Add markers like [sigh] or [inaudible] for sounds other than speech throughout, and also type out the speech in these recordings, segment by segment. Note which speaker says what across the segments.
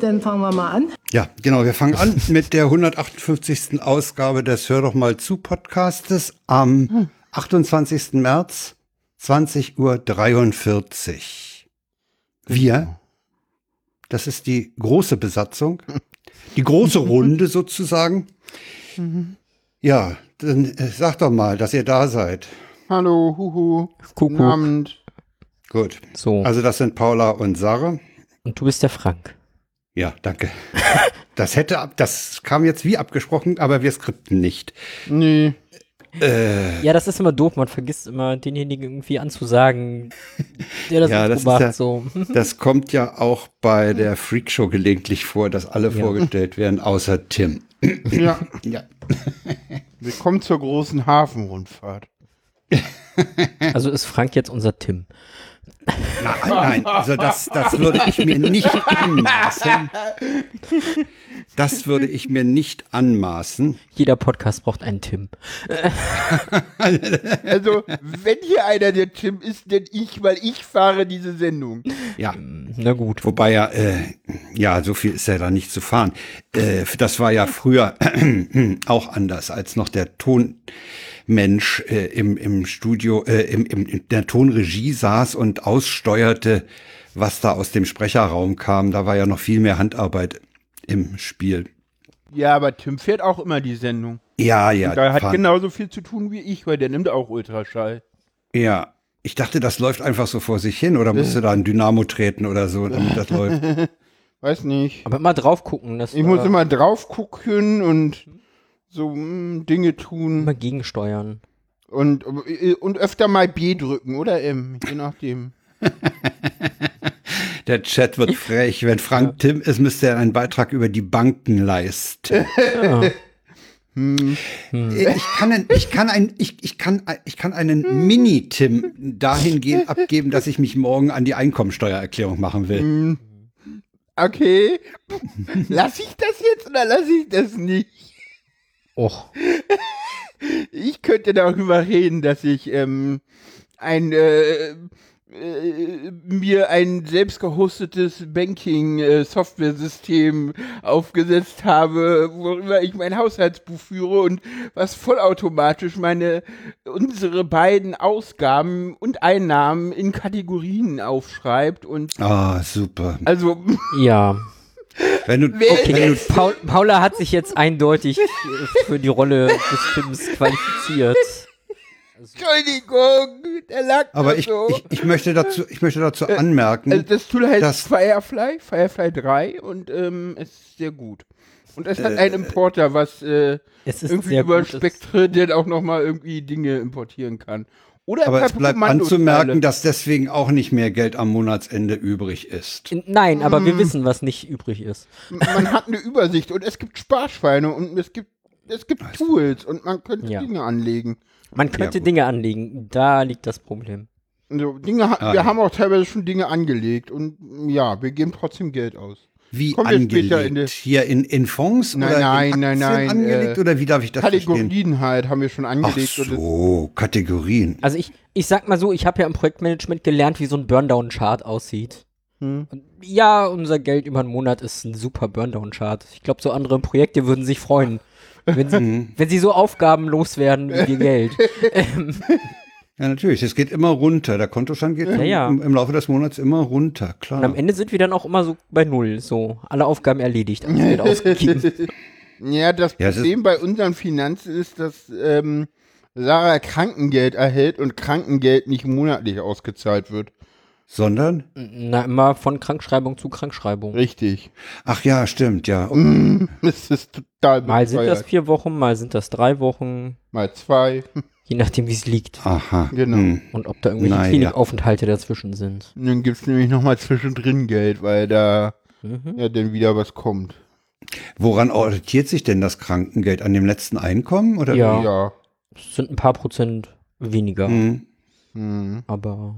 Speaker 1: dann fangen wir mal an.
Speaker 2: Ja, genau. Wir fangen an mit der 158. Ausgabe des Hör doch mal zu Podcastes am 28. März, 20.43 Uhr. Wir, das ist die große Besatzung, die große Runde sozusagen. Ja, dann äh, sagt doch mal, dass ihr da seid.
Speaker 3: Hallo, Huhu.
Speaker 4: Kuckuck.
Speaker 2: [laughs]
Speaker 3: Guten Abend.
Speaker 2: Gut.
Speaker 4: So,
Speaker 2: Also das sind Paula und Sarah.
Speaker 4: und du bist der Frank.
Speaker 2: Ja, danke. Das hätte, ab- das kam jetzt wie abgesprochen, aber wir skripten nicht.
Speaker 3: Nee,
Speaker 4: Ja, das ist immer doof, man vergisst immer, denjenigen irgendwie anzusagen, der
Speaker 2: [laughs]
Speaker 4: das
Speaker 2: Ja,
Speaker 4: nicht
Speaker 2: das ist
Speaker 4: macht.
Speaker 2: ja-
Speaker 4: so.
Speaker 2: Das kommt ja auch bei der Freakshow gelegentlich vor, dass alle vorgestellt werden, außer Tim.
Speaker 3: ja. [laughs]
Speaker 2: Ja.
Speaker 3: Willkommen zur großen Hafenrundfahrt.
Speaker 4: Also ist Frank jetzt unser Tim.
Speaker 2: Nein, nein, also das, das würde ich mir nicht anmaßen. Das würde ich mir nicht anmaßen.
Speaker 4: Jeder Podcast braucht einen Tim.
Speaker 3: Also, wenn hier einer der Tim ist, denn ich, weil ich fahre diese Sendung.
Speaker 2: Ja.
Speaker 4: Na gut.
Speaker 2: Wobei ja, äh, ja, so viel ist ja da nicht zu fahren. Äh, das war ja früher [clears throat] auch anders, als noch der Tonmensch äh, im, im Studio, äh, im, im, in der Tonregie saß und aussteuerte, was da aus dem Sprecherraum kam. Da war ja noch viel mehr Handarbeit im Spiel.
Speaker 3: Ja, aber Tim fährt auch immer die Sendung.
Speaker 2: Ja, ja.
Speaker 3: Da hat
Speaker 2: fahren-
Speaker 3: genauso viel zu tun wie ich, weil der nimmt auch Ultraschall. genau-
Speaker 2: Ja. Ich dachte, das läuft einfach so vor sich hin oder musst du da ein Dynamo treten oder so, damit
Speaker 3: [laughs]
Speaker 2: das läuft.
Speaker 3: Weiß nicht.
Speaker 4: Aber immer drauf gucken, äh, dass
Speaker 3: Ich
Speaker 4: wir
Speaker 2: äh,
Speaker 3: muss immer drauf gucken und so mm, Dinge tun.
Speaker 4: immer gegensteuern.
Speaker 3: Und, äh, und öfter mal B drücken oder M, je nachdem.
Speaker 2: Der Chat
Speaker 3: [laughs]
Speaker 2: wird frech. Wenn Frank Tim ist, müsste er einen Beitrag über die Banken
Speaker 3: [laughs]
Speaker 2: leisten.
Speaker 3: Hm.
Speaker 2: Ich kann, ein, ich, kann ein, ich, ich, kann, ein- ich kann
Speaker 3: Hm.
Speaker 2: einen Mini-Tim dahingehend abgeben, dass ich mich morgen an die Einkommensteuererklärung machen will.
Speaker 3: Hm. Okay, lass ich das jetzt oder lass ich das nicht?
Speaker 4: Och,
Speaker 3: Ich könnte darüber reden, dass ich ähm, ein äh, äh, mir ein selbst gehostetes Banking-Software-System aufgesetzt habe, worüber ich mein Haushaltsbuch führe und was vollautomatisch meine unsere beiden Ausgaben und Einnahmen in Kategorien aufschreibt und
Speaker 2: Ah, super.
Speaker 3: also [laughs]
Speaker 4: ja.
Speaker 2: Wenn du,
Speaker 3: Wer
Speaker 2: wenn
Speaker 4: Okay,
Speaker 2: du
Speaker 4: Paul, Paula hat sich jetzt eindeutig äh, für die Rolle des Tims qualifiziert.
Speaker 3: Entschuldigung, der lag
Speaker 2: aber
Speaker 3: nur
Speaker 2: ich,
Speaker 3: so.
Speaker 2: ich, ich, möchte dazu, ich möchte dazu anmerken,
Speaker 3: Also das Tool heißt
Speaker 2: Das-
Speaker 3: Firefly, Firefly 3 und ähm, es ist sehr gut. Und es
Speaker 2: Äh,
Speaker 3: hat einen Importer, was äh,
Speaker 4: Es ist
Speaker 3: irgendwie
Speaker 4: sehr
Speaker 3: über
Speaker 4: gut, es-
Speaker 3: Spektren dann auch nochmal irgendwie Dinge importieren kann. Oder
Speaker 2: aber
Speaker 3: per
Speaker 2: es bleibt
Speaker 3: Kommandozeile.
Speaker 2: anzumerken, dass deswegen auch nicht mehr Geld am Monatsende übrig ist.
Speaker 4: Nein, aber
Speaker 2: Mm.
Speaker 4: wir wissen, was nicht übrig ist.
Speaker 3: man hat eine Übersicht und es gibt Sparschweine und es gibt es gibt Tools und man könnte
Speaker 4: Ja.
Speaker 3: Dinge anlegen.
Speaker 4: Man könnte Dinge anlegen, da liegt das Problem.
Speaker 3: Also Dinge, ha-
Speaker 2: Ah,
Speaker 3: wir
Speaker 2: ja.
Speaker 3: haben auch teilweise schon Dinge angelegt und ja, wir geben trotzdem Geld aus.
Speaker 2: Wie
Speaker 3: Kommen wir
Speaker 2: angelegt?
Speaker 3: später in die-
Speaker 2: Hier in, in Fonds?
Speaker 3: Nein,
Speaker 2: oder
Speaker 3: nein,
Speaker 2: in
Speaker 3: nein,
Speaker 2: Aktien
Speaker 3: nein,
Speaker 2: Angelegt
Speaker 3: äh,
Speaker 2: oder wie darf ich das verstehen?
Speaker 3: Kategorien halt haben wir schon
Speaker 2: Ach
Speaker 3: angelegt und es
Speaker 2: so, Kategorien.
Speaker 4: Also ich, ich sag mal so, ich habe ja im Projektmanagement gelernt, wie so ein Burndown-Chart aussieht.
Speaker 2: Hm.
Speaker 4: Und ja, unser Geld über einen Monat ist ein super Burndown-Chart. Ich glaube, so andere Projekte würden sich freuen, wenn sie,
Speaker 2: Hm.
Speaker 4: wenn sie so Aufgaben loswerden
Speaker 2: [laughs]
Speaker 4: wie ihr Geld.
Speaker 2: Ja, natürlich. Es geht immer runter. Der Kontostand geht im,
Speaker 4: ja.
Speaker 2: Im, im Laufe des Monats immer runter, klar.
Speaker 4: Und am Ende sind wir dann auch immer so bei Null, so alle Aufgaben erledigt, alles
Speaker 2: [laughs]
Speaker 4: Geld ausgegeben.
Speaker 3: Ja, das
Speaker 2: Ja, es ist-
Speaker 3: Problem bei unseren Finanzen ist, dass ähm, Sarah Krankengeld erhält und Krankengeld nicht monatlich ausgezahlt wird.
Speaker 2: Sondern?
Speaker 4: Na, immer von Krankschreibung zu Krankschreibung.
Speaker 3: Richtig. [laughs]
Speaker 2: Ach ja, stimmt, ja.
Speaker 3: Mhm. Das ist total
Speaker 4: Mal sind das
Speaker 3: bescheuert.
Speaker 4: vier Wochen, mal sind das drei Wochen,
Speaker 3: Mal zwei.
Speaker 4: je nachdem, wie es liegt.
Speaker 2: Aha. Hm.
Speaker 3: Genau.
Speaker 4: Und ob da irgendwelche
Speaker 2: Naja.
Speaker 4: Klinikaufenthalte dazwischen sind.
Speaker 3: Und dann gibt's nämlich nochmal zwischendrin Geld, weil da
Speaker 4: Mhm.
Speaker 3: ja dann wieder was kommt.
Speaker 2: Woran orientiert sich denn das Krankengeld? An dem letzten Einkommen? Oder
Speaker 4: Ja.
Speaker 3: Ja.
Speaker 4: Es sind ein paar Prozent weniger,
Speaker 2: wie? Hm.
Speaker 3: Hm.
Speaker 4: aber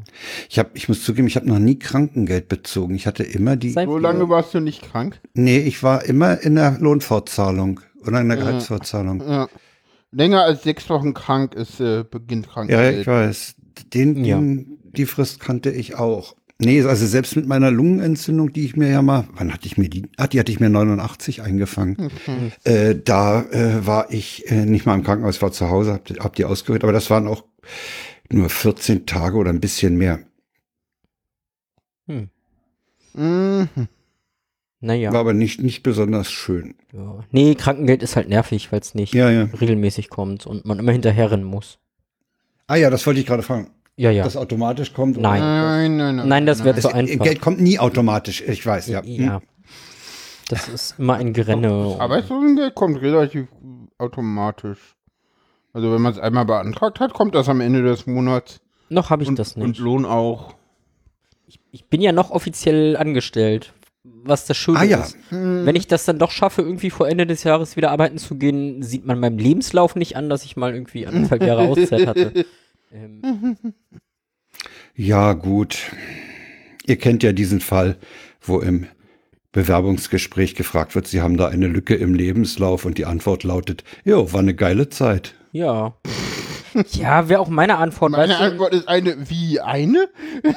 Speaker 2: Ich, hab, ich muss zugeben, ich habe noch nie Krankengeld bezogen. Ich hatte immer die.
Speaker 4: Sei-
Speaker 3: So lange warst du nicht krank?
Speaker 2: nee, ich war immer in der Lohnfortzahlung oder in der Gehaltsfortzahlung.
Speaker 3: Ja. Länger als sechs Wochen krank ist, äh, beginnt
Speaker 2: Ja,
Speaker 3: Krankengeld.
Speaker 2: ich weiß. Den,
Speaker 4: Ja.
Speaker 2: den, die Frist kannte ich auch. Nee, also selbst mit meiner Lungenentzündung, die ich mir ja mal, wann hatte ich mir die? Ah, die hatte ich mir 89 eingefangen. Äh, da äh, war ich äh, nicht mal im Krankenhaus, war zu Hause, hab, hab die ausgehört, aber das waren auch nur 14 Tage oder ein bisschen mehr.
Speaker 3: Mhm.
Speaker 4: Hm. Naja.
Speaker 2: War aber nicht, nicht besonders schön.
Speaker 4: Ja. Nee, Krankengeld ist halt nervig, weil es nicht
Speaker 2: Ja, ja.
Speaker 4: regelmäßig kommt und man immer hinterherrennen muss.
Speaker 2: Ah ja, das wollte ich gerade fragen.
Speaker 4: Ja, ja.
Speaker 2: Das automatisch kommt.
Speaker 4: Nein.
Speaker 3: Nein, nein, nein.
Speaker 4: Nein, das wäre zu
Speaker 2: Oder?
Speaker 4: einfach.
Speaker 2: Geld kommt nie automatisch, ich weiß, ja. Hm.
Speaker 4: ja. Das ist immer ein Gerenne.
Speaker 3: Arbeitslosengeld kommt relativ automatisch. Also wenn man es einmal beantragt hat, kommt das am Ende des Monats.
Speaker 4: noch habe ich
Speaker 3: Und,
Speaker 4: das
Speaker 3: und
Speaker 4: nicht.
Speaker 3: Lohn auch.
Speaker 4: Ich bin ja noch offiziell angestellt, was das Schöne
Speaker 2: Ah, ja.
Speaker 4: ist. Wenn ich das dann doch schaffe, irgendwie vor Ende des Jahres wieder arbeiten zu gehen, sieht man meinem Lebenslauf nicht an, dass ich mal irgendwie anderthalb Jahre
Speaker 2: [laughs]
Speaker 4: Auszeit hatte. Ähm,
Speaker 2: Ja, gut. Ihr kennt ja diesen Fall, wo im Bewerbungsgespräch gefragt wird, Sie haben da eine Lücke im Lebenslauf und die Antwort lautet, Jo, war eine geile Zeit.
Speaker 4: ja. Ja, wäre auch meine Antwort.
Speaker 3: Meine
Speaker 4: weißt du?
Speaker 3: Antwort ist eine, wie eine?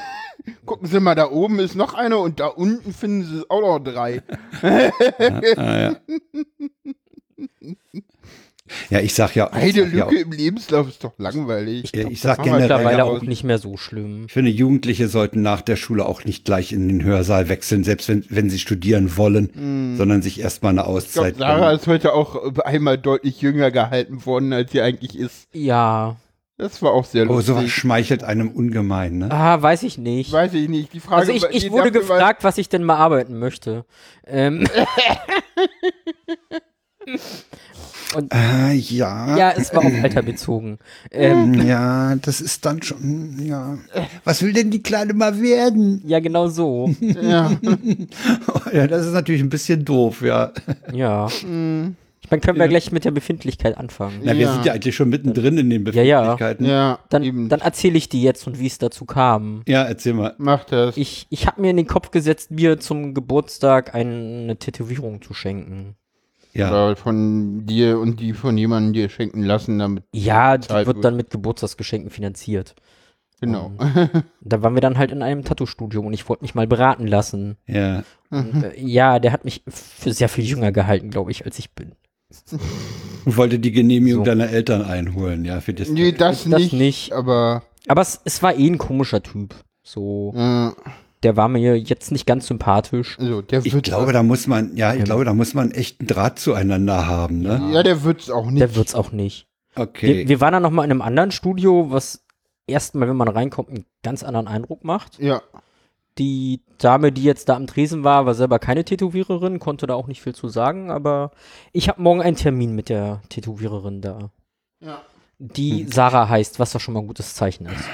Speaker 3: [laughs] Gucken Sie mal, da oben ist noch eine und da unten finden Sie auch noch
Speaker 4: [laughs]
Speaker 3: drei.
Speaker 2: Ja, ich sag ja, ich
Speaker 3: Eine
Speaker 2: sag ja,
Speaker 3: Lücke
Speaker 2: auch,
Speaker 3: im Lebenslauf ist doch langweilig.
Speaker 2: ja, ich
Speaker 4: Das
Speaker 2: sag
Speaker 4: war mittlerweile
Speaker 2: generell,
Speaker 4: auch nicht mehr so schlimm.
Speaker 2: ich finde, Jugendliche sollten nach der Schule auch nicht gleich in den Hörsaal wechseln, selbst wenn, wenn sie studieren wollen, sondern sich erstmal eine
Speaker 3: Ich glaube,
Speaker 2: Auszeit
Speaker 3: Sarah
Speaker 2: gönnen.
Speaker 3: ist heute auch einmal deutlich jünger gehalten worden, als sie eigentlich ist.
Speaker 4: Ja.
Speaker 3: Das war auch sehr
Speaker 2: Oh, sowas
Speaker 3: lustig.
Speaker 2: schmeichelt einem ungemein, ne?
Speaker 4: Ah, weiß ich nicht.
Speaker 3: Weiß ich nicht. Die Frage
Speaker 4: Also ich,
Speaker 3: war-
Speaker 4: ich
Speaker 3: die
Speaker 4: wurde
Speaker 3: dafür war-
Speaker 4: gefragt, was ich denn mal arbeiten möchte.
Speaker 3: [laughs]
Speaker 4: Ähm. Und
Speaker 2: Ah, ja.
Speaker 4: [laughs] ja, es war auf Alter bezogen. Ähm,
Speaker 3: [laughs]
Speaker 2: Ja, das ist dann schon, hm, ja. Was will denn die Kleine mal werden?
Speaker 4: ja, genau so.
Speaker 3: Ja.
Speaker 4: [laughs]
Speaker 2: Ja, das ist natürlich ein bisschen doof, ja.
Speaker 3: [laughs]
Speaker 4: Ja. Ich meine, können wir gleich mit der Befindlichkeit anfangen.
Speaker 2: Na, wir
Speaker 3: Ja.
Speaker 2: sind ja eigentlich schon mittendrin in den
Speaker 4: Ja, ja.
Speaker 2: Befindlichkeiten.
Speaker 3: Ja,
Speaker 4: Dann,
Speaker 3: eben.
Speaker 4: dann erzähle ich dir jetzt und wie es dazu kam.
Speaker 2: ja erzähl mal.
Speaker 3: Mach das.
Speaker 4: Ich, ich habe mir in den Kopf gesetzt, mir zum Geburtstag eine Tätowierung zu schenken.
Speaker 2: Ja.
Speaker 3: Oder von dir und die von jemandem dir schenken lassen, damit.
Speaker 4: Ja, die
Speaker 3: Total
Speaker 4: wird
Speaker 3: gut.
Speaker 4: dann mit Geburtstagsgeschenken finanziert.
Speaker 3: Genau.
Speaker 4: Oh, Da waren wir dann halt in einem Tattoo-Studio und ich wollte mich mal beraten lassen.
Speaker 2: ja.
Speaker 3: Mhm.
Speaker 4: Und, äh, ja, der hat mich für sehr viel jünger gehalten, glaube ich, als ich bin.
Speaker 2: Und wollte die Genehmigung
Speaker 4: So.
Speaker 2: deiner Eltern einholen, ja, für das.
Speaker 3: [laughs] nee, das,
Speaker 4: Das
Speaker 3: nicht,
Speaker 4: nicht.
Speaker 3: Aber.
Speaker 4: Aber es, es war eh ein komischer Typ. So,
Speaker 3: Äh,
Speaker 4: der war mir jetzt nicht ganz sympathisch.
Speaker 3: also, der
Speaker 2: Ich
Speaker 3: wird.
Speaker 2: glaube, da muss man, ja,
Speaker 4: Genau.
Speaker 2: ich glaube, da muss man echt einen Draht zueinander haben, ne?
Speaker 3: ja, der wird's auch nicht.
Speaker 4: Der wird's auch nicht. Wir,
Speaker 2: Okay.
Speaker 4: wir waren dann nochmal in einem anderen Studio, was erstmal, wenn man reinkommt, einen ganz anderen Eindruck macht.
Speaker 3: Ja.
Speaker 4: Die Dame, die jetzt da am Tresen war, war selber keine Tätowiererin, konnte da auch nicht viel zu sagen, aber ich habe morgen einen Termin mit der Tätowiererin da.
Speaker 3: ja.
Speaker 4: Die
Speaker 3: Mhm.
Speaker 4: Sarah heißt, was doch schon mal ein gutes Zeichen ist.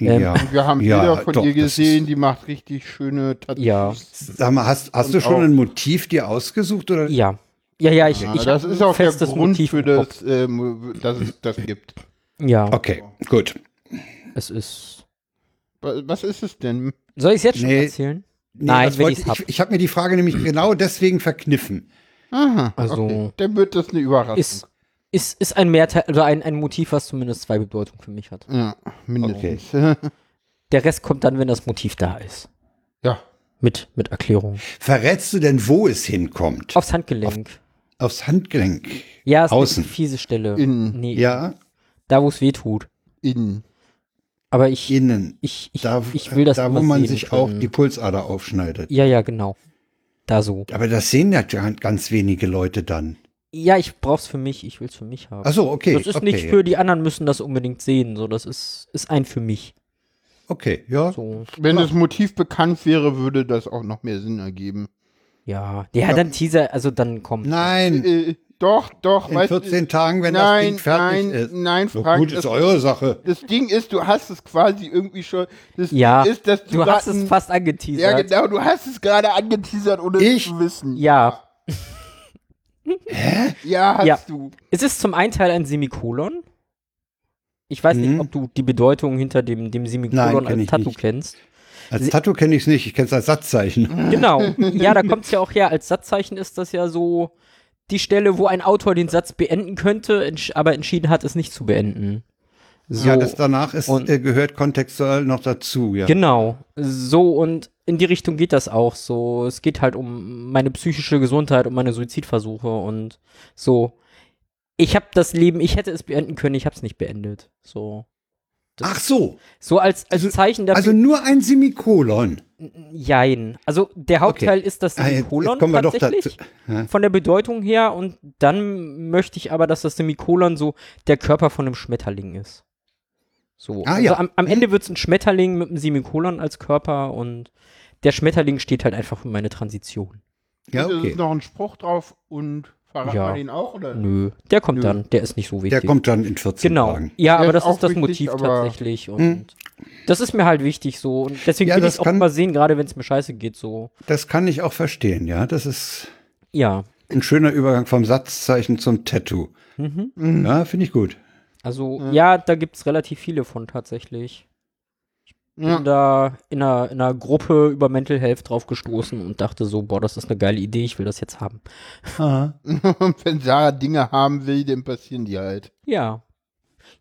Speaker 4: ähm,
Speaker 2: ja.
Speaker 3: Wir haben
Speaker 2: Ja,
Speaker 3: Bilder von
Speaker 2: doch,
Speaker 3: ihr
Speaker 2: das
Speaker 3: gesehen, die macht richtig schöne Tattoos.
Speaker 4: Ja.
Speaker 2: Sag mal, hast, hast du
Speaker 3: Und auch-
Speaker 2: schon ein Motiv dir ausgesucht oder?
Speaker 4: Ja. Ja, ja, ich,
Speaker 3: Ja,
Speaker 4: ich
Speaker 3: das
Speaker 4: hab
Speaker 3: ist
Speaker 4: ein
Speaker 3: auch der
Speaker 4: festes
Speaker 3: Grund
Speaker 4: Motiv
Speaker 3: für
Speaker 4: im Kopf.
Speaker 3: das, ähm, dass es das gibt.
Speaker 4: Ja,
Speaker 2: Okay, gut.
Speaker 4: es ist.
Speaker 3: Wa- Was ist es denn?
Speaker 4: Soll ich es jetzt schon
Speaker 2: Nee.
Speaker 4: erzählen?
Speaker 2: Nee,
Speaker 4: Nein,
Speaker 2: das
Speaker 4: wenn
Speaker 2: wollte
Speaker 4: ich's hab.
Speaker 2: ich ich habe mir die Frage nämlich genau deswegen verkniffen.
Speaker 3: Aha,
Speaker 4: Also-
Speaker 3: Ah, okay. dann wird das eine Überraschung.
Speaker 4: Ist, ist, ist ein Mehrteil, also ein, ein Motiv, was zumindest zwei Bedeutungen für mich hat.
Speaker 3: ja, mindestens.
Speaker 4: Der Rest kommt dann, wenn das Motiv da ist.
Speaker 3: [laughs] ja,
Speaker 4: Mit, mit Erklärung.
Speaker 2: Verrätst du denn, wo es hinkommt?
Speaker 4: Aufs Handgelenk.
Speaker 2: Aufs Handgelenk.
Speaker 4: ja, ist
Speaker 2: außen.
Speaker 4: eine fiese Stelle.
Speaker 3: Innen.
Speaker 4: Nee,
Speaker 2: Ja,
Speaker 4: Da, wo es weh tut.
Speaker 3: innen.
Speaker 4: Aber ich,
Speaker 2: innen.
Speaker 4: ich, ich,
Speaker 2: Da,
Speaker 4: ich will das
Speaker 2: da wo
Speaker 4: immer
Speaker 2: man
Speaker 4: sehen
Speaker 2: sich
Speaker 4: können.
Speaker 2: auch die Pulsader aufschneidet.
Speaker 4: Ja, ja, genau. Da so.
Speaker 2: Aber das sehen ja ga- ganz wenige Leute dann.
Speaker 4: Ja, ich brauch's für mich. Ich will's für mich haben.
Speaker 2: Ach so, okay.
Speaker 4: das ist
Speaker 2: okay,
Speaker 4: nicht für die anderen, müssen das unbedingt sehen. So, das ist, ist ein für mich.
Speaker 2: Okay, ja.
Speaker 4: So.
Speaker 3: Wenn das Motiv bekannt wäre, würde das auch noch mehr Sinn ergeben.
Speaker 4: Ja, ja, dann Teaser, also dann kommt.
Speaker 2: Nein,
Speaker 3: Äh, doch, doch.
Speaker 2: in
Speaker 3: weißt du,
Speaker 2: 14 Tagen, wenn das
Speaker 3: nein,
Speaker 2: Ding fertig
Speaker 3: nein,
Speaker 2: ist.
Speaker 3: nein,
Speaker 2: so
Speaker 3: frag
Speaker 2: gut
Speaker 3: das-
Speaker 2: ist eure Sache.
Speaker 3: Das Ding ist, du hast es quasi irgendwie schon. Das
Speaker 4: Ja,
Speaker 3: Ding ist, dass du,
Speaker 4: du hast
Speaker 3: grad
Speaker 4: es
Speaker 3: ein-
Speaker 4: fast angeteasert.
Speaker 3: Ja, genau, du hast es gerade angeteasert, ohne
Speaker 2: Ich?
Speaker 3: es zu wissen.
Speaker 4: Ja.
Speaker 3: Ja, hast
Speaker 4: Ja.
Speaker 3: du.
Speaker 4: Es ist zum einen Teil ein Semikolon. Ich weiß
Speaker 2: Mhm.
Speaker 4: nicht, ob du die Bedeutung hinter dem, dem Semikolon
Speaker 2: Nein, kenn
Speaker 4: als
Speaker 2: ich
Speaker 4: Tattoo
Speaker 2: nicht. [laughs]
Speaker 4: kennst.
Speaker 2: Als Tattoo kenne ich es nicht, ich kenne es als Satzzeichen.
Speaker 4: Genau. Ja, da kommt es ja auch her. Als Satzzeichen ist das ja so die Stelle, wo ein Autor den Satz beenden könnte, entsch aber entschieden hat, es nicht zu beenden. So.
Speaker 2: ja, das danach ist,
Speaker 4: Und-
Speaker 2: äh, gehört kontextuell noch dazu, ja.
Speaker 4: Genau. So und in die Richtung geht das auch so. Es geht halt um meine psychische Gesundheit, um meine Suizidversuche und so. Ich habe das Leben, ich hätte es beenden können, ich habe es nicht beendet. So.
Speaker 2: Ach so,
Speaker 4: So als, als
Speaker 2: Also-
Speaker 4: Zeichen dafür.
Speaker 2: also nur ein Semikolon.
Speaker 4: Jein. Also der Hauptteil ist das
Speaker 2: Ah, jetzt- jetzt
Speaker 4: Semikolon
Speaker 2: kommen wir doch
Speaker 4: tatsächlich.
Speaker 2: dazu. Ja.
Speaker 4: Von der Bedeutung her und dann möchte ich aber, dass das Semikolon so der Körper von einem Schmetterling ist. So.
Speaker 2: Ah,
Speaker 4: also
Speaker 2: ja.
Speaker 4: am, am Ende wird es ein Schmetterling mit einem Semikolon als Körper und der Schmetterling steht halt einfach für meine Transition.
Speaker 2: Ja,
Speaker 3: Und Es
Speaker 2: okay.
Speaker 3: ist noch ein Spruch drauf und verraten
Speaker 4: Ja.
Speaker 3: wir den auch, oder?
Speaker 4: Nö, der kommt
Speaker 3: Nö.
Speaker 4: dann, der ist nicht so wichtig.
Speaker 2: Der kommt dann in 14
Speaker 4: genau.
Speaker 2: Tagen.
Speaker 4: Ja,
Speaker 3: Der
Speaker 4: aber
Speaker 3: ist
Speaker 4: das
Speaker 3: auch
Speaker 4: ist das
Speaker 3: wichtig,
Speaker 4: Motiv
Speaker 3: aber-
Speaker 4: tatsächlich und das ist mir halt wichtig so und deswegen
Speaker 2: Hm. Ja,
Speaker 4: will ich
Speaker 2: das
Speaker 4: es auch
Speaker 2: kann-
Speaker 4: immer sehen, gerade wenn es mir scheiße geht so.
Speaker 2: Das kann ich auch verstehen, ja. Das ist
Speaker 4: Ja.
Speaker 2: ein schöner Übergang vom Satzzeichen zum Tattoo.
Speaker 3: Mhm.
Speaker 2: Ja, finde ich gut.
Speaker 4: Mhm. Also, ja,
Speaker 3: Ja.
Speaker 4: da gibt es relativ viele von tatsächlich. Bin
Speaker 3: Ja. [laughs]
Speaker 4: da in einer, in einer Gruppe über Mental Health drauf gestoßen und dachte so, boah, das ist eine geile Idee, ich will das jetzt haben.
Speaker 3: Und wenn Sarah Dinge haben will, dann passieren die halt.
Speaker 4: Ja.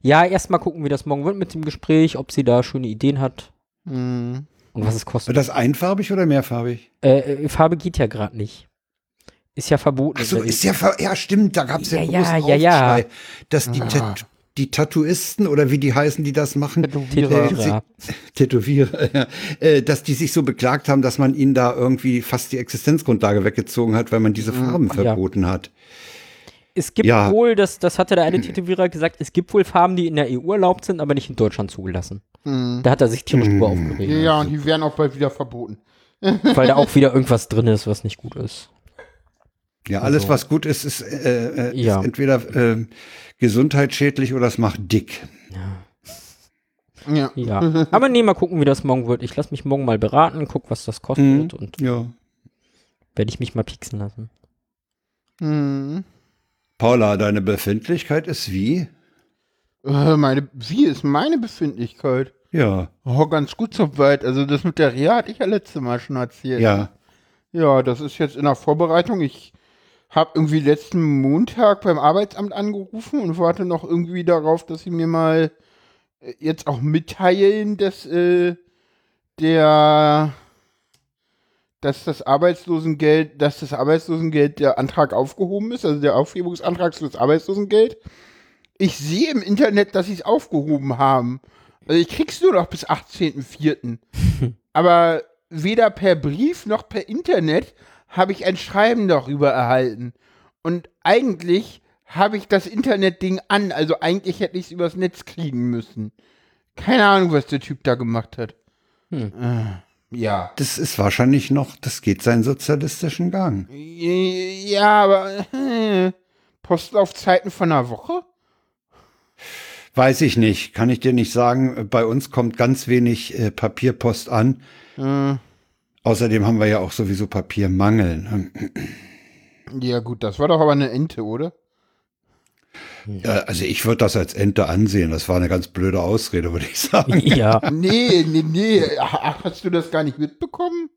Speaker 4: Ja, erstmal gucken, wie das morgen wird mit dem Gespräch, ob sie da schöne Ideen hat
Speaker 3: Mhm.
Speaker 4: und was es kostet.
Speaker 2: Wird das einfarbig oder mehrfarbig?
Speaker 4: äh, äh, Farbe geht ja gerade nicht. Ist ja verboten.
Speaker 2: Ach so,
Speaker 4: Wenn-
Speaker 2: ist ja, ver ja stimmt, da gab es ja,
Speaker 4: Ja,
Speaker 2: großen
Speaker 4: ja, ja, ja. Ah.
Speaker 2: Aufschrei, dass die, Tat die Tattooisten oder wie die heißen, die das machen, äh,
Speaker 4: Tätowierer.
Speaker 2: [laughs] Tätowierer, ja, äh, dass die sich so beklagt haben, dass man ihnen da irgendwie fast die Existenzgrundlage weggezogen hat, weil man diese
Speaker 4: Mhm.
Speaker 2: Farben verboten hat.
Speaker 4: Es gibt
Speaker 2: Ja. Hm.
Speaker 4: wohl, das, das hatte der eine Tätowierer gesagt, es gibt wohl Farben, die in der EU erlaubt sind, aber nicht in Deutschland zugelassen.
Speaker 2: Hm.
Speaker 4: Da hat er sich tierisch drüber aufgeregt.
Speaker 3: Ja, ja, und die werden auch bald wieder verboten.
Speaker 4: weil da auch wieder irgendwas drin ist, was nicht gut ist.
Speaker 2: Ja, alles, was gut ist, ist, äh, äh,
Speaker 4: Also Ja.
Speaker 2: ist entweder äh, gesundheitsschädlich oder es macht dick.
Speaker 3: Ja.
Speaker 2: Mhm.
Speaker 4: Ja. Aber nee, mal gucken, wie das morgen wird. Ich lasse mich morgen mal beraten, guck, was das kostet
Speaker 2: Mhm.
Speaker 4: und
Speaker 2: Ja.
Speaker 4: werde ich mich mal pieksen lassen.
Speaker 3: [laughs]
Speaker 4: [laughs]
Speaker 3: Mhm.
Speaker 2: Paula, deine Befindlichkeit ist wie?
Speaker 3: Äh, meine, wie ist meine Befindlichkeit?
Speaker 2: Ja.
Speaker 3: Oh, ganz gut soweit. Also das mit der Reha hatte ich ja letztes Mal schon erzählt.
Speaker 2: Ja.
Speaker 3: Ja, das ist jetzt in der Vorbereitung. Ich habe irgendwie letzten Montag beim Arbeitsamt angerufen und warte noch irgendwie darauf, dass sie mir mal äh, jetzt auch mitteilen, dass äh, der dass das Arbeitslosengeld, dass das Arbeitslosengeld der Antrag aufgehoben ist, also der Aufhebungsantrag für das Arbeitslosengeld. Ich sehe im Internet, dass sie es aufgehoben haben. Also ich krieg's nur noch bis 18.04. Aber weder per Brief noch per Internet habe ich ein Schreiben darüber erhalten. Und eigentlich habe ich das Internetding an, also eigentlich hätte ich es übers Netz kriegen müssen. Keine Ahnung, was der Typ da gemacht hat. Äh, ja.
Speaker 2: Das ist wahrscheinlich noch, das geht seinen sozialistischen Gang.
Speaker 3: Ja, aber äh, Postlaufzeiten von einer Woche?
Speaker 2: Weiß ich nicht, kann ich dir nicht sagen. Bei uns kommt ganz wenig äh, Papierpost an.
Speaker 4: Hm.
Speaker 2: Außerdem haben wir ja auch sowieso Papiermangel. ne?
Speaker 3: Ja gut, das war doch aber eine Ente, oder?
Speaker 2: Äh, also ich würde das als Ente ansehen. Das war eine ganz blöde Ausrede, würde ich [laughs] sagen.
Speaker 4: Ja.
Speaker 3: Nee, nee, nee. Ach, hast du das gar nicht mitbekommen?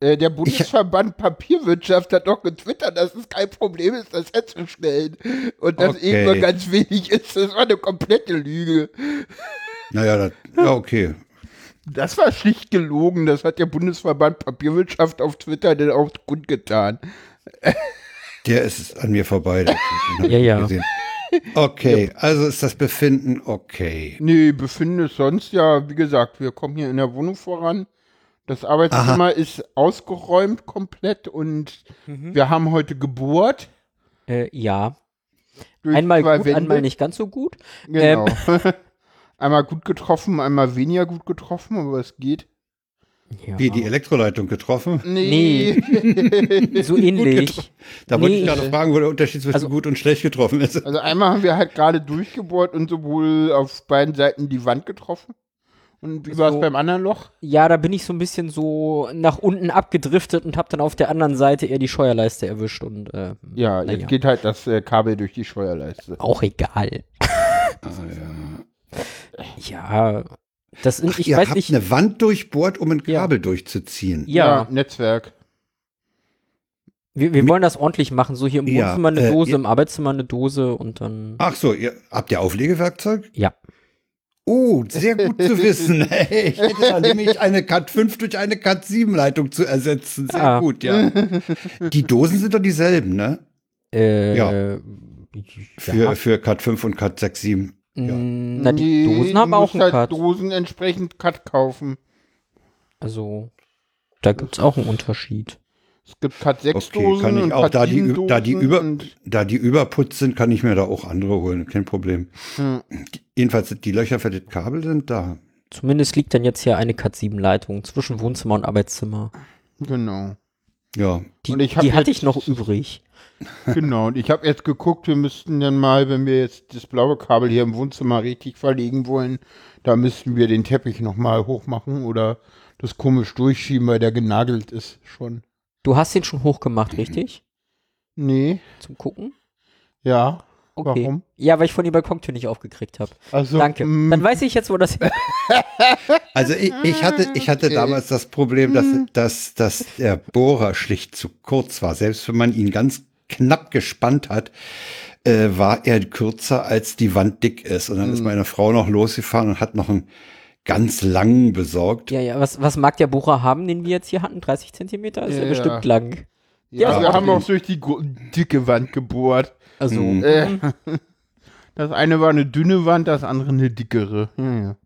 Speaker 3: Äh, der Bundesverband Papierwirtschaft hat doch getwittert, dass es kein Problem ist, das herzustellen. Und dass
Speaker 2: Okay.
Speaker 3: irgendwann ganz wenig ist. Das war eine komplette Lüge.
Speaker 2: Naja, das, ja, okay.
Speaker 3: Das war schlicht gelogen. Das hat der Bundesverband Papierwirtschaft auf Twitter denn auch kundgetan.
Speaker 2: Der ist an mir vorbei. der Typ, den hab
Speaker 4: Ja,
Speaker 2: ich
Speaker 4: ja.
Speaker 2: gesehen. Okay, also ist das Befinden okay.
Speaker 3: Nee, befinden es sonst ja, wie gesagt, wir kommen hier in der Wohnung voran. Das Arbeitszimmer ist ausgeräumt komplett und wir haben heute gebohrt.
Speaker 4: Äh, ja.
Speaker 3: durch
Speaker 4: Einmal
Speaker 3: zwei
Speaker 4: gut,
Speaker 3: Wände.
Speaker 4: einmal nicht Ähm. ganz so gut.
Speaker 3: Genau. [laughs] einmal gut getroffen, einmal weniger gut getroffen, aber es geht.
Speaker 4: Ähm, Ja.
Speaker 2: Wie, die Elektroleitung getroffen?
Speaker 3: Nee.
Speaker 4: So ähnlich.
Speaker 2: Da wollte
Speaker 4: Nee,
Speaker 2: ich gerade
Speaker 4: ich-
Speaker 2: fragen, wo der Unterschied zwischen
Speaker 4: also-
Speaker 2: gut und schlecht getroffen ist.
Speaker 3: [laughs] also einmal haben wir halt gerade durchgebohrt und sowohl auf beiden Seiten die Wand getroffen. Und wie war es
Speaker 4: So.
Speaker 3: beim anderen Loch?
Speaker 4: Ja, da bin ich so ein bisschen so nach unten abgedriftet und habe dann auf der anderen Seite eher die Scheuerleiste erwischt und äh,
Speaker 3: Ja,
Speaker 4: na
Speaker 3: jetzt
Speaker 4: ja.
Speaker 3: geht halt das äh, Kabel durch die Steuerleiste.
Speaker 4: auch egal.
Speaker 2: Ah,
Speaker 4: ja. Das in,
Speaker 2: Ach,
Speaker 4: ich
Speaker 2: ihr
Speaker 4: weiß
Speaker 2: habt ne
Speaker 4: nicht.
Speaker 2: eine Wand durchbohrt, um ein
Speaker 4: Ja.
Speaker 2: Kabel durchzuziehen.
Speaker 4: ja.
Speaker 3: Netzwerk.
Speaker 4: Wir, wir wollen das ordentlich machen, so hier im
Speaker 2: Ja,
Speaker 4: Wohnzimmer eine
Speaker 2: äh,
Speaker 4: Dose,
Speaker 2: ihr-
Speaker 4: im Arbeitszimmer eine Dose und dann.
Speaker 2: Ach so, ihr habt ihr Auflegewerkzeug?
Speaker 4: Ja.
Speaker 2: Oh, sehr gut zu wissen. [laughs] Hey, ich hätte da nämlich eine Cat 5 durch eine Cat 7 Leitung zu ersetzen. Sehr
Speaker 4: Ah.
Speaker 2: gut, ja. Die Dosen sind doch dieselben, ne?
Speaker 4: Äh,
Speaker 2: Ja. Für,
Speaker 4: ja.
Speaker 2: für Cat 5 und Cat 6, 7.
Speaker 4: Mm, Na, die
Speaker 3: Nee,
Speaker 4: Dosen
Speaker 3: du
Speaker 4: haben auch
Speaker 3: musst
Speaker 4: einen
Speaker 3: halt
Speaker 4: Cut.
Speaker 3: Dosen entsprechend Cut kaufen.
Speaker 4: Also, da gibt's auch einen Unterschied.
Speaker 3: Es gibt Cut 6
Speaker 2: Okay,
Speaker 3: Dosen
Speaker 2: kann ich
Speaker 3: und
Speaker 2: auch,
Speaker 3: Cut
Speaker 2: da die,
Speaker 3: 7
Speaker 2: Ü- da, die
Speaker 3: Dosen
Speaker 2: über,
Speaker 3: und-
Speaker 2: da die überputzt sind, kann ich mir da auch andere holen, kein Problem.
Speaker 3: Hm.
Speaker 2: Jedenfalls, die Löcher für das Kabel sind da.
Speaker 4: Zumindest liegt dann jetzt hier eine Cat 7 Leitung zwischen Wohnzimmer und Arbeitszimmer.
Speaker 3: Genau.
Speaker 2: Ja,
Speaker 4: Die,
Speaker 3: Und ich hab
Speaker 4: die hatte
Speaker 3: jetzt-
Speaker 4: ich noch übrig.
Speaker 3: Genau, und ich habe jetzt geguckt, wir müssten dann mal, wenn wir jetzt das blaue Kabel hier im Wohnzimmer richtig verlegen wollen, da müssten wir den Teppich nochmal hochmachen oder das komisch durchschieben, weil der genagelt ist schon.
Speaker 4: Du hast den schon hochgemacht, richtig?
Speaker 3: Nee,
Speaker 4: Zum Gucken?
Speaker 3: ja.
Speaker 4: Okay.
Speaker 3: Warum?
Speaker 4: Ja, weil ich von die Balkontür nicht aufgekriegt habe.
Speaker 3: Also,
Speaker 4: Danke.
Speaker 3: mm,
Speaker 4: Dann weiß ich jetzt, wo das
Speaker 2: Also ich, ich hatte, ich hatte
Speaker 3: Okay.
Speaker 2: damals das Problem, dass, dass, dass der Bohrer schlicht zu kurz war. Selbst wenn man ihn ganz knapp gespannt hat, äh, war er kürzer als die Wand dick ist. Und dann ist meine Frau noch losgefahren und hat noch einen ganz langen besorgt.
Speaker 4: Ja, ja, was, was mag der Bohrer haben, den wir jetzt hier hatten? 30 Zentimeter? Ist ja,
Speaker 3: Ja.
Speaker 4: bestimmt lang.
Speaker 3: ja, Also
Speaker 4: Ja,
Speaker 3: wir
Speaker 4: aber-
Speaker 3: haben auch durch die gro- dicke Wand gebohrt.
Speaker 4: Also,
Speaker 2: Hm.
Speaker 3: Äh, [laughs] das eine war eine dünne Wand, das andere eine dickere. Ja, ja.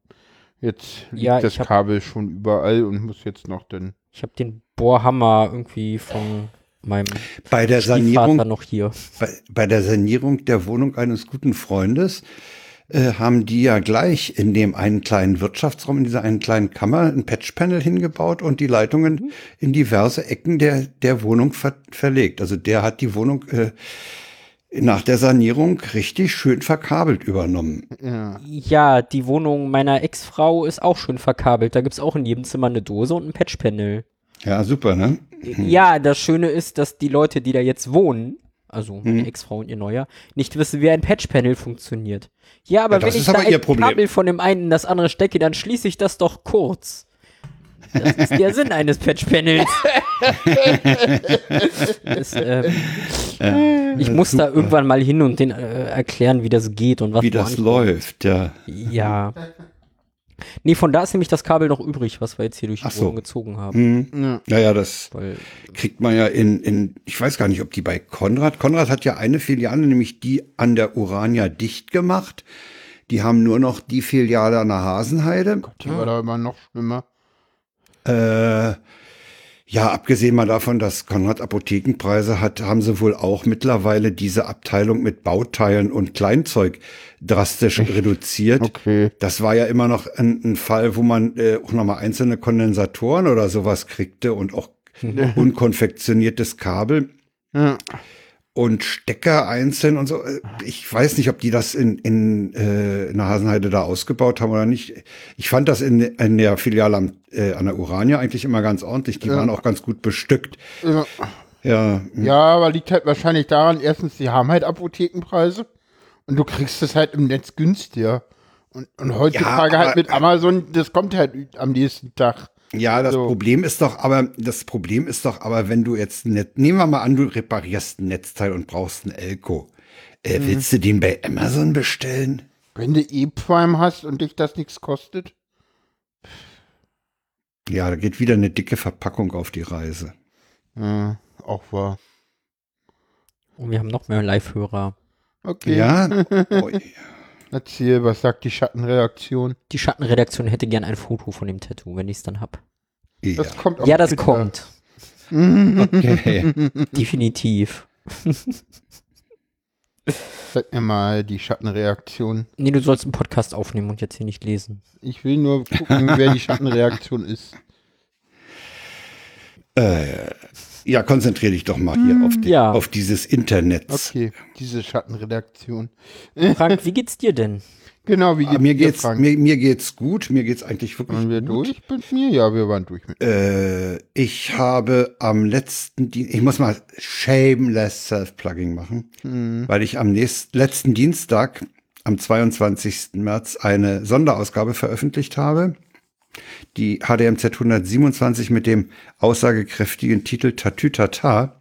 Speaker 3: Jetzt liegt
Speaker 4: Ja,
Speaker 3: das
Speaker 4: ich hab-
Speaker 3: Kabel schon überall und muss jetzt noch dann.
Speaker 4: ich habe den Bohrhammer irgendwie von meinem
Speaker 2: Bei der
Speaker 4: Stiefvater
Speaker 2: Sanierung,
Speaker 4: noch hier.
Speaker 2: bei, bei der Sanierung der Wohnung eines guten Freundes äh, haben die ja gleich in dem einen kleinen Wirtschaftsraum, in dieser einen kleinen Kammer, ein Patchpanel hingebaut und die Leitungen in diverse Ecken der, der Wohnung ver verlegt. Also der hat die Wohnung äh, nach der Sanierung richtig schön verkabelt übernommen.
Speaker 3: Ja.
Speaker 4: Ja, die Wohnung meiner Ex-Frau ist auch schön verkabelt. Da gibt's auch in jedem Zimmer eine Dose und ein Patchpanel.
Speaker 2: Ja, super, ne?
Speaker 4: Ja, das Schöne ist, dass die Leute, die da jetzt wohnen, also
Speaker 2: Mhm.
Speaker 4: meine Ex-Frau und ihr Neuer, nicht wissen, wie ein Patchpanel funktioniert. Ja, aber
Speaker 2: Ja, das
Speaker 4: wenn ich
Speaker 2: ist
Speaker 4: da
Speaker 2: aber ihr
Speaker 4: ein
Speaker 2: Problem.
Speaker 4: Kabel von dem einen in das andere stecke, dann schließe ich das doch kurz. Das ist der Sinn
Speaker 2: [laughs]
Speaker 4: eines Patchpanels. das, ähm, ich muss da irgendwann mal hin und den äh, erklären, wie das geht und was
Speaker 2: Wie
Speaker 4: wo
Speaker 2: das
Speaker 4: an-
Speaker 2: läuft, ja.
Speaker 4: Ja. Nee, von da ist nämlich das Kabel noch übrig, was wir jetzt hier durch die
Speaker 2: Ach so.
Speaker 4: Wohnung gezogen haben.
Speaker 2: Hm. Naja, das
Speaker 4: Weil
Speaker 2: kriegt man ja in, in, ich weiß gar nicht, ob die bei Konrad, Konrad hat ja eine Filiale, nämlich die an der Urania dicht gemacht. Die haben nur noch die Filiale an der Hasenheide.
Speaker 3: Die
Speaker 4: Ah.
Speaker 3: war da immer noch schlimmer.
Speaker 2: Äh, ja, abgesehen mal davon, dass Konrad Apothekenpreise hat, haben sie wohl auch mittlerweile diese Abteilung mit Bauteilen und Kleinzeug drastisch reduziert.
Speaker 3: Okay.
Speaker 2: Das war ja immer noch ein, ein Fall, wo man äh, auch nochmal einzelne Kondensatoren oder sowas kriegte und auch unkonfektioniertes Kabel
Speaker 3: Ja.
Speaker 2: und Stecker einzeln und so. Äh, Ich weiß nicht, ob die das in, in, äh, in der Hasenheide da ausgebaut haben oder nicht. Ich fand das in, in der Filiale am, äh, an der Urania eigentlich immer ganz ordentlich. Die waren auch ganz gut bestückt.
Speaker 3: Ja.
Speaker 2: Ja, hm.
Speaker 3: ja, aber liegt halt wahrscheinlich daran, erstens, die haben halt Apothekenpreise und du kriegst es halt im Netz günstiger. Und, und heutzutage
Speaker 2: Ja, aber-
Speaker 3: halt mit Amazon, das kommt halt am nächsten Tag.
Speaker 2: ja das
Speaker 3: So.
Speaker 2: Problem ist doch aber, das Problem ist doch aber, wenn du jetzt ein Netz, nehmen wir mal an, du reparierst ein Netzteil und brauchst ein Elko. Äh,
Speaker 3: Mhm.
Speaker 2: Willst du den bei Amazon bestellen?
Speaker 3: Wenn du E-Prime hast und dich das nichts kostet.
Speaker 2: Ja, da geht wieder eine dicke Verpackung auf die Reise. Hm,
Speaker 3: Ja, auch wahr.
Speaker 4: Und oh, wir haben noch mehr Live-Hörer.
Speaker 3: Okay. [laughs]
Speaker 2: Ja? Oh, ja.
Speaker 3: Erzähl, was sagt die Schattenreaktion?
Speaker 4: Die Schattenredaktion hätte gern ein Foto von dem Tattoo, wenn ich es dann hab.
Speaker 2: ja.
Speaker 3: Das kommt auf
Speaker 4: Ja, das
Speaker 2: [laughs]
Speaker 3: Twitter.
Speaker 4: kommt.
Speaker 2: Okay.
Speaker 4: Definitiv.
Speaker 3: Sag mir mal die Schattenreaktion.
Speaker 4: Nee, du sollst einen Podcast aufnehmen und jetzt hier nicht lesen.
Speaker 3: Ich will nur gucken,
Speaker 2: [laughs]
Speaker 3: wer die Schattenreaktion ist.
Speaker 2: Ja, konzentriere dich doch mal hier auf, die,
Speaker 4: ja.
Speaker 2: auf dieses Internet.
Speaker 3: Mm, Okay, diese Schattenredaktion.
Speaker 4: Frank, wie geht's dir denn?
Speaker 3: Genau, wie
Speaker 2: Ah,
Speaker 3: geht's
Speaker 2: Mir
Speaker 3: dir,
Speaker 2: geht's,
Speaker 3: Frank?
Speaker 2: mir, mir geht's gut, mir geht's eigentlich wirklich
Speaker 3: Waren wir durch mit mir? Ja, wir waren durch mit mir.
Speaker 2: Äh, ich habe am letzten Dien- ich muss mal shameless Self-Plugging machen, weil ich am nächsten, letzten Dienstag, am 22. März, eine Sonderausgabe veröffentlicht habe. Die HDMZ 127 mit dem aussagekräftigen Titel Tatütata.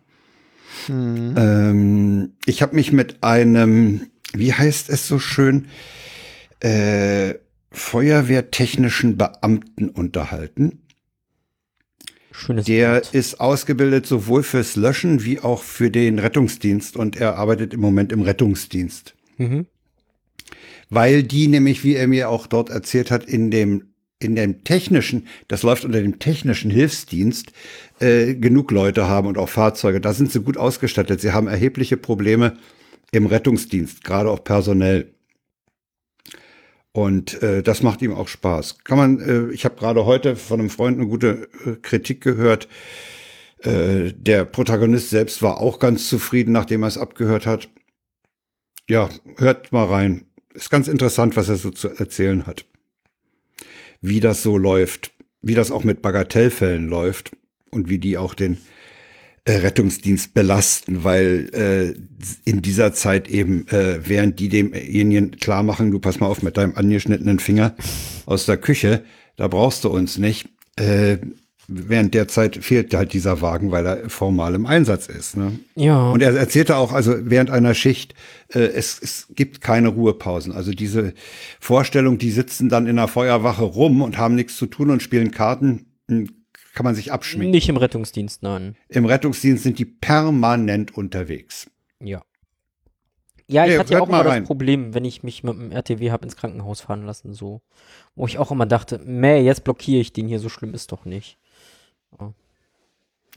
Speaker 2: Ähm, ich habe mich mit einem, wie heißt es so schön, äh, feuerwehrtechnischen Beamten unterhalten.
Speaker 4: Schönes
Speaker 2: Der
Speaker 4: Wort.
Speaker 2: ist ausgebildet sowohl fürs Löschen wie auch für den Rettungsdienst und er arbeitet im Moment im Rettungsdienst.
Speaker 4: Mhm.
Speaker 2: Weil die nämlich, wie er mir auch dort erzählt hat, in dem in dem technischen, das läuft unter dem technischen Hilfsdienst, äh, genug Leute haben und auch Fahrzeuge. Da sind sie gut ausgestattet. Sie haben erhebliche Probleme im Rettungsdienst, gerade auch personell. Und äh, das macht ihm auch Spaß. Kann man, äh, ich habe gerade heute von einem Freund eine gute äh, Kritik gehört. Äh, der Protagonist selbst war auch ganz zufrieden, nachdem er es abgehört hat. Ja, hört mal rein. Ist ganz interessant, was er so zu erzählen hat. Wie das so läuft, wie das auch mit Bagatellfällen läuft und wie die auch den äh, Rettungsdienst belasten, weil äh, in dieser Zeit eben, äh, während die demjenigen klar machen, du pass mal auf mit deinem angeschnittenen Finger aus der Küche, da brauchst du uns nicht. Äh, während der Zeit fehlt halt dieser Wagen, weil er formal im Einsatz ist. Ne?
Speaker 4: Ja.
Speaker 2: Und er erzählte auch, also während einer Schicht, äh, es, es gibt keine Ruhepausen. Also diese Vorstellung, die sitzen dann in der Feuerwache rum und haben nichts zu tun und spielen Karten, mh, kann man sich abschminken.
Speaker 4: Nicht im Rettungsdienst, nein.
Speaker 2: Im Rettungsdienst sind die permanent unterwegs.
Speaker 4: Ja. Ja, ich
Speaker 2: Nee,
Speaker 4: hatte ja
Speaker 2: hört
Speaker 4: auch immer
Speaker 2: mal
Speaker 4: das
Speaker 2: rein.
Speaker 4: Problem, wenn ich mich mit dem RTW habe ins Krankenhaus fahren lassen, so. Wo ich auch immer dachte, meh, jetzt blockiere ich den hier, so schlimm ist doch nicht.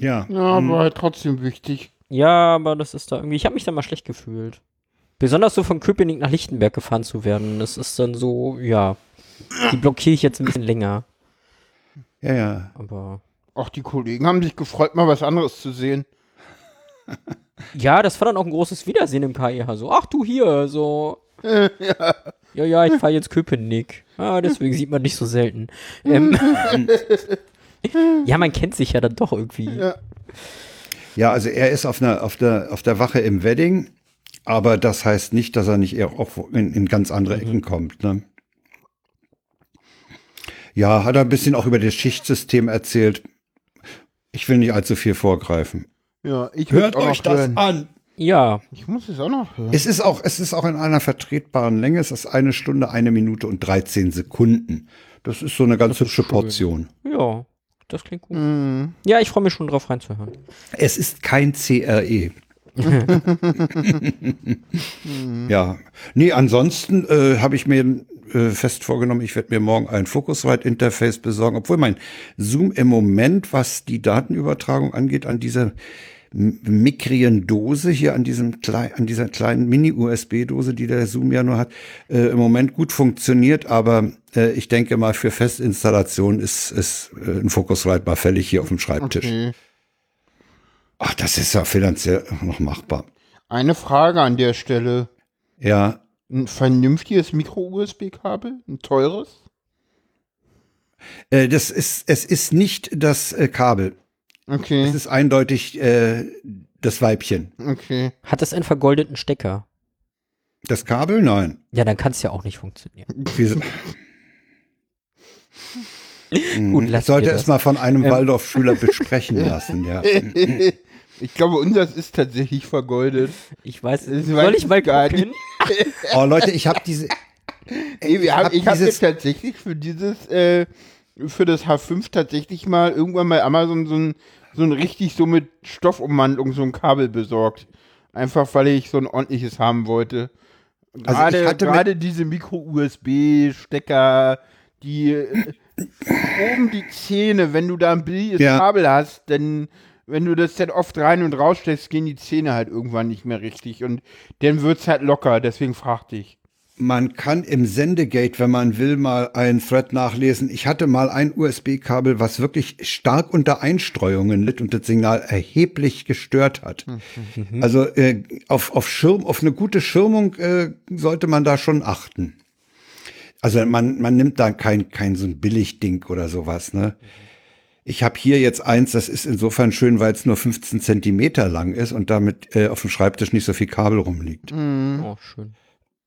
Speaker 2: Ja.
Speaker 3: Ja, aber trotzdem wichtig.
Speaker 4: Ja, aber das ist da irgendwie, ich habe mich da mal schlecht gefühlt. Besonders so von Köpenick nach Lichtenberg gefahren zu werden, das ist dann so, ja. Die blockiere ich jetzt ein bisschen länger,
Speaker 2: Ja, ja.
Speaker 4: aber.
Speaker 3: Auch die Kollegen haben sich gefreut, mal was anderes zu sehen.
Speaker 4: Ja, das war dann auch ein großes Wiedersehen im KIH. So, ach du hier, so. ja. ja, ich fahre jetzt Köpenick. Ah, deswegen sieht man nicht so selten. Ähm, ja, man kennt sich ja dann doch irgendwie.
Speaker 3: Ja.
Speaker 2: Ja, also er ist auf einer, auf der, auf der Wache im Wedding, aber das heißt nicht, dass er nicht eher auch wo- in, in ganz andere Ecken kommt, ne? Ja, hat er ein bisschen auch über das Schichtsystem erzählt. Ich will nicht allzu viel vorgreifen.
Speaker 3: Ja, ich Hört auch noch hören.
Speaker 2: an!
Speaker 4: Ja,
Speaker 3: Ich muss es auch noch hören.
Speaker 2: Es ist auch, es ist auch in einer vertretbaren Länge. Es ist eine Stunde, eine Minute und 13 Sekunden. Das ist so eine ganz hübsche Portion.
Speaker 4: ja, das klingt gut. Ja, ich freue mich schon drauf reinzuhören.
Speaker 2: Es ist kein E. CRE. ja. Nee, ansonsten äh, habe ich mir äh, fest vorgenommen, ich werde mir morgen ein Focusrite-Interface besorgen, obwohl mein Zoom im Moment, was die Datenübertragung angeht, an dieser m- mickrien Dose hier, an, diesem klei an dieser kleinen Mini-USB-Dose, die der Zoom ja nur hat, äh, im Moment gut funktioniert, aber äh, ich denke mal, für Festinstallation ist, ist äh, ein Focusrite mal fällig hier auf dem Schreibtisch.
Speaker 3: Okay.
Speaker 2: Ach, das ist ja finanziell noch machbar.
Speaker 3: Eine Frage an der Stelle.
Speaker 2: Ja,
Speaker 3: Ein vernünftiges Micro-USB-Kabel? Ein teures?
Speaker 2: äh, das ist, es ist nicht das äh, Kabel.
Speaker 3: Okay,
Speaker 4: Hm?
Speaker 2: Es ist eindeutig äh, das Weibchen.
Speaker 3: okay. [laughs]
Speaker 4: Hat es einen vergoldeten Stecker?
Speaker 2: Das Kabel? Nein.
Speaker 4: Ja, dann kann es ja auch nicht funktionieren.
Speaker 2: Wieso? Mhm.
Speaker 4: [laughs] Gut, lassen
Speaker 2: sollte
Speaker 4: wir
Speaker 2: es
Speaker 4: das. Ähm.
Speaker 2: mal von einem
Speaker 4: [laughs]
Speaker 2: Waldorfschüler besprechen lassen, ja.
Speaker 3: ich glaube, unseres ist tatsächlich vergoldet.
Speaker 4: Ich weiß,
Speaker 3: Ich
Speaker 4: soll
Speaker 3: weiß
Speaker 4: ich mal
Speaker 3: gar nicht.
Speaker 4: gucken?
Speaker 2: Oh Leute, ich habe diese.
Speaker 3: Ey, wir
Speaker 2: hab
Speaker 3: haben, ich habe
Speaker 2: dieses-
Speaker 3: jetzt tatsächlich für dieses, äh, für das H5 tatsächlich mal irgendwann mal Amazon so ein, so ein richtig so mit Stoffumwandlung so ein Kabel besorgt. Einfach weil ich so ein ordentliches haben wollte.
Speaker 2: Also ich
Speaker 3: Gerade,
Speaker 2: hatte mit-
Speaker 3: gerade diese Micro-USB-Stecker, die äh, oben die Zähne, wenn du da ein billiges
Speaker 2: Ja.
Speaker 3: Kabel hast, dann, wenn du das dann oft rein und raussteckst, gehen die Zähne halt irgendwann nicht mehr richtig und dann wird's halt locker, deswegen fragte ich.
Speaker 2: Man kann im Sendegate, wenn man will, mal einen Thread nachlesen. Ich hatte mal ein USB-Kabel, was wirklich stark unter Einstreuungen litt und das Signal erheblich gestört hat. Also äh, auf, auf Schirm, auf eine gute Schirmung äh, sollte man da schon achten. Also man, man nimmt da kein, kein so ein Billigding oder sowas, ne? Ich habe hier jetzt eins, das ist insofern schön, weil es nur 15 Zentimeter lang ist und damit äh, auf dem Schreibtisch nicht so viel Kabel rumliegt
Speaker 4: Oh, schön.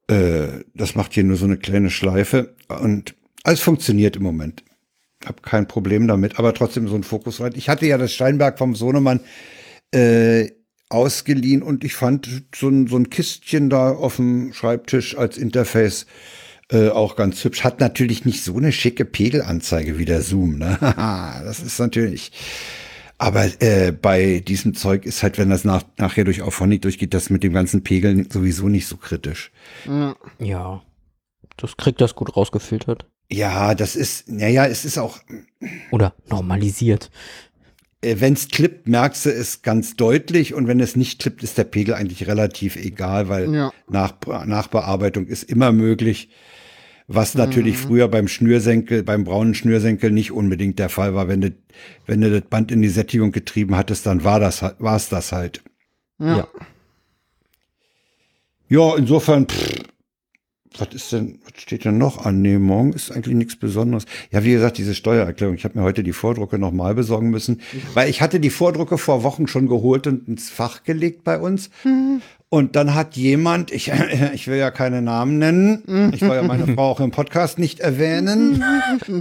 Speaker 2: äh, das macht hier nur so eine kleine Schleife und alles funktioniert im Moment. Hab kein Problem damit, aber trotzdem so ein Fokus rein. Ich hatte ja das Steinberg vom Sohnemann äh, ausgeliehen und ich fand so ein, so ein Kistchen da auf dem Schreibtisch als Interface äh, auch ganz hübsch. Hat natürlich nicht so eine schicke Pegelanzeige wie der Zoom. Ne? [laughs] Haha, das ist natürlich. Aber äh, bei diesem Zeug ist halt, wenn das nach, nachher durch Auphonic durchgeht, das mit dem ganzen Pegeln sowieso nicht so kritisch.
Speaker 4: Ja. Das kriegt das gut rausgefiltert.
Speaker 2: Ja, das ist, naja, es ist auch,
Speaker 4: Oder normalisiert.
Speaker 2: äh, wenn es klippt, merkst du es ganz deutlich und wenn es nicht klippt, ist der Pegel eigentlich relativ egal, weil
Speaker 3: Ja.
Speaker 2: Nach, Nachbearbeitung ist immer möglich. Was natürlich früher beim Schnürsenkel, beim braunen Schnürsenkel nicht unbedingt der Fall war. Wenn du, wenn du das Band in die Sättigung getrieben hattest, dann war das, halt- war's das halt.
Speaker 4: Ja.
Speaker 2: Ja, insofern, pff, was ist denn, was steht denn noch an Nehmung? Ist eigentlich nichts Besonderes. Ja, wie gesagt, diese Steuererklärung. Ich habe mir heute die Vordrucke nochmal besorgen müssen, weil ich hatte die Vordrucke vor Wochen schon geholt und ins Fach gelegt bei uns. Und dann hat jemand, ich, [laughs] ich will ja keine Namen nennen, ich will ja meine Frau auch im Podcast nicht erwähnen,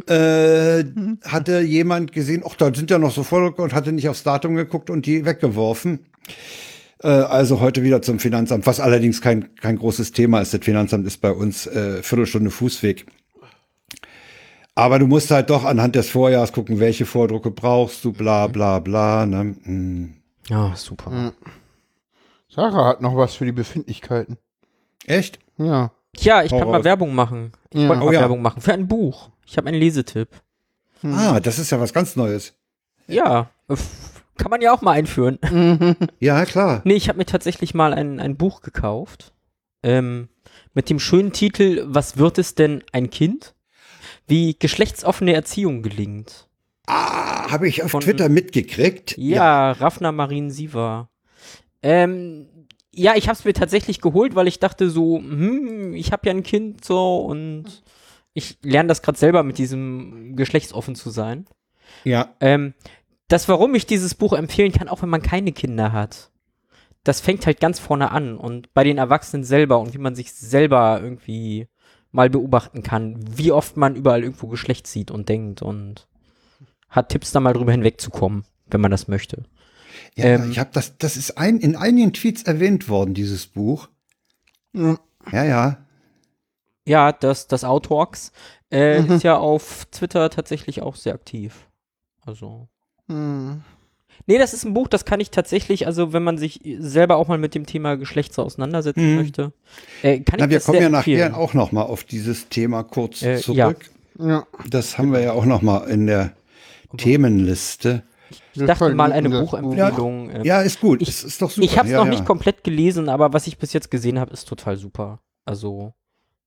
Speaker 2: äh, hatte jemand gesehen, ach, da sind ja noch so Vordrucke und hatte nicht aufs Datum geguckt und die weggeworfen. Äh, Also heute wieder zum Finanzamt, was allerdings kein, kein großes Thema ist. Das Finanzamt ist bei uns äh, Viertelstunde Fußweg. Aber du musst halt doch anhand des Vorjahres gucken, welche Vordrucke brauchst du, bla bla bla. Ne? Hm.
Speaker 4: Ja, Ah, super.
Speaker 3: Sarah hat noch was für die Befindlichkeiten.
Speaker 2: Echt?
Speaker 3: Ja.
Speaker 4: Tja, ich
Speaker 2: Hau
Speaker 4: kann mal
Speaker 2: raus.
Speaker 4: Werbung machen. Ich
Speaker 3: Ja.
Speaker 4: wollte mal
Speaker 2: Oh ja.
Speaker 4: Werbung machen für ein Buch. Ich habe einen Lesetipp. Hm.
Speaker 2: Ah, das ist ja was ganz Neues.
Speaker 4: Ja, pf, kann man ja auch mal einführen.
Speaker 2: Mhm. Ja, klar.
Speaker 4: Nee, ich habe mir tatsächlich mal ein, ein Buch gekauft. Ähm, mit dem schönen Titel Was wird es denn ein Kind? Wie geschlechtsoffene Erziehung gelingt.
Speaker 2: Ah, habe ich auf
Speaker 4: Von-
Speaker 2: Twitter mitgekriegt.
Speaker 4: Ja, Rafna Marin Siva. Ähm, ja, ich habe es mir tatsächlich geholt, weil ich dachte so, hm, ich habe ja ein Kind so und ich lerne das gerade selber mit diesem geschlechtsoffen zu sein.
Speaker 2: Ja.
Speaker 4: Ähm, das, warum ich dieses Buch empfehlen kann, auch wenn man keine Kinder hat, das fängt halt ganz vorne an und bei den Erwachsenen selber und wie man sich selber irgendwie mal beobachten kann, wie oft man überall irgendwo Geschlecht sieht und denkt und hat Tipps, da mal drüber hinwegzukommen, wenn man das möchte.
Speaker 2: Ja,
Speaker 4: Ähm.
Speaker 2: ich habe das, das ist ein, in einigen Tweets erwähnt worden, dieses Buch.
Speaker 3: Ja.
Speaker 2: Ja, ja.
Speaker 4: Ja, das, das Autox äh, ist ja auf Twitter tatsächlich auch sehr aktiv. Also.
Speaker 3: Hm.
Speaker 4: Nee, das ist ein Buch, das kann ich tatsächlich, also wenn man sich selber auch mal mit dem Thema Geschlecht so auseinandersetzen
Speaker 2: Mhm.
Speaker 4: möchte, äh, kann
Speaker 2: Na,
Speaker 4: ich
Speaker 2: wir
Speaker 4: das
Speaker 2: kommen
Speaker 4: sehr
Speaker 2: ja nachher
Speaker 4: empfehlen.
Speaker 2: auch noch mal auf dieses Thema kurz
Speaker 4: Äh, ja.
Speaker 2: zurück.
Speaker 3: Ja.
Speaker 2: Das haben wir ja auch noch mal in der Themenliste.
Speaker 4: Ich dachte mal eine
Speaker 3: Das-
Speaker 4: Buchempfehlung. äh,
Speaker 2: Ja, ist gut.
Speaker 4: Ich-
Speaker 2: ist, ist doch super.
Speaker 4: ich habe es
Speaker 2: ja,
Speaker 4: noch
Speaker 2: ja.
Speaker 4: nicht komplett gelesen, aber was ich bis jetzt gesehen habe, ist total super. Also,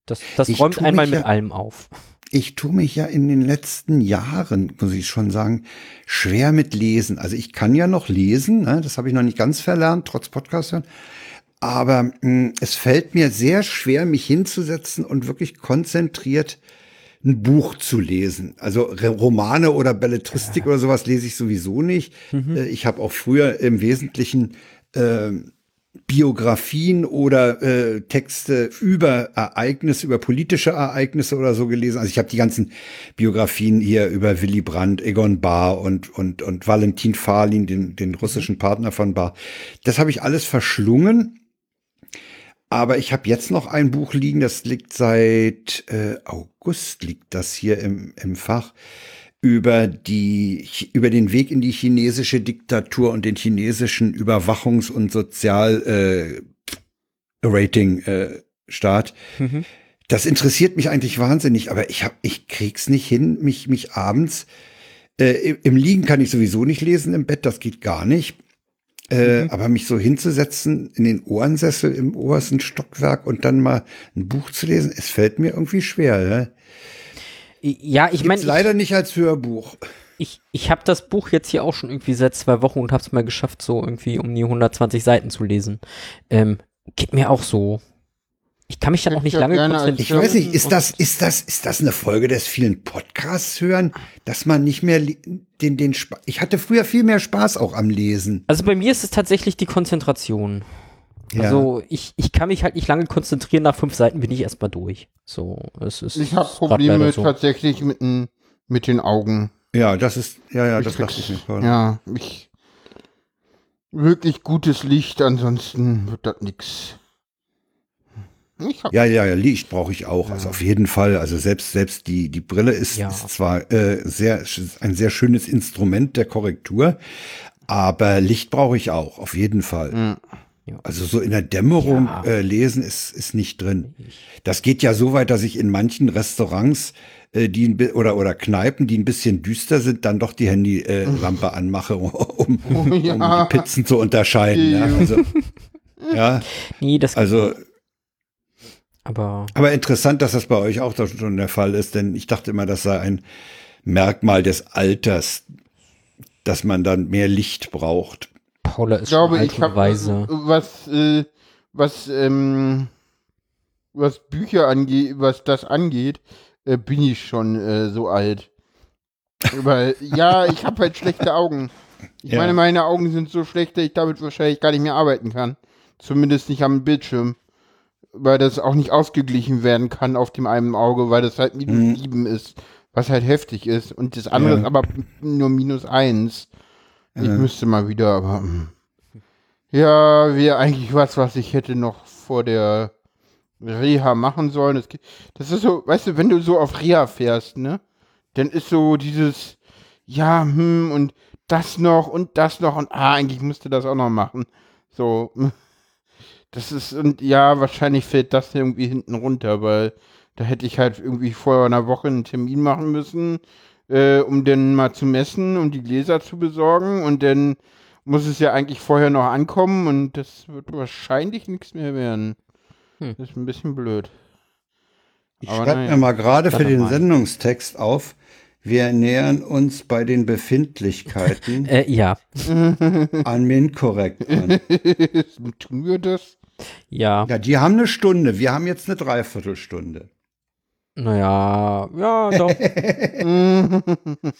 Speaker 4: das, das
Speaker 2: Ich
Speaker 4: räumt
Speaker 2: tu
Speaker 4: einmal
Speaker 2: mich
Speaker 4: mit
Speaker 2: ja-
Speaker 4: allem auf.
Speaker 2: Ich tue mich ja in den letzten Jahren, muss ich schon sagen, schwer mit Lesen. Also ich kann ja noch lesen, ne? das habe ich noch nicht ganz verlernt, trotz Podcast hören. Aber mh, es fällt mir sehr schwer, mich hinzusetzen und wirklich konzentriert ein Buch zu lesen. Also Re- Romane oder Belletristik oder sowas lese ich sowieso nicht.
Speaker 4: Mhm.
Speaker 2: Äh, Ich habe auch früher im Wesentlichen Biografien oder äh, Texte über Ereignisse, über politische Ereignisse oder so gelesen. Also ich habe die ganzen Biografien hier über Willy Brandt, Egon Bahr und und und Valentin Farlin, den den russischen Partner von Bahr. Das habe ich alles verschlungen. Aber ich habe jetzt noch ein Buch liegen, das liegt seit äh, August liegt das hier im im Fach über die über den Weg in die chinesische Diktatur und den chinesischen Überwachungs- und Sozial äh, Rating äh, Staat.
Speaker 4: Mhm.
Speaker 2: Das interessiert mich eigentlich wahnsinnig, aber ich hab, ich krieg's nicht hin, mich mich abends äh, im- im Liegen kann ich sowieso nicht lesen, im Bett das geht gar nicht. Äh,
Speaker 4: Mhm.
Speaker 2: Aber mich so hinzusetzen in den Ohrensessel im obersten Stockwerk und dann mal ein Buch zu lesen, es fällt mir irgendwie schwer. Ne?
Speaker 4: Ja, ich
Speaker 2: Gibt's
Speaker 4: meine,
Speaker 2: leider nicht als Hörbuch.
Speaker 4: Ich, ich habe das Buch jetzt hier auch schon irgendwie seit zwei Wochen und habe es mal geschafft, so irgendwie um die 120 Seiten zu lesen. Ähm, geht mir auch so. Ich kann mich dann
Speaker 3: Ich
Speaker 4: auch nicht
Speaker 3: hab
Speaker 4: lange
Speaker 3: gerne als
Speaker 2: Ich
Speaker 4: konzentrieren.
Speaker 2: weiß nicht, ist das, ist das, ist das eine Folge des vielen Podcasts hören, dass man nicht mehr li- den, den Spaß, ich hatte früher viel mehr Spaß auch am Lesen.
Speaker 4: Also bei mir ist es tatsächlich die Konzentration.
Speaker 2: Ja.
Speaker 4: Also ich, ich kann mich halt nicht lange konzentrieren, nach fünf Seiten bin ich erstmal durch. So, es ist
Speaker 3: Ich habe
Speaker 4: grad
Speaker 3: Probleme
Speaker 4: leider so.
Speaker 3: tatsächlich mit, den- mit den Augen.
Speaker 2: Ja, das ist, ja, ja, das dachte ich mir.
Speaker 3: Ja, ich wirklich gutes Licht, ansonsten wird das nix. Ich hab
Speaker 2: Ja, ja, ja, Licht brauche ich auch. Also auf jeden Fall. Also selbst, selbst die, die Brille ist,
Speaker 4: Ja.
Speaker 2: ist zwar äh, sehr, ein sehr schönes Instrument der Korrektur, aber Licht brauche ich auch, auf jeden Fall. Also so in der Dämmerung
Speaker 4: Ja.
Speaker 2: äh, lesen ist, ist nicht drin. Das geht ja so weit, dass ich in manchen Restaurants äh, die ein bi- oder, oder Kneipen, die ein bisschen düster sind, dann doch die Handylampe anmache, um, um
Speaker 3: ja.
Speaker 2: die Pizzen zu unterscheiden. Ja, also, ja
Speaker 4: Nee, das
Speaker 2: also
Speaker 4: aber
Speaker 2: aber interessant, dass das bei euch auch da schon der Fall ist, denn ich dachte immer, das sei ein Merkmal des Alters, dass man dann mehr Licht braucht.
Speaker 4: Paula ist
Speaker 3: Ich glaube,
Speaker 4: schon alt
Speaker 3: ich
Speaker 4: und
Speaker 3: habe
Speaker 4: weise.
Speaker 3: was äh, was ähm, was Bücher angeht, was das angeht, äh, bin ich schon äh, so alt. Weil ja, ich habe halt schlechte Augen. Ich
Speaker 2: Ja.
Speaker 3: meine, meine Augen sind so schlecht, dass ich damit wahrscheinlich gar nicht mehr arbeiten kann. Zumindest nicht am Bildschirm, weil das auch nicht ausgeglichen werden kann auf dem einen Auge, weil das halt minus sieben ist, was halt heftig ist. Und das andere
Speaker 2: Ja.
Speaker 3: ist aber nur minus eins. Ich müsste mal wieder, aber. hm. Ja, wäre eigentlich was, was ich hätte noch vor der Reha machen sollen. Das, geht- das ist so, weißt du, wenn du so auf Reha fährst, ne? Dann ist so dieses, ja, hm, und das noch und das noch und ah, eigentlich musste das auch noch machen. So, hm. das ist, und ja, wahrscheinlich fällt das irgendwie hinten runter, weil da hätte ich halt irgendwie vor einer Woche einen Termin machen müssen, äh, um dann mal zu messen, um die Gläser zu besorgen und dann muss es ja eigentlich vorher noch ankommen und das wird wahrscheinlich nichts mehr werden.
Speaker 4: Hm.
Speaker 3: Das ist ein bisschen blöd.
Speaker 2: Ich
Speaker 3: Aber
Speaker 2: schreibe
Speaker 3: naja.
Speaker 2: mir mal gerade für
Speaker 4: Warte
Speaker 2: den
Speaker 4: mal.
Speaker 2: Sendungstext auf, wir nähern uns bei den Befindlichkeiten
Speaker 4: [laughs] Äh, ja,
Speaker 2: an Minkorrekt
Speaker 3: [laughs]
Speaker 2: an.
Speaker 3: Tun wir das?
Speaker 4: ja,
Speaker 2: Ja, die haben eine Stunde, wir haben jetzt eine Dreiviertelstunde.
Speaker 4: naja, ja, doch.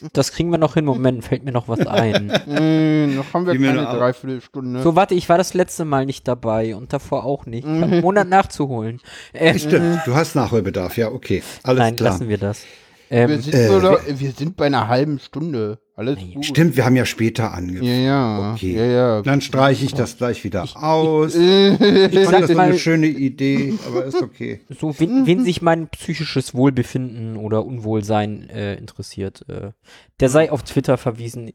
Speaker 3: [laughs]
Speaker 4: das kriegen wir noch hin. Moment, fällt mir noch was ein.
Speaker 3: Äh, noch haben wir
Speaker 2: Gib mir
Speaker 3: keine
Speaker 2: eine Au-
Speaker 3: Dreiviertelstunde.
Speaker 4: So, warte, ich war das letzte Mal nicht dabei und davor auch nicht. Ich
Speaker 3: [laughs]
Speaker 4: hab einen Monat nachzuholen. Äh,
Speaker 2: Stimmt, du hast Nachholbedarf, ja, okay. Alles
Speaker 4: nein,
Speaker 2: klar.
Speaker 4: lassen wir das.
Speaker 3: wir,
Speaker 4: Ähm,
Speaker 3: sind nur noch, wir sind bei einer halben Stunde. Alles gut.
Speaker 2: Stimmt, wir haben ja später angefangen.
Speaker 3: Ja, ja.
Speaker 2: Okay.
Speaker 3: Ja, ja.
Speaker 2: Dann streiche ich das gleich wieder aus.
Speaker 3: Äh,
Speaker 2: Ich fand
Speaker 4: sag
Speaker 2: das so
Speaker 4: mal-
Speaker 2: eine schöne Idee, aber ist okay.
Speaker 4: so, wen, wen sich mein psychisches Wohlbefinden oder Unwohlsein äh, interessiert, äh, der sei auf Twitter verwiesen.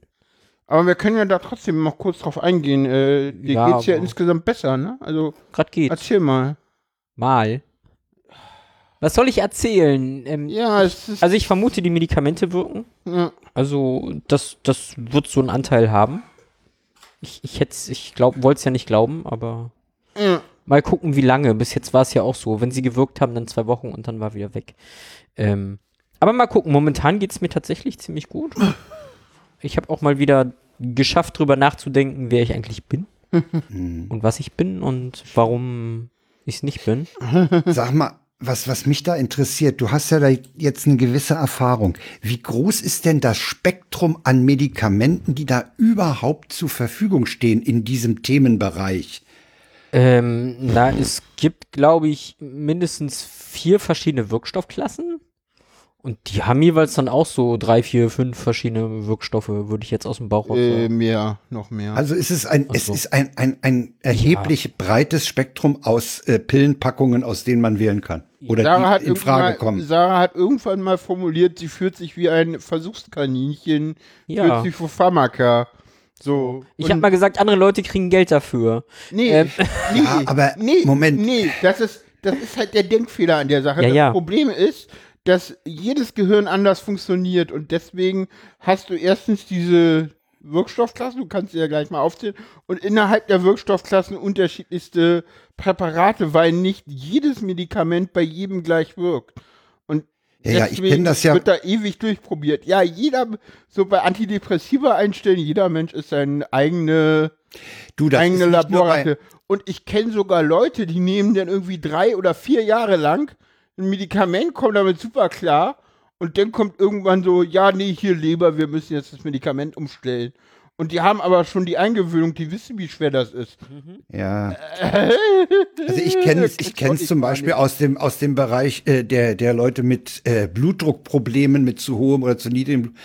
Speaker 3: aber wir können ja da trotzdem noch kurz drauf eingehen. Äh, dir
Speaker 4: Ja,
Speaker 3: geht's ja
Speaker 4: aber-
Speaker 3: insgesamt besser, ne? Also
Speaker 4: Grad geht.
Speaker 3: erzähl mal.
Speaker 4: Mal. Was soll ich erzählen? Ähm,
Speaker 3: Ja, es ist.
Speaker 4: [laughs] Also ich vermute, die Medikamente wirken.
Speaker 3: ja.
Speaker 4: Also das, das wird so einen Anteil haben. Ich, ich hätte ich glaub, wollte es ja nicht glauben, aber
Speaker 3: Ja.
Speaker 4: mal gucken, wie lange. Bis jetzt war es ja auch so. Wenn sie gewirkt haben, dann zwei Wochen und dann war wieder weg. Ähm, aber mal gucken, momentan geht es mir tatsächlich
Speaker 3: [laughs]
Speaker 4: ziemlich gut. Ich habe auch mal wieder geschafft, drüber nachzudenken, wer ich eigentlich
Speaker 3: [laughs]
Speaker 4: bin und was ich bin und warum ich es nicht bin.
Speaker 2: Sag mal, was, was mich da interessiert, du hast ja da jetzt eine gewisse Erfahrung. Wie groß ist denn das Spektrum an Medikamenten, die da überhaupt zur Verfügung stehen in diesem Themenbereich?
Speaker 4: Ähm, na, es gibt, glaube ich, mindestens vier verschiedene Wirkstoffklassen. Und die haben jeweils dann auch so drei, vier, fünf verschiedene Wirkstoffe, würde ich jetzt aus dem Bauch raus
Speaker 3: Äh,
Speaker 4: sagen.
Speaker 3: mehr, noch mehr.
Speaker 2: Also es ist ein, es
Speaker 4: so.
Speaker 2: ist ein, ein, ein erheblich breites Spektrum aus äh, Pillenpackungen, aus denen man wählen kann. Oder
Speaker 3: Sarah hat,
Speaker 2: die in
Speaker 3: irgendwann
Speaker 2: Frage
Speaker 3: mal,
Speaker 2: kommen.
Speaker 3: Sarah hat irgendwann mal formuliert, sie fühlt sich wie ein Versuchskaninchen,
Speaker 4: Ja.
Speaker 3: fühlt sich vor Pharmaka. So.
Speaker 4: Ich habe
Speaker 3: Und-
Speaker 4: mal gesagt, andere Leute kriegen Geld dafür.
Speaker 3: Nee,
Speaker 4: Ähm,
Speaker 3: [laughs] nee,
Speaker 2: Ja, aber
Speaker 3: nee,
Speaker 2: Moment.
Speaker 3: Nee, das ist, das ist halt der Denkfehler an der Sache.
Speaker 4: Ja,
Speaker 3: das
Speaker 4: ja.
Speaker 3: Problem ist, dass jedes Gehirn anders funktioniert und deswegen hast du erstens diese Wirkstoffklassen, du kannst sie ja gleich mal aufzählen, und innerhalb der Wirkstoffklassen unterschiedlichste Präparate, weil nicht jedes Medikament bei jedem gleich wirkt. Und
Speaker 2: Ja, ja, ich
Speaker 3: deswegen
Speaker 2: kenn das ja-
Speaker 3: Wird da ewig durchprobiert. Ja, jeder, so bei Antidepressiva einstellen, jeder Mensch ist sein eigene
Speaker 2: Du, das ist
Speaker 3: eigene
Speaker 2: nicht nur bei-
Speaker 3: Laborate. Und ich kenne sogar Leute, die nehmen dann irgendwie drei oder vier Jahre lang ein Medikament, kommen damit super klar. Und dann kommt irgendwann so, ja, nee, hier Leber, wir müssen jetzt das Medikament umstellen. Und die haben aber schon die Eingewöhnung, die wissen, wie schwer das ist.
Speaker 2: Ja. Also ich kenne es, ich kenne es zum Beispiel aus dem aus dem Bereich äh, der der Leute mit äh, Blutdruckproblemen, mit zu hohem oder zu niedrigem. Blut-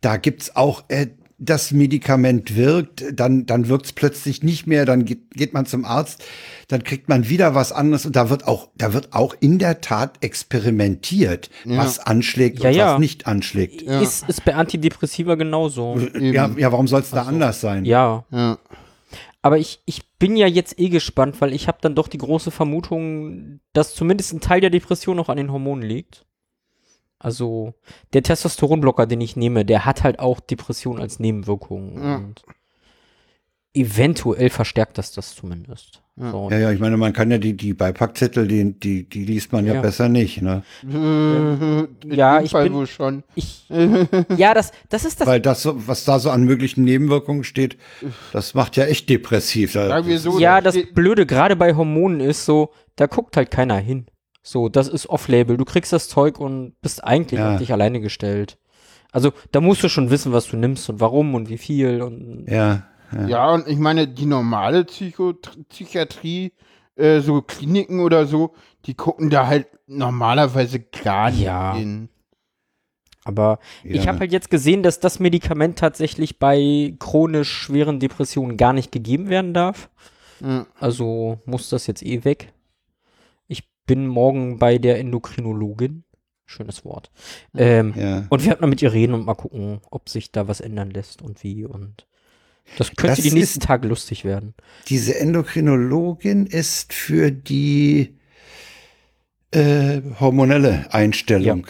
Speaker 2: Da gibt's auch äh, das Medikament wirkt, dann, dann wirkt es plötzlich nicht mehr, dann geht, geht man zum Arzt, dann kriegt man wieder was anderes und da wird auch, da wird auch in der Tat experimentiert, was anschlägt
Speaker 4: Ja,
Speaker 2: und
Speaker 4: ja.
Speaker 2: was nicht anschlägt. Ja,
Speaker 4: Ist, ist bei Antidepressiva genauso.
Speaker 2: ja, warum soll es da anders sein?
Speaker 4: Ja.
Speaker 3: Ja.
Speaker 4: Aber ich, ich bin ja jetzt eh gespannt, weil ich habe dann doch die große Vermutung, dass zumindest ein Teil der Depression noch an den Hormonen liegt. Also der Testosteronblocker, den ich nehme, der hat halt auch Depression als Nebenwirkung.
Speaker 3: Ja.
Speaker 4: Und eventuell verstärkt das das zumindest.
Speaker 3: Ja.
Speaker 4: So, und
Speaker 2: Ja, ja, ich meine, man kann ja die, die Beipackzettel, die, die, die liest man ja,
Speaker 4: Ja.
Speaker 2: besser nicht, ne?
Speaker 3: In
Speaker 4: Äh, Ja,
Speaker 3: dem
Speaker 4: ich
Speaker 3: Fall
Speaker 4: bin-
Speaker 3: wohl schon.
Speaker 4: Ich, ja, das, das ist
Speaker 2: [laughs]
Speaker 4: das.
Speaker 2: Weil das, so- was da so an möglichen Nebenwirkungen steht, das macht ja echt depressiv. Da-
Speaker 3: Sagen wir so,
Speaker 4: ja,
Speaker 3: da
Speaker 4: das
Speaker 3: steht-
Speaker 4: Blöde gerade bei Hormonen ist so, da guckt halt keiner hin. So, das ist Off-Label. Du kriegst das Zeug und bist eigentlich
Speaker 2: Ja.
Speaker 4: auf dich alleine gestellt. Also, da musst du schon wissen, was du nimmst und warum und wie viel und
Speaker 2: Ja.
Speaker 3: Ja, und ich meine, die normale Psycho Psychiatrie, äh, so Kliniken oder so, die gucken da halt normalerweise gar nicht
Speaker 4: Ja.
Speaker 3: hin.
Speaker 4: aber ich
Speaker 2: Ja.
Speaker 4: habe halt jetzt gesehen, dass das Medikament tatsächlich bei chronisch schweren Depressionen gar nicht gegeben werden darf.
Speaker 3: Ja.
Speaker 4: Also muss das jetzt eh weg. Ich bin morgen bei der Endokrinologin. Schönes Wort. Ähm,
Speaker 2: Ja.
Speaker 4: Und wir werden mal mit ihr reden und mal gucken, ob sich da was ändern lässt und wie. Und das könnte
Speaker 2: Das
Speaker 4: die nächsten
Speaker 2: ist-
Speaker 4: Tage lustig werden.
Speaker 2: Diese Endokrinologin ist für die äh, hormonelle Einstellung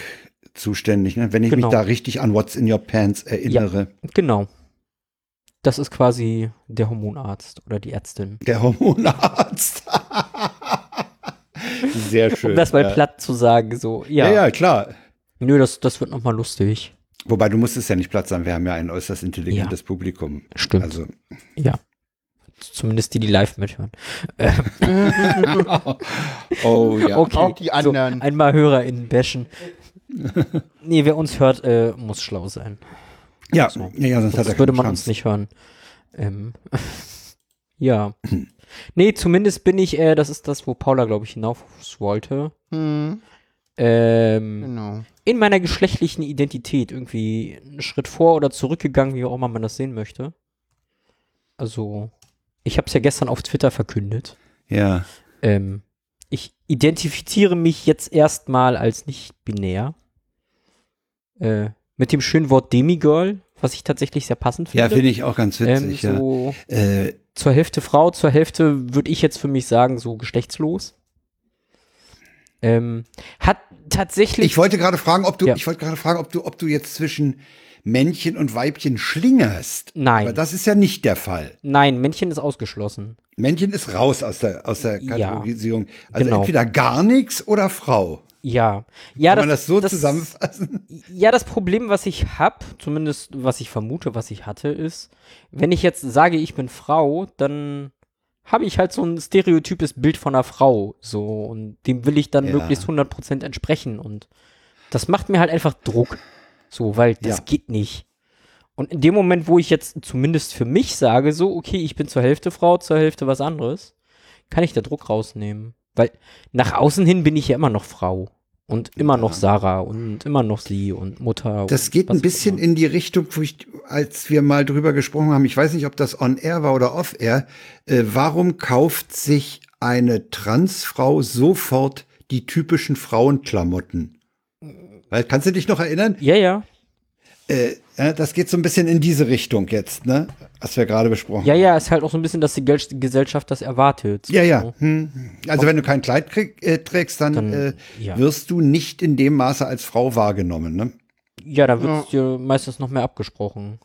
Speaker 2: zuständig, ne? wenn ich
Speaker 4: Genau.
Speaker 2: mich da richtig an What's in Your Pants erinnere.
Speaker 4: Genau. Das ist quasi der Hormonarzt oder die Ärztin. Um
Speaker 2: Der
Speaker 4: [laughs]
Speaker 2: Hormonarzt. Sehr schön.
Speaker 4: Um das mal
Speaker 2: ja.
Speaker 4: platt zu sagen, so. Ja,
Speaker 2: Ja, ja, klar.
Speaker 4: Nö, das, das wird nochmal lustig.
Speaker 2: Wobei, du musst es ja nicht platt sein. Wir haben ja ein äußerst intelligentes Publikum.
Speaker 4: Stimmt.
Speaker 2: Also,
Speaker 4: Ja. Zumindest die, die live mithören.
Speaker 2: oh ja.
Speaker 4: Okay.
Speaker 3: auch die anderen.
Speaker 4: So, einmal
Speaker 2: [laughs]
Speaker 4: HörerInnen bashen. nee, wer uns hört, äh, muss schlau sein.
Speaker 2: Ja, ja, ja, sonst hat er
Speaker 4: Sonst würde
Speaker 2: keine
Speaker 4: man
Speaker 2: Chance.
Speaker 4: uns nicht hören. Ähm, [laughs] ja. Nee, zumindest bin ich, äh, das ist das, wo Paula, glaube ich, hinauf wollte.
Speaker 3: Hm,
Speaker 2: Hm.
Speaker 4: Ähm,
Speaker 3: genau.
Speaker 4: in meiner geschlechtlichen Identität irgendwie einen Schritt vor oder zurückgegangen, wie auch immer man das sehen möchte. Also, ich habe es ja gestern auf Twitter verkündet.
Speaker 2: Ja.
Speaker 4: Ähm, ich identifiziere mich jetzt erstmal als nicht binär. Äh, mit dem schönen Wort Demigirl, was ich tatsächlich sehr passend finde.
Speaker 2: Ja, finde ich auch ganz witzig.
Speaker 4: ähm, so
Speaker 2: ja. äh,
Speaker 4: zur Hälfte Frau, zur Hälfte würde ich jetzt für mich sagen, so geschlechtslos. Ähm, hat tatsächlich.
Speaker 2: ich wollte gerade fragen, ob du,
Speaker 4: Ja.
Speaker 2: ich wollte gerade fragen, ob du, ob du jetzt zwischen Männchen und Weibchen schlingerst. Aber
Speaker 4: nein,
Speaker 2: das ist ja nicht der Fall.
Speaker 4: nein, Männchen ist ausgeschlossen.
Speaker 2: Männchen ist raus aus der, aus der
Speaker 4: Ja.
Speaker 2: Kategorisierung. Also
Speaker 4: Genau.
Speaker 2: entweder gar nichts oder Frau.
Speaker 4: Ja. ja
Speaker 2: Kann man das so zusammenfassen?
Speaker 4: Ja, das Problem, was ich habe, zumindest was ich vermute, was ich hatte, ist, wenn ich jetzt sage, ich bin Frau, dann habe ich halt so ein stereotypes Bild von einer Frau. So, und dem will ich dann
Speaker 2: Ja.
Speaker 4: möglichst 100% entsprechen. Und das macht mir halt einfach Druck. So, weil das
Speaker 2: Ja.
Speaker 4: geht nicht. Und in dem Moment, wo ich jetzt zumindest für mich sage, so, okay, ich bin zur Hälfte Frau, zur Hälfte was anderes, kann ich da Druck rausnehmen. Weil nach außen hin bin ich ja immer noch Frau. Und immer noch Sarah und immer noch sie und Mutter.
Speaker 2: Das
Speaker 4: und
Speaker 2: geht
Speaker 4: was
Speaker 2: ein
Speaker 4: auch
Speaker 2: bisschen
Speaker 4: immer.
Speaker 2: in die Richtung, wo ich, als wir mal drüber gesprochen haben, ich weiß nicht, ob das on-air war oder off-air, äh, warum kauft sich eine Transfrau sofort die typischen Frauenklamotten? Weil, kannst du dich noch erinnern?
Speaker 4: Ja, ja.
Speaker 2: Äh, ja, das geht so ein bisschen in diese Richtung jetzt, ne? Was wir gerade besprochen
Speaker 4: Ja, ja, ist halt auch so ein bisschen, dass die Gel Gesellschaft das erwartet. So.
Speaker 2: Ja, ja. Hm. Also wenn du kein Kleid krieg, äh, trägst, dann,
Speaker 4: Oh. Dann,
Speaker 2: äh,
Speaker 4: ja.
Speaker 2: wirst du nicht in dem Maße als Frau wahrgenommen. Ne?
Speaker 4: Ja, da wird es dir meistens noch mehr abgesprochen.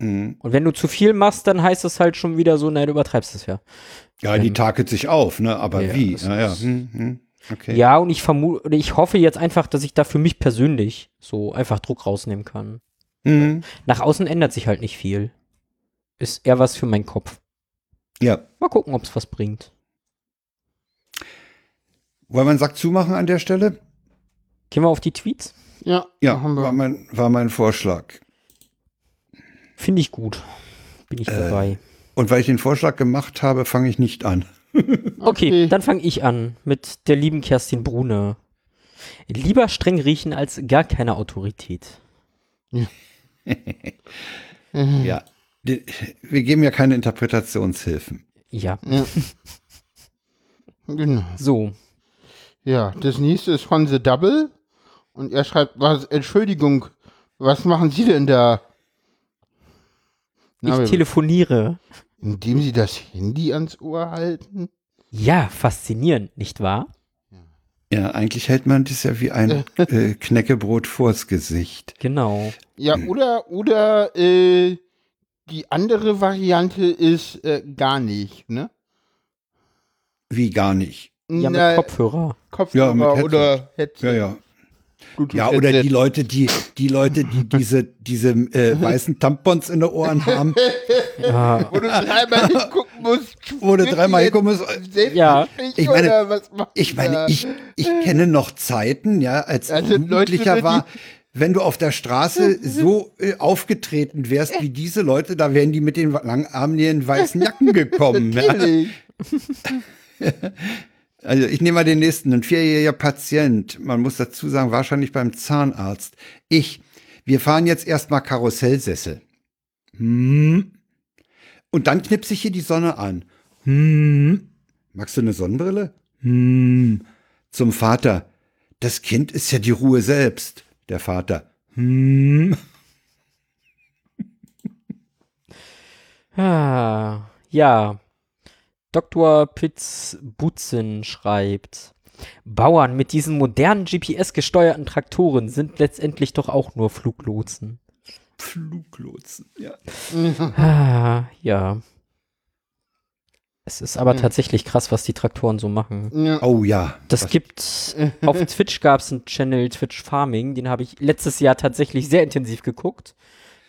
Speaker 2: Mhm.
Speaker 4: Und wenn du zu viel machst, dann heißt es halt schon wieder so, nein, du übertreibst es ja.
Speaker 2: Ja, die takelt sich auf, ne? Aber
Speaker 4: ja,
Speaker 2: wie?
Speaker 4: das
Speaker 2: Ja, ja.
Speaker 4: ist-
Speaker 2: Hm, hm. Okay.
Speaker 4: Ja, und ich vermute, oder ich hoffe jetzt einfach, dass ich da für mich persönlich so einfach Druck rausnehmen kann.
Speaker 2: Mhm.
Speaker 4: Nach außen ändert sich halt nicht viel. Ist eher was für meinen Kopf.
Speaker 2: ja.
Speaker 4: Mal gucken, ob es was bringt.
Speaker 2: Wollen wir einen Sack zumachen an der Stelle?
Speaker 4: Gehen wir auf die Tweets?
Speaker 3: Ja,
Speaker 2: Ja,
Speaker 3: machen wir.
Speaker 2: war mein, war mein Vorschlag.
Speaker 4: Finde ich gut. Bin ich dabei.
Speaker 2: Und weil ich den Vorschlag gemacht habe, fange ich nicht an.
Speaker 4: Okay,
Speaker 3: okay.
Speaker 4: dann fange ich an mit der lieben Kerstin Brune. Lieber streng riechen als gar keine Autorität.
Speaker 3: Mhm.
Speaker 2: Ja. Die- Wir geben ja keine Interpretationshilfen.
Speaker 4: Ja.
Speaker 2: [laughs]
Speaker 3: Ja. genau.
Speaker 4: So.
Speaker 3: Ja, das nächste ist von The Double. Und er schreibt, was, Entschuldigung, was machen Sie denn da? Na, wir-
Speaker 4: Ich telefoniere.
Speaker 3: indem Sie das Handy ans Ohr halten?
Speaker 4: Ja, faszinierend, nicht wahr?
Speaker 2: Ja, eigentlich hält man das ja wie ein äh, Knäckebrot vors Gesicht.
Speaker 4: Genau.
Speaker 3: Ja, oder, oder, äh, die andere Variante ist äh, gar nicht, ne?
Speaker 2: Wie gar nicht.
Speaker 4: Ja, mit
Speaker 3: Na,
Speaker 4: Kopfhörer.
Speaker 3: Kopfhörer
Speaker 2: Ja, mit Headset.
Speaker 3: oder Headset.
Speaker 2: Ja, ja.
Speaker 3: Bluetooth
Speaker 2: Ja, oder die
Speaker 3: Headset.
Speaker 2: Leute, die, die Leute, die diese, diese
Speaker 3: [laughs]
Speaker 2: äh, weißen Tampons in den Ohren haben,
Speaker 4: Ah,
Speaker 3: Wo du dreimal
Speaker 2: [laughs]
Speaker 3: hingucken musst.
Speaker 2: wo du
Speaker 3: wird die
Speaker 2: dreimal
Speaker 3: jetzt
Speaker 2: hingucken musst. äh,
Speaker 3: selbst
Speaker 4: Ja.
Speaker 3: nicht,
Speaker 2: Ich meine-
Speaker 3: oder was macht
Speaker 2: Ich meine,
Speaker 3: da?
Speaker 2: ich, ich kenne noch Zeiten, ja, als
Speaker 3: Also Leute,
Speaker 2: Jugendlicher
Speaker 3: die-
Speaker 2: war, wenn du auf der
Speaker 3: [laughs]
Speaker 2: Straße so äh, aufgetreten wärst wie diese Leute, da wären die mit den langarmigen weißen Jacken
Speaker 3: [laughs]
Speaker 2: gekommen. ja.
Speaker 3: Natürlich.
Speaker 2: Also ich nehme mal den nächsten, ein vierjähriger Patient. Man muss dazu sagen, wahrscheinlich beim Zahnarzt. Ich, wir fahren jetzt erstmal Karussellsessel. Hm. Und dann knipse ich hier die Sonne an. Hm. Magst du eine Sonnenbrille? Hm. Zum Vater. Das Kind ist ja die Ruhe selbst. Der Vater. Hm.
Speaker 4: Ah, ja. Dr. Pitzbutzen schreibt, Bauern mit diesen modernen GPS-gesteuerten Traktoren sind letztendlich doch auch nur Fluglotsen.
Speaker 2: Fluglotsen. Ja.
Speaker 4: Ah, ja. Es ist aber tatsächlich krass, was die Traktoren so machen.
Speaker 3: Ja.
Speaker 2: Oh ja.
Speaker 4: Das gibt
Speaker 2: [laughs]
Speaker 4: auf Twitch gab es einen Channel Twitch Farming, den habe ich letztes Jahr tatsächlich sehr intensiv geguckt.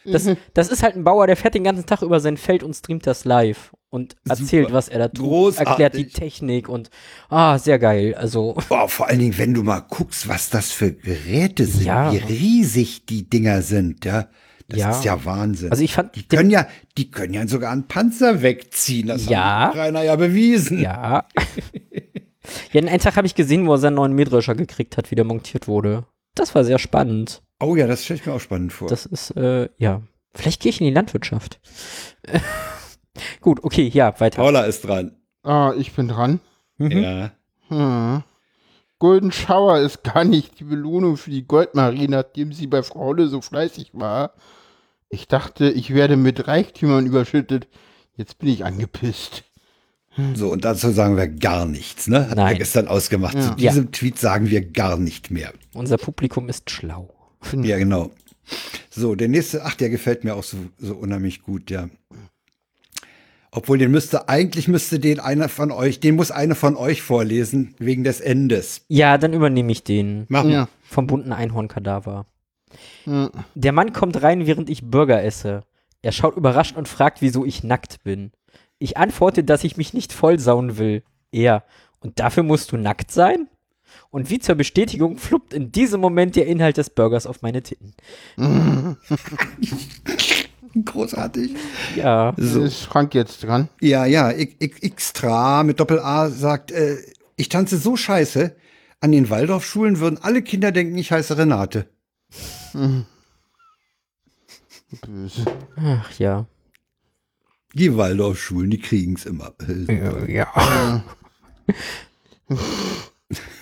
Speaker 4: Das,
Speaker 2: Mhm.
Speaker 4: das ist halt ein Bauer, der fährt den ganzen Tag über sein Feld und streamt das live und erzählt, was er da tut,
Speaker 2: Großartig.
Speaker 4: erklärt die Technik und ah, sehr geil. Also
Speaker 2: Boah, vor allen Dingen, wenn du mal guckst, was das für Geräte sind,
Speaker 4: Ja.
Speaker 2: wie riesig die Dinger sind, ja. Das
Speaker 4: Ja.
Speaker 2: ist ja Wahnsinn.
Speaker 4: Also ich fand
Speaker 2: die
Speaker 4: den-
Speaker 2: können ja, die können ja sogar einen Panzer wegziehen. Das
Speaker 4: Ja.
Speaker 2: hat Rainer ja bewiesen.
Speaker 4: ja. ja, einen Tag habe ich gesehen, wo er seinen neuen Mähdrescher gekriegt hat, wie der montiert wurde. Das war sehr spannend.
Speaker 2: Oh ja, das stelle ich mir auch spannend vor.
Speaker 4: Das ist äh, ja. Vielleicht gehe ich in die Landwirtschaft. [laughs] Gut, okay, ja, weiter.
Speaker 2: Paula ist dran.
Speaker 3: Ah, ich bin dran.
Speaker 4: Mhm.
Speaker 2: Ja.
Speaker 3: Hm. Golden Shower ist gar nicht die Belohnung für die Goldmarie, nachdem sie bei Frau Holle so fleißig war. Ich dachte, ich werde mit Reichtümern überschüttet. Jetzt bin ich angepisst.
Speaker 2: So, und dazu sagen wir gar nichts, ne? Hat
Speaker 4: Nein.
Speaker 2: wir gestern ausgemacht. Zu
Speaker 4: Ja.
Speaker 2: diesem Tweet sagen wir gar nicht mehr.
Speaker 4: Unser Publikum ist schlau.
Speaker 3: Hm.
Speaker 2: Ja, genau. So, der nächste, ach, der gefällt mir auch so, so unheimlich gut, ja. Obwohl, den müsste, eigentlich müsste den einer von euch, den muss einer von euch vorlesen, wegen des Endes.
Speaker 4: Ja, dann übernehme ich den.
Speaker 2: Machen.
Speaker 3: Ja.
Speaker 4: Vom bunten Einhornkadaver.
Speaker 3: Hm.
Speaker 4: Der Mann kommt rein, während ich Burger esse. Er schaut überrascht und fragt, wieso ich nackt bin. Ich antworte, dass ich mich nicht vollsauen will. Er. Und dafür musst du nackt sein? Und wie zur Bestätigung fluppt in diesem Moment der Inhalt des Burgers auf meine Titten.
Speaker 2: Großartig.
Speaker 4: Ja.
Speaker 3: So. Ist Frank jetzt dran?
Speaker 2: Ja, ja, ich, ich, extra mit Doppel-A sagt, äh, ich tanze so scheiße, an den Waldorfschulen würden alle Kinder denken, ich heiße Renate.
Speaker 3: Böse.
Speaker 4: Ach ja.
Speaker 2: Die Waldorfschulen, die kriegen's immer. [laughs]
Speaker 4: Ja.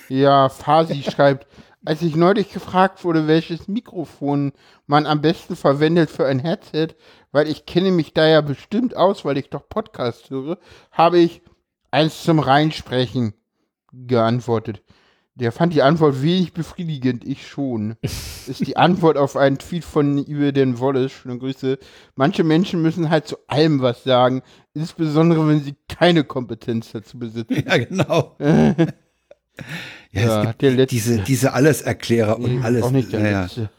Speaker 3: Ja, Fasi schreibt, als ich neulich gefragt wurde, welches Mikrofon man am besten verwendet für ein Headset, weil ich kenne mich da ja bestimmt aus, weil ich doch Podcast höre, habe ich eins zum Reinsprechen geantwortet. Der fand die Antwort wenig befriedigend,
Speaker 2: [laughs]
Speaker 3: ich schon. Ist die Antwort auf einen Tweet von über den Wallace, schöne Grüße. Manche Menschen müssen halt zu allem was sagen, insbesondere wenn sie keine Kompetenz dazu besitzen.
Speaker 2: Ja, genau. ja,
Speaker 3: Ja,
Speaker 2: es gibt
Speaker 3: der letzte.
Speaker 2: diese, diese Alleserklärer und alles.
Speaker 3: Auch nicht äh, der
Speaker 2: ja, ja.
Speaker 3: Letzte.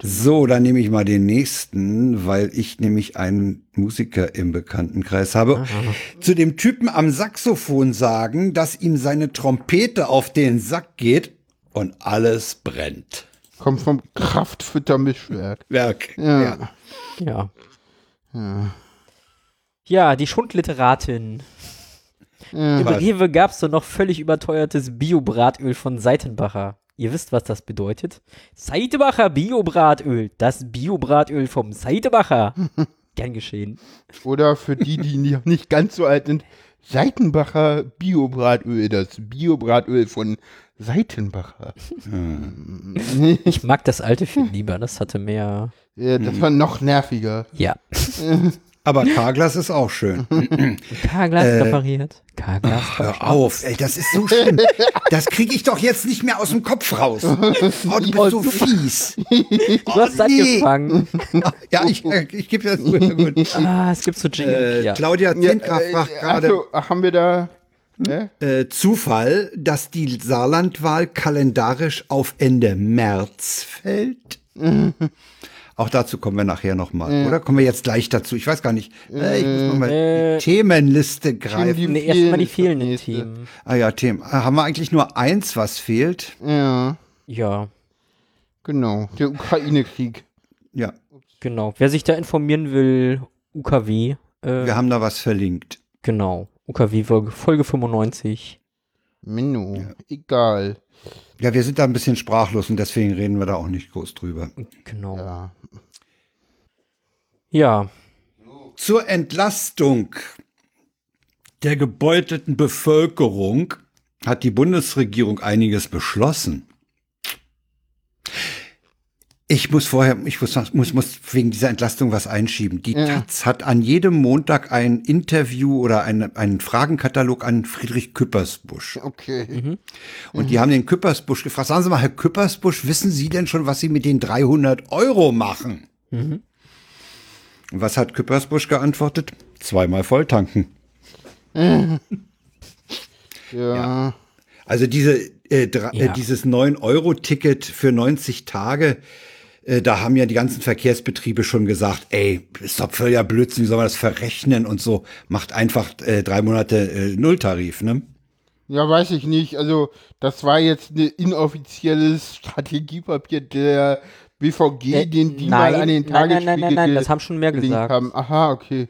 Speaker 2: So, dann nehme ich mal den nächsten, weil ich nämlich einen Musiker im Bekanntenkreis habe. Zu dem Typen am Saxophon sagen, dass ihm seine Trompete auf den Sack geht und alles brennt.
Speaker 3: Kommt vom Kraftfütter Mischwerk.
Speaker 2: Werk.
Speaker 3: Ja.
Speaker 4: Ja. Ja, die Schundliteratin. Im
Speaker 2: Was?
Speaker 4: Rewe gab es so noch völlig überteuertes Bio-Bratöl von Seitenbacher. Ihr wisst, was das bedeutet. Seitebacher Biobratöl. Das Biobratöl vom Seitebacher. Gern geschehen.
Speaker 3: Oder für die, die noch [laughs] nicht ganz so alt sind, Seitenbacher Biobratöl, das Biobratöl von Seitenbacher.
Speaker 4: Ich mag das alte viel lieber. Das hatte mehr.
Speaker 3: Äh, Das war noch nerviger.
Speaker 4: Ja.
Speaker 2: Aber Karglas ist auch [laughs] schön.
Speaker 4: K-Glas repariert.
Speaker 2: [laughs]
Speaker 4: K-Glas.
Speaker 2: Hör auf, ey, das ist so schlimm. Das kriege ich doch jetzt nicht mehr aus dem Kopf [laughs] raus. Oh, du bist so fies.
Speaker 4: Du hast
Speaker 2: nee.
Speaker 4: angefangen.
Speaker 2: Ja, ich, äh, ich gebe das zu. [laughs] Gut.
Speaker 4: Ah, es gibt so Jingle.
Speaker 2: Äh,
Speaker 4: ja.
Speaker 2: Claudia Zinkra fragt gerade,
Speaker 3: also, haben wir da. Ne?
Speaker 2: äh, Zufall, dass die Saarlandwahl kalendarisch auf Ende März fällt? Mhm. Auch dazu kommen wir nachher nochmal, oder? Kommen wir jetzt gleich dazu? Ich weiß gar nicht. Äh, ich muss nochmal die Themenliste greifen.
Speaker 4: Nee, erstmal die
Speaker 3: Vielen-
Speaker 4: fehlenden
Speaker 3: nächste.
Speaker 4: Themen.
Speaker 2: Ah ja, Themen. Ah, Haben wir eigentlich nur eins, was fehlt?
Speaker 3: Ja,
Speaker 4: Ja,
Speaker 3: genau. Der Ukraine-Krieg.
Speaker 2: Ja,
Speaker 4: genau. Wer sich da informieren will, UKW. Äh,
Speaker 2: wir haben da was verlinkt.
Speaker 4: Genau. UKW Folge, Folge 95.
Speaker 3: Menno. Egal.
Speaker 2: Ja, wir sind da ein bisschen sprachlos und deswegen reden wir da auch nicht groß drüber.
Speaker 4: Genau. Ja.
Speaker 3: Ja.
Speaker 2: Zur Entlastung der gebeutelten Bevölkerung hat die Bundesregierung einiges beschlossen. Ich muss vorher, ich muss, muss, muss wegen dieser Entlastung was einschieben. Die Taz hat an jedem Montag ein Interview oder einen, einen Fragenkatalog an Friedrich Küppersbusch.
Speaker 3: Okay.
Speaker 2: Und die haben den Küppersbusch gefragt, sagen Sie mal, Herr Küppersbusch, wissen Sie denn schon, was Sie mit den 300 Euro machen? Und was hat Küppersbusch geantwortet? Zweimal volltanken.
Speaker 3: Ja.
Speaker 2: Also diese, äh, dra-
Speaker 4: Ja.
Speaker 2: äh, dieses 9-Euro-Ticket für 90 Tage, äh, da haben ja die ganzen Verkehrsbetriebe schon gesagt, ey, ist doch völliger Blödsinn, wie soll man das verrechnen und so. Macht einfach äh, drei Monate äh, Nulltarif, ne?
Speaker 3: Ja, weiß ich nicht. Also, das war jetzt ein inoffizielles Strategiepapier der BVG,
Speaker 4: Äh,
Speaker 3: den die
Speaker 4: nein,
Speaker 3: mal an den
Speaker 4: nein, nein,
Speaker 3: Tagesspiegel
Speaker 4: nein, nein, nein,
Speaker 3: ge-
Speaker 4: das haben schon mehr
Speaker 3: gelinkt
Speaker 4: gesagt.
Speaker 3: Haben. Aha, okay.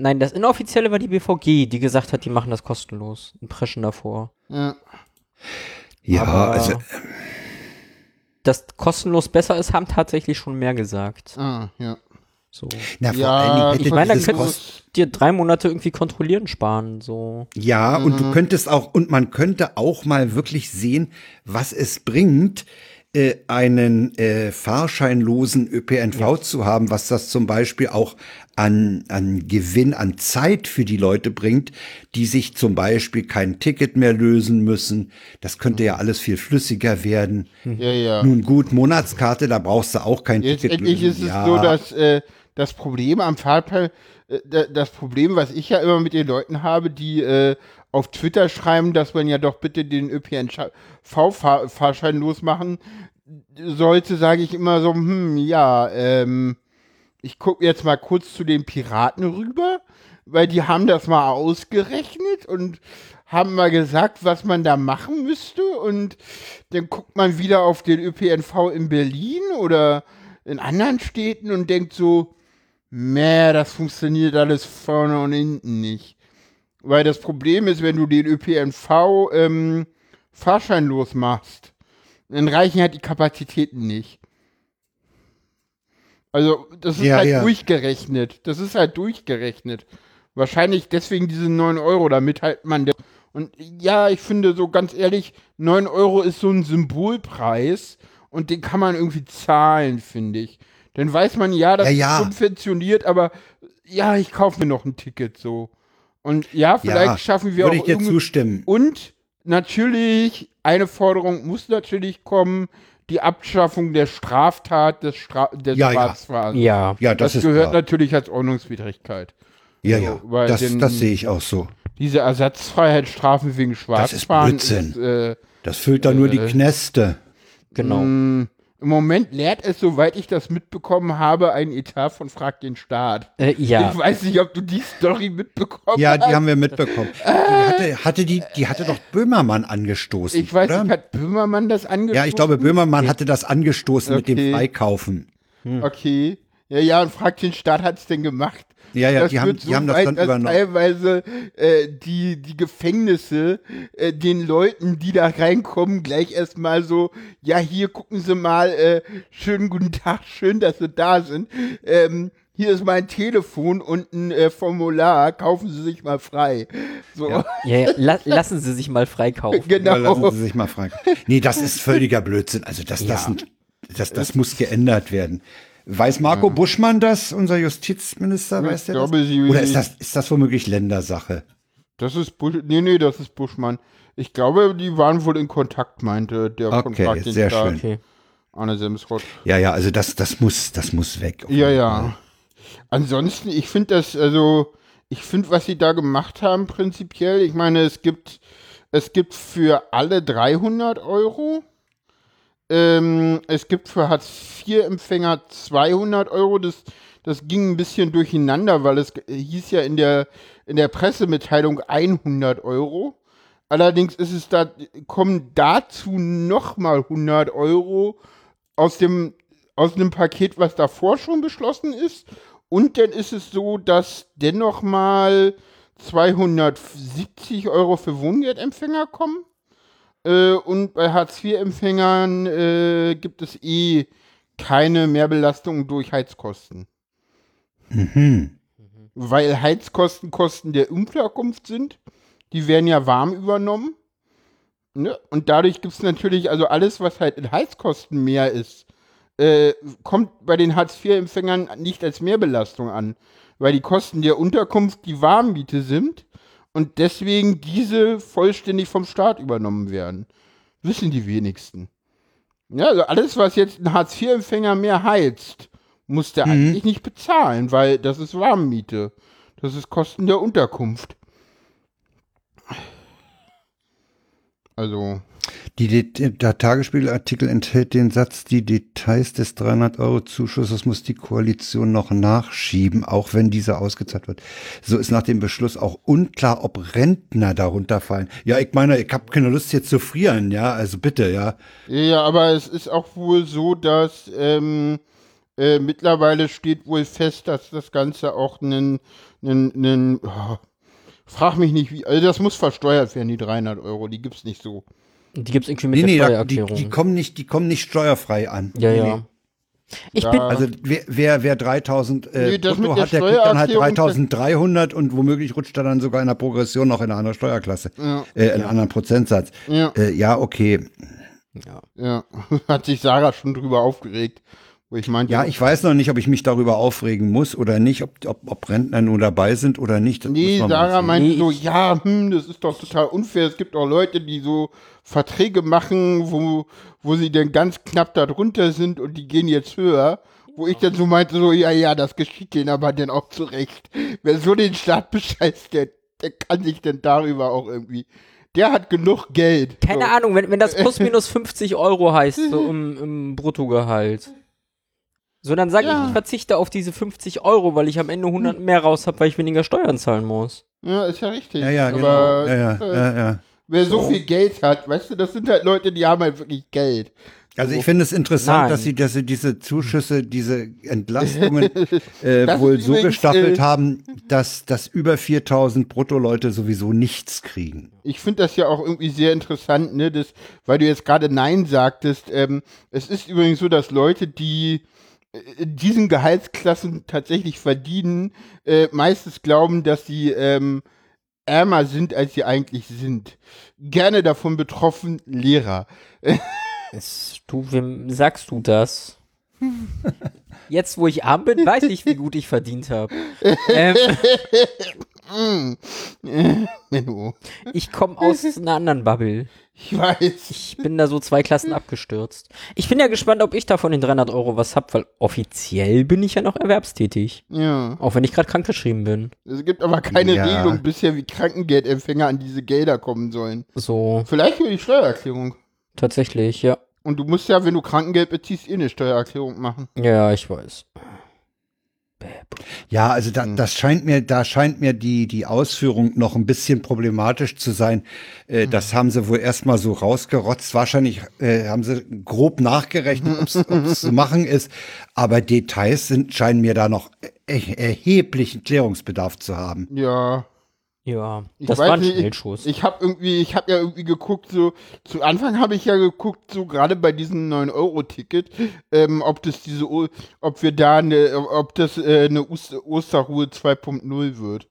Speaker 4: Nein, das Inoffizielle war die BVG, die gesagt hat, die machen das kostenlos. Ein Preschen davor.
Speaker 3: Ja.
Speaker 2: Ja,
Speaker 4: Aber
Speaker 2: also
Speaker 4: Dass kostenlos besser ist, haben tatsächlich schon mehr gesagt.
Speaker 3: Ah, ja.
Speaker 4: So.
Speaker 2: na, vor
Speaker 3: ja,
Speaker 2: allen Dingen
Speaker 3: ich
Speaker 2: hätte
Speaker 4: Ich meine, da
Speaker 2: dieses Kosten-
Speaker 4: könntest du dir drei Monate irgendwie kontrollieren sparen. So.
Speaker 2: Ja, und
Speaker 3: Mhm.
Speaker 2: du könntest auch, und man könnte auch mal wirklich sehen, was es bringt, äh, einen äh, fahrscheinlosen ÖPNV zu haben, was das zum Beispiel auch an, an Gewinn, an Zeit für die Leute bringt, die sich zum Beispiel kein Ticket mehr lösen müssen. Das könnte
Speaker 3: Mhm.
Speaker 2: ja alles viel flüssiger werden.
Speaker 3: Ja,
Speaker 4: Hm.
Speaker 3: ja.
Speaker 2: Nun gut, Monatskarte, da brauchst du auch kein Ticket
Speaker 3: Letztendlich ist
Speaker 2: lösen.
Speaker 3: es
Speaker 2: ja.
Speaker 3: so, dass äh, das Problem am Fahrplan, äh, da- das Problem, was ich ja immer mit den Leuten habe, die äh, auf Twitter schreiben, dass man ja doch bitte den ÖPNV-Fahrschein losmachen sollte, sage ich immer so, hm, ja, ähm, ich gucke jetzt mal kurz zu den Piraten rüber, weil die haben das mal ausgerechnet und haben mal gesagt, was man da machen müsste. Und dann guckt man wieder auf den ÖPNV in Berlin oder in anderen Städten und denkt so, meh, das funktioniert alles vorne und hinten nicht. Weil das Problem ist, wenn du den ÖPNV ähm, fahrscheinlos machst, dann reichen halt die Kapazitäten nicht. Also, das ist
Speaker 2: Ja,
Speaker 3: halt
Speaker 2: ja.
Speaker 3: durchgerechnet. Das ist halt durchgerechnet. Wahrscheinlich deswegen diese 9 Euro, damit halt man. der- Und ja, ich finde so ganz ehrlich, 9 Euro ist so ein Symbolpreis und den kann man irgendwie zahlen, finde ich. Dann weiß man ja, dass
Speaker 2: Ja,
Speaker 3: es
Speaker 2: ja.
Speaker 3: subventioniert, aber ja, ich kaufe mir noch ein Ticket so. Und ja, vielleicht
Speaker 2: ja,
Speaker 3: schaffen wir
Speaker 2: würde
Speaker 3: auch
Speaker 2: ich dir
Speaker 3: irgendwie-
Speaker 2: zustimmen.
Speaker 3: Und natürlich, eine Forderung muss natürlich kommen, die Abschaffung der Straftat des, Stra des
Speaker 2: Ja, ja.
Speaker 3: Schwarzfahrens.
Speaker 4: Ja.
Speaker 2: Ja, das,
Speaker 3: Das,
Speaker 2: ist
Speaker 3: gehört
Speaker 2: klar.
Speaker 3: natürlich als Ordnungswidrigkeit.
Speaker 2: Ja,
Speaker 3: so,
Speaker 2: ja,
Speaker 3: weil
Speaker 2: das,
Speaker 3: den-
Speaker 2: das sehe ich auch so.
Speaker 3: Diese Ersatzfreiheitsstrafen wegen
Speaker 2: ist
Speaker 3: Schwarzfahren
Speaker 2: Blödsinn.
Speaker 3: äh,
Speaker 2: Das füllt dann nur die
Speaker 3: Äh.
Speaker 2: Knäste.
Speaker 4: Genau.
Speaker 3: mh, im Moment lehrt es, soweit ich das mitbekommen habe, einen Etat von Frag den Staat.
Speaker 4: Äh, ja.
Speaker 3: Ich weiß nicht, ob du die Story mitbekommen
Speaker 2: Ja,
Speaker 3: hast.
Speaker 2: die haben wir mitbekommen. Die hatte, hatte, die, die hatte doch Böhmermann angestoßen.
Speaker 3: Ich weiß
Speaker 2: oder?
Speaker 3: nicht, hat Böhmermann das angesprochen?
Speaker 2: Ja, ich glaube, Böhmermann hatte das angestoßen mit dem
Speaker 3: Okay.
Speaker 2: Freikaufen.
Speaker 3: Okay. Ja, ja, und fragt den Staat, hat's denn gemacht?
Speaker 2: Ja, ja, die haben,
Speaker 3: führt
Speaker 2: die haben das dann
Speaker 3: dass
Speaker 2: übernommen.
Speaker 3: teilweise äh, die, die Gefängnisse äh, den Leuten, die da reinkommen, gleich erstmal so, ja, hier gucken Sie mal, äh, schönen guten Tag, schön, dass Sie da sind. Ähm, hier ist mein Telefon und ein äh, Formular, kaufen Sie sich mal frei. So,
Speaker 4: [laughs] Ja, ja, la lassen Sie sich mal freikaufen.
Speaker 2: Oder
Speaker 3: [laughs] genau.
Speaker 2: Lassen Sie sich mal fragen. Nee, das ist völliger Blödsinn. Also das, das, das, das muss geändert werden. Weiß Marco Buschmann das, unser Justizminister?
Speaker 3: Ich
Speaker 2: Weiß der
Speaker 3: glaube,
Speaker 2: das?
Speaker 3: sie-
Speaker 2: Oder ist das, ist das womöglich Ländersache?
Speaker 3: Das ist Busch, nee, nee, das ist Buschmann. Ich glaube, die waren wohl in Kontakt, meinte der
Speaker 2: Okay,
Speaker 3: Kontakt, den
Speaker 2: sehr
Speaker 3: da
Speaker 2: schön.
Speaker 4: Okay.
Speaker 3: Anne Semsrott.
Speaker 2: Ja, ja, also das, das, muss, das muss weg.
Speaker 3: Ja, ja. Ansonsten, ich finde das, also, ich finde, was sie da gemacht haben, prinzipiell, ich meine, es gibt, es gibt für alle 300 Euro, ähm, es gibt für Hartz-IV-Empfänger 200 Euro, das, das ging ein bisschen durcheinander, weil es äh, hieß ja in der, in der Pressemitteilung 100 Euro. Allerdings ist es da, kommen dazu nochmal 100 Euro aus dem aus einem Paket, was davor schon beschlossen ist. Und dann ist es so, dass dennoch mal 270 Euro für Wohngeldempfänger kommen. Äh, und bei Hartz-IV-Empfängern äh, gibt es eh keine Mehrbelastung durch Heizkosten. Weil Heizkosten Kosten der Unterkunft sind. Die werden ja warm übernommen. Ne? Und dadurch gibt es natürlich, also alles, was halt in Heizkosten mehr ist, äh, kommt bei den Hartz-IV-Empfängern nicht als Mehrbelastung an, weil die Kosten der Unterkunft die Warmmiete sind und deswegen diese vollständig vom Staat übernommen werden. Wissen die wenigsten. Ja, also alles, was jetzt ein Hartz-IV-Empfänger mehr heizt, muss der eigentlich nicht bezahlen, weil das ist Warmmiete. Das ist Kosten der Unterkunft. Also,
Speaker 2: Die, Det- der Tagesspiegelartikel enthält den Satz, die Details des 300-Euro-Zuschusses muss die Koalition noch nachschieben, auch wenn dieser ausgezahlt wird. So ist nach dem Beschluss auch unklar, ob Rentner darunter fallen. Ja, ich meine, ich habe keine Lust hier zu frieren, ja, also bitte, ja.
Speaker 3: Ja, aber es ist auch wohl so, dass ähm, äh, mittlerweile steht wohl fest, dass das Ganze auch einen, einen, einen oh, frag mich nicht wie, also das muss versteuert werden, die 300 Euro, die gibt's nicht so.
Speaker 4: Die gibt's irgendwie mit
Speaker 2: Nee, nee,
Speaker 4: der
Speaker 2: da, die,
Speaker 4: Steuererklärung.
Speaker 2: die, kommen nicht, die kommen nicht steuerfrei an.
Speaker 4: ja,
Speaker 2: Nee,
Speaker 4: ja.
Speaker 2: nee.
Speaker 4: Ich bin.
Speaker 2: Also wer, wer, wer 3000 äh,
Speaker 3: Nee, das
Speaker 2: brutto
Speaker 3: mit der
Speaker 2: hat, der kriegt dann halt
Speaker 3: Steuererklärung-
Speaker 2: 3300 und womöglich rutscht er dann sogar in der Progression noch in eine andere Steuerklasse, äh, in einen anderen Prozentsatz.
Speaker 3: Ja.
Speaker 2: Äh, ja, okay.
Speaker 3: Ja, [laughs] hat sich Sarah schon drüber aufgeregt, wo ich meinte, oh,
Speaker 2: Ja, ich weiß noch nicht, ob ich mich darüber aufregen muss oder nicht, ob, ob, ob Rentner nur dabei sind oder nicht. Das
Speaker 3: Nee,
Speaker 2: muss man mal
Speaker 3: Sarah
Speaker 2: sehen.
Speaker 3: meint
Speaker 4: Nee,
Speaker 3: so,
Speaker 4: ich-
Speaker 3: ja, hm, das ist doch total unfair. Es gibt auch Leute, die so Verträge machen, wo, wo sie dann ganz knapp darunter sind und die gehen jetzt höher. Wo ich dann so meinte, so, ja, ja, das geschieht denen aber dann auch zurecht. Wer so den Staat [laughs] bescheißt, der, der kann sich denn darüber auch irgendwie. Der hat genug Geld.
Speaker 4: keine
Speaker 3: so.
Speaker 4: Ahnung, wenn, wenn
Speaker 3: [laughs]
Speaker 4: das plus minus 50 Euro heißt, so im, im Bruttogehalt. So, dann sage
Speaker 3: Ja.
Speaker 4: ich, ich verzichte auf diese 50 Euro, weil ich am Ende 100 mehr raus habe, weil ich weniger Steuern zahlen muss.
Speaker 3: Ja, ist ja richtig.
Speaker 2: Ja, ja, genau.
Speaker 3: aber,
Speaker 2: ja, ja,
Speaker 3: äh,
Speaker 2: ja, ja.
Speaker 3: Wer so viel Geld hat, weißt du, das sind halt Leute, die haben halt wirklich Geld.
Speaker 2: Also ich finde es interessant,
Speaker 4: Nein.
Speaker 2: dass sie, dass sie diese Zuschüsse, diese
Speaker 3: [laughs]
Speaker 2: Entlastungen äh,
Speaker 3: Das
Speaker 2: wohl
Speaker 3: ist
Speaker 2: so
Speaker 3: übrigens,
Speaker 2: gestaffelt
Speaker 3: äh,
Speaker 2: haben, dass, dass über 4000 Brutto-Leute sowieso nichts kriegen.
Speaker 3: Ich finde das ja auch irgendwie sehr interessant, ne, das, weil du jetzt gerade Nein sagtest. Ähm, es ist übrigens so, dass Leute, die äh, in diesen Gehaltsklassen tatsächlich verdienen, äh, meistens glauben, dass sie ähm, ärmer sind, als sie eigentlich sind. Gerne davon betroffen Lehrer. [laughs]
Speaker 4: Es, du, wem sagst du
Speaker 3: [laughs]
Speaker 4: das? Jetzt, wo ich arm bin, weiß ich, wie gut ich verdient habe. Ähm,
Speaker 3: Menno.
Speaker 4: ich komme aus einer anderen Bubble.
Speaker 3: Ich weiß.
Speaker 4: Ich bin da so zwei Klassen abgestürzt. Ich bin ja gespannt, ob ich da von den 300 Euro was hab, weil offiziell bin ich ja noch erwerbstätig.
Speaker 3: Ja.
Speaker 4: Auch wenn ich gerade krankgeschrieben bin.
Speaker 3: Es gibt aber keine
Speaker 2: Ja.
Speaker 3: Regelung bisher, wie Krankengeldempfänger an diese Gelder kommen sollen.
Speaker 4: So,
Speaker 3: Vielleicht für die Steuererklärung.
Speaker 4: tatsächlich, ja.
Speaker 3: Und du musst ja, wenn du Krankengeld beziehst, eh eine Steuererklärung machen.
Speaker 4: Ja, ich weiß.
Speaker 2: Ja, also
Speaker 3: Mhm.
Speaker 2: da, das scheint mir, da scheint mir die, die Ausführung noch ein bisschen problematisch zu sein. Äh,
Speaker 3: Mhm.
Speaker 2: das haben sie wohl erstmal so rausgerotzt. Wahrscheinlich äh, haben sie grob nachgerechnet,
Speaker 3: [laughs]
Speaker 2: ob es zu machen ist. Aber Details sind, scheinen mir da noch e erheblichen Klärungsbedarf zu haben.
Speaker 3: Ja.
Speaker 4: Ja,
Speaker 3: Ich
Speaker 4: das
Speaker 3: weiß
Speaker 4: war ein
Speaker 3: nicht, ich-
Speaker 4: Schnellschuss.
Speaker 3: Ich habe irgendwie, ich habe ja irgendwie geguckt, so zu Anfang habe ich ja geguckt, so gerade bei diesem 9-Euro-Ticket, ähm, ob das diese, O- ob wir da eine, ob das äh, eine Ost Osterruhe 2.0 wird.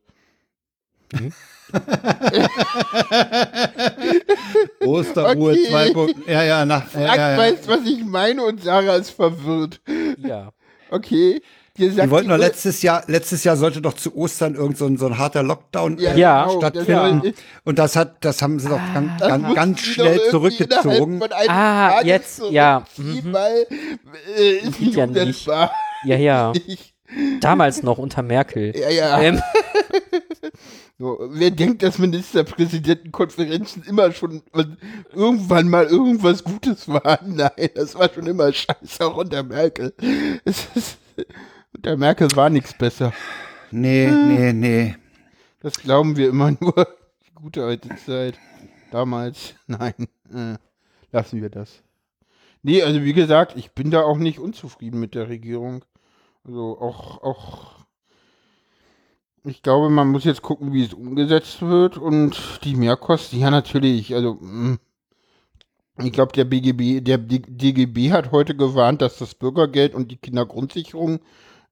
Speaker 2: Osterruhe
Speaker 3: Okay.
Speaker 2: 2.0. Ja, ja, nach, ja,
Speaker 3: Max
Speaker 2: ja, ja.
Speaker 3: weiß, was ich meine und Sarah ist verwirrt.
Speaker 4: ja.
Speaker 3: Okay. Ihr sagt,
Speaker 2: Die wollten doch
Speaker 3: Uhr-
Speaker 2: letztes Jahr, letztes Jahr sollte doch zu Ostern irgend so ein, so ein harter Lockdown äh,
Speaker 4: Ja,
Speaker 2: stattfinden.
Speaker 3: genau, das- Ah.
Speaker 2: Und das hat, das haben sie doch ganz,
Speaker 3: das
Speaker 2: ganz,
Speaker 3: mussten
Speaker 2: ganz
Speaker 3: sie doch
Speaker 2: schnell
Speaker 3: irgendwie innerhalb
Speaker 2: zurückgezogen.
Speaker 3: von einem
Speaker 4: Ah,
Speaker 3: Tag
Speaker 4: jetzt, ja.
Speaker 3: zurückziehen,
Speaker 4: Mhm.
Speaker 3: Weil, äh, ist nicht
Speaker 4: ja nicht.
Speaker 3: umsetzbar.
Speaker 4: Ja, ja.
Speaker 3: [laughs] Ich,
Speaker 4: Damals noch unter Merkel.
Speaker 3: ja, ja.
Speaker 4: Ähm,
Speaker 3: So, wer denkt, dass Ministerpräsidentenkonferenzen immer schon was- irgendwann mal irgendwas Gutes waren? [laughs] Nein, das war schon immer scheiße, auch unter Merkel. Es ist, unter Merkel war nichts besser.
Speaker 2: Nee,
Speaker 3: Hm.
Speaker 2: nee, nee.
Speaker 3: Das glauben wir immer [laughs] nur. Die gute alte Zeit. Damals. Nein. Äh, lassen wir das. Nee, also wie gesagt, ich bin da auch nicht unzufrieden mit der Regierung. Also auch, auch. Ich glaube, man muss jetzt gucken, wie es umgesetzt wird und die Mehrkosten, ja natürlich, also mh. ich glaube, der BGB, der D- DGB hat heute gewarnt, dass das Bürgergeld und die Kindergrundsicherung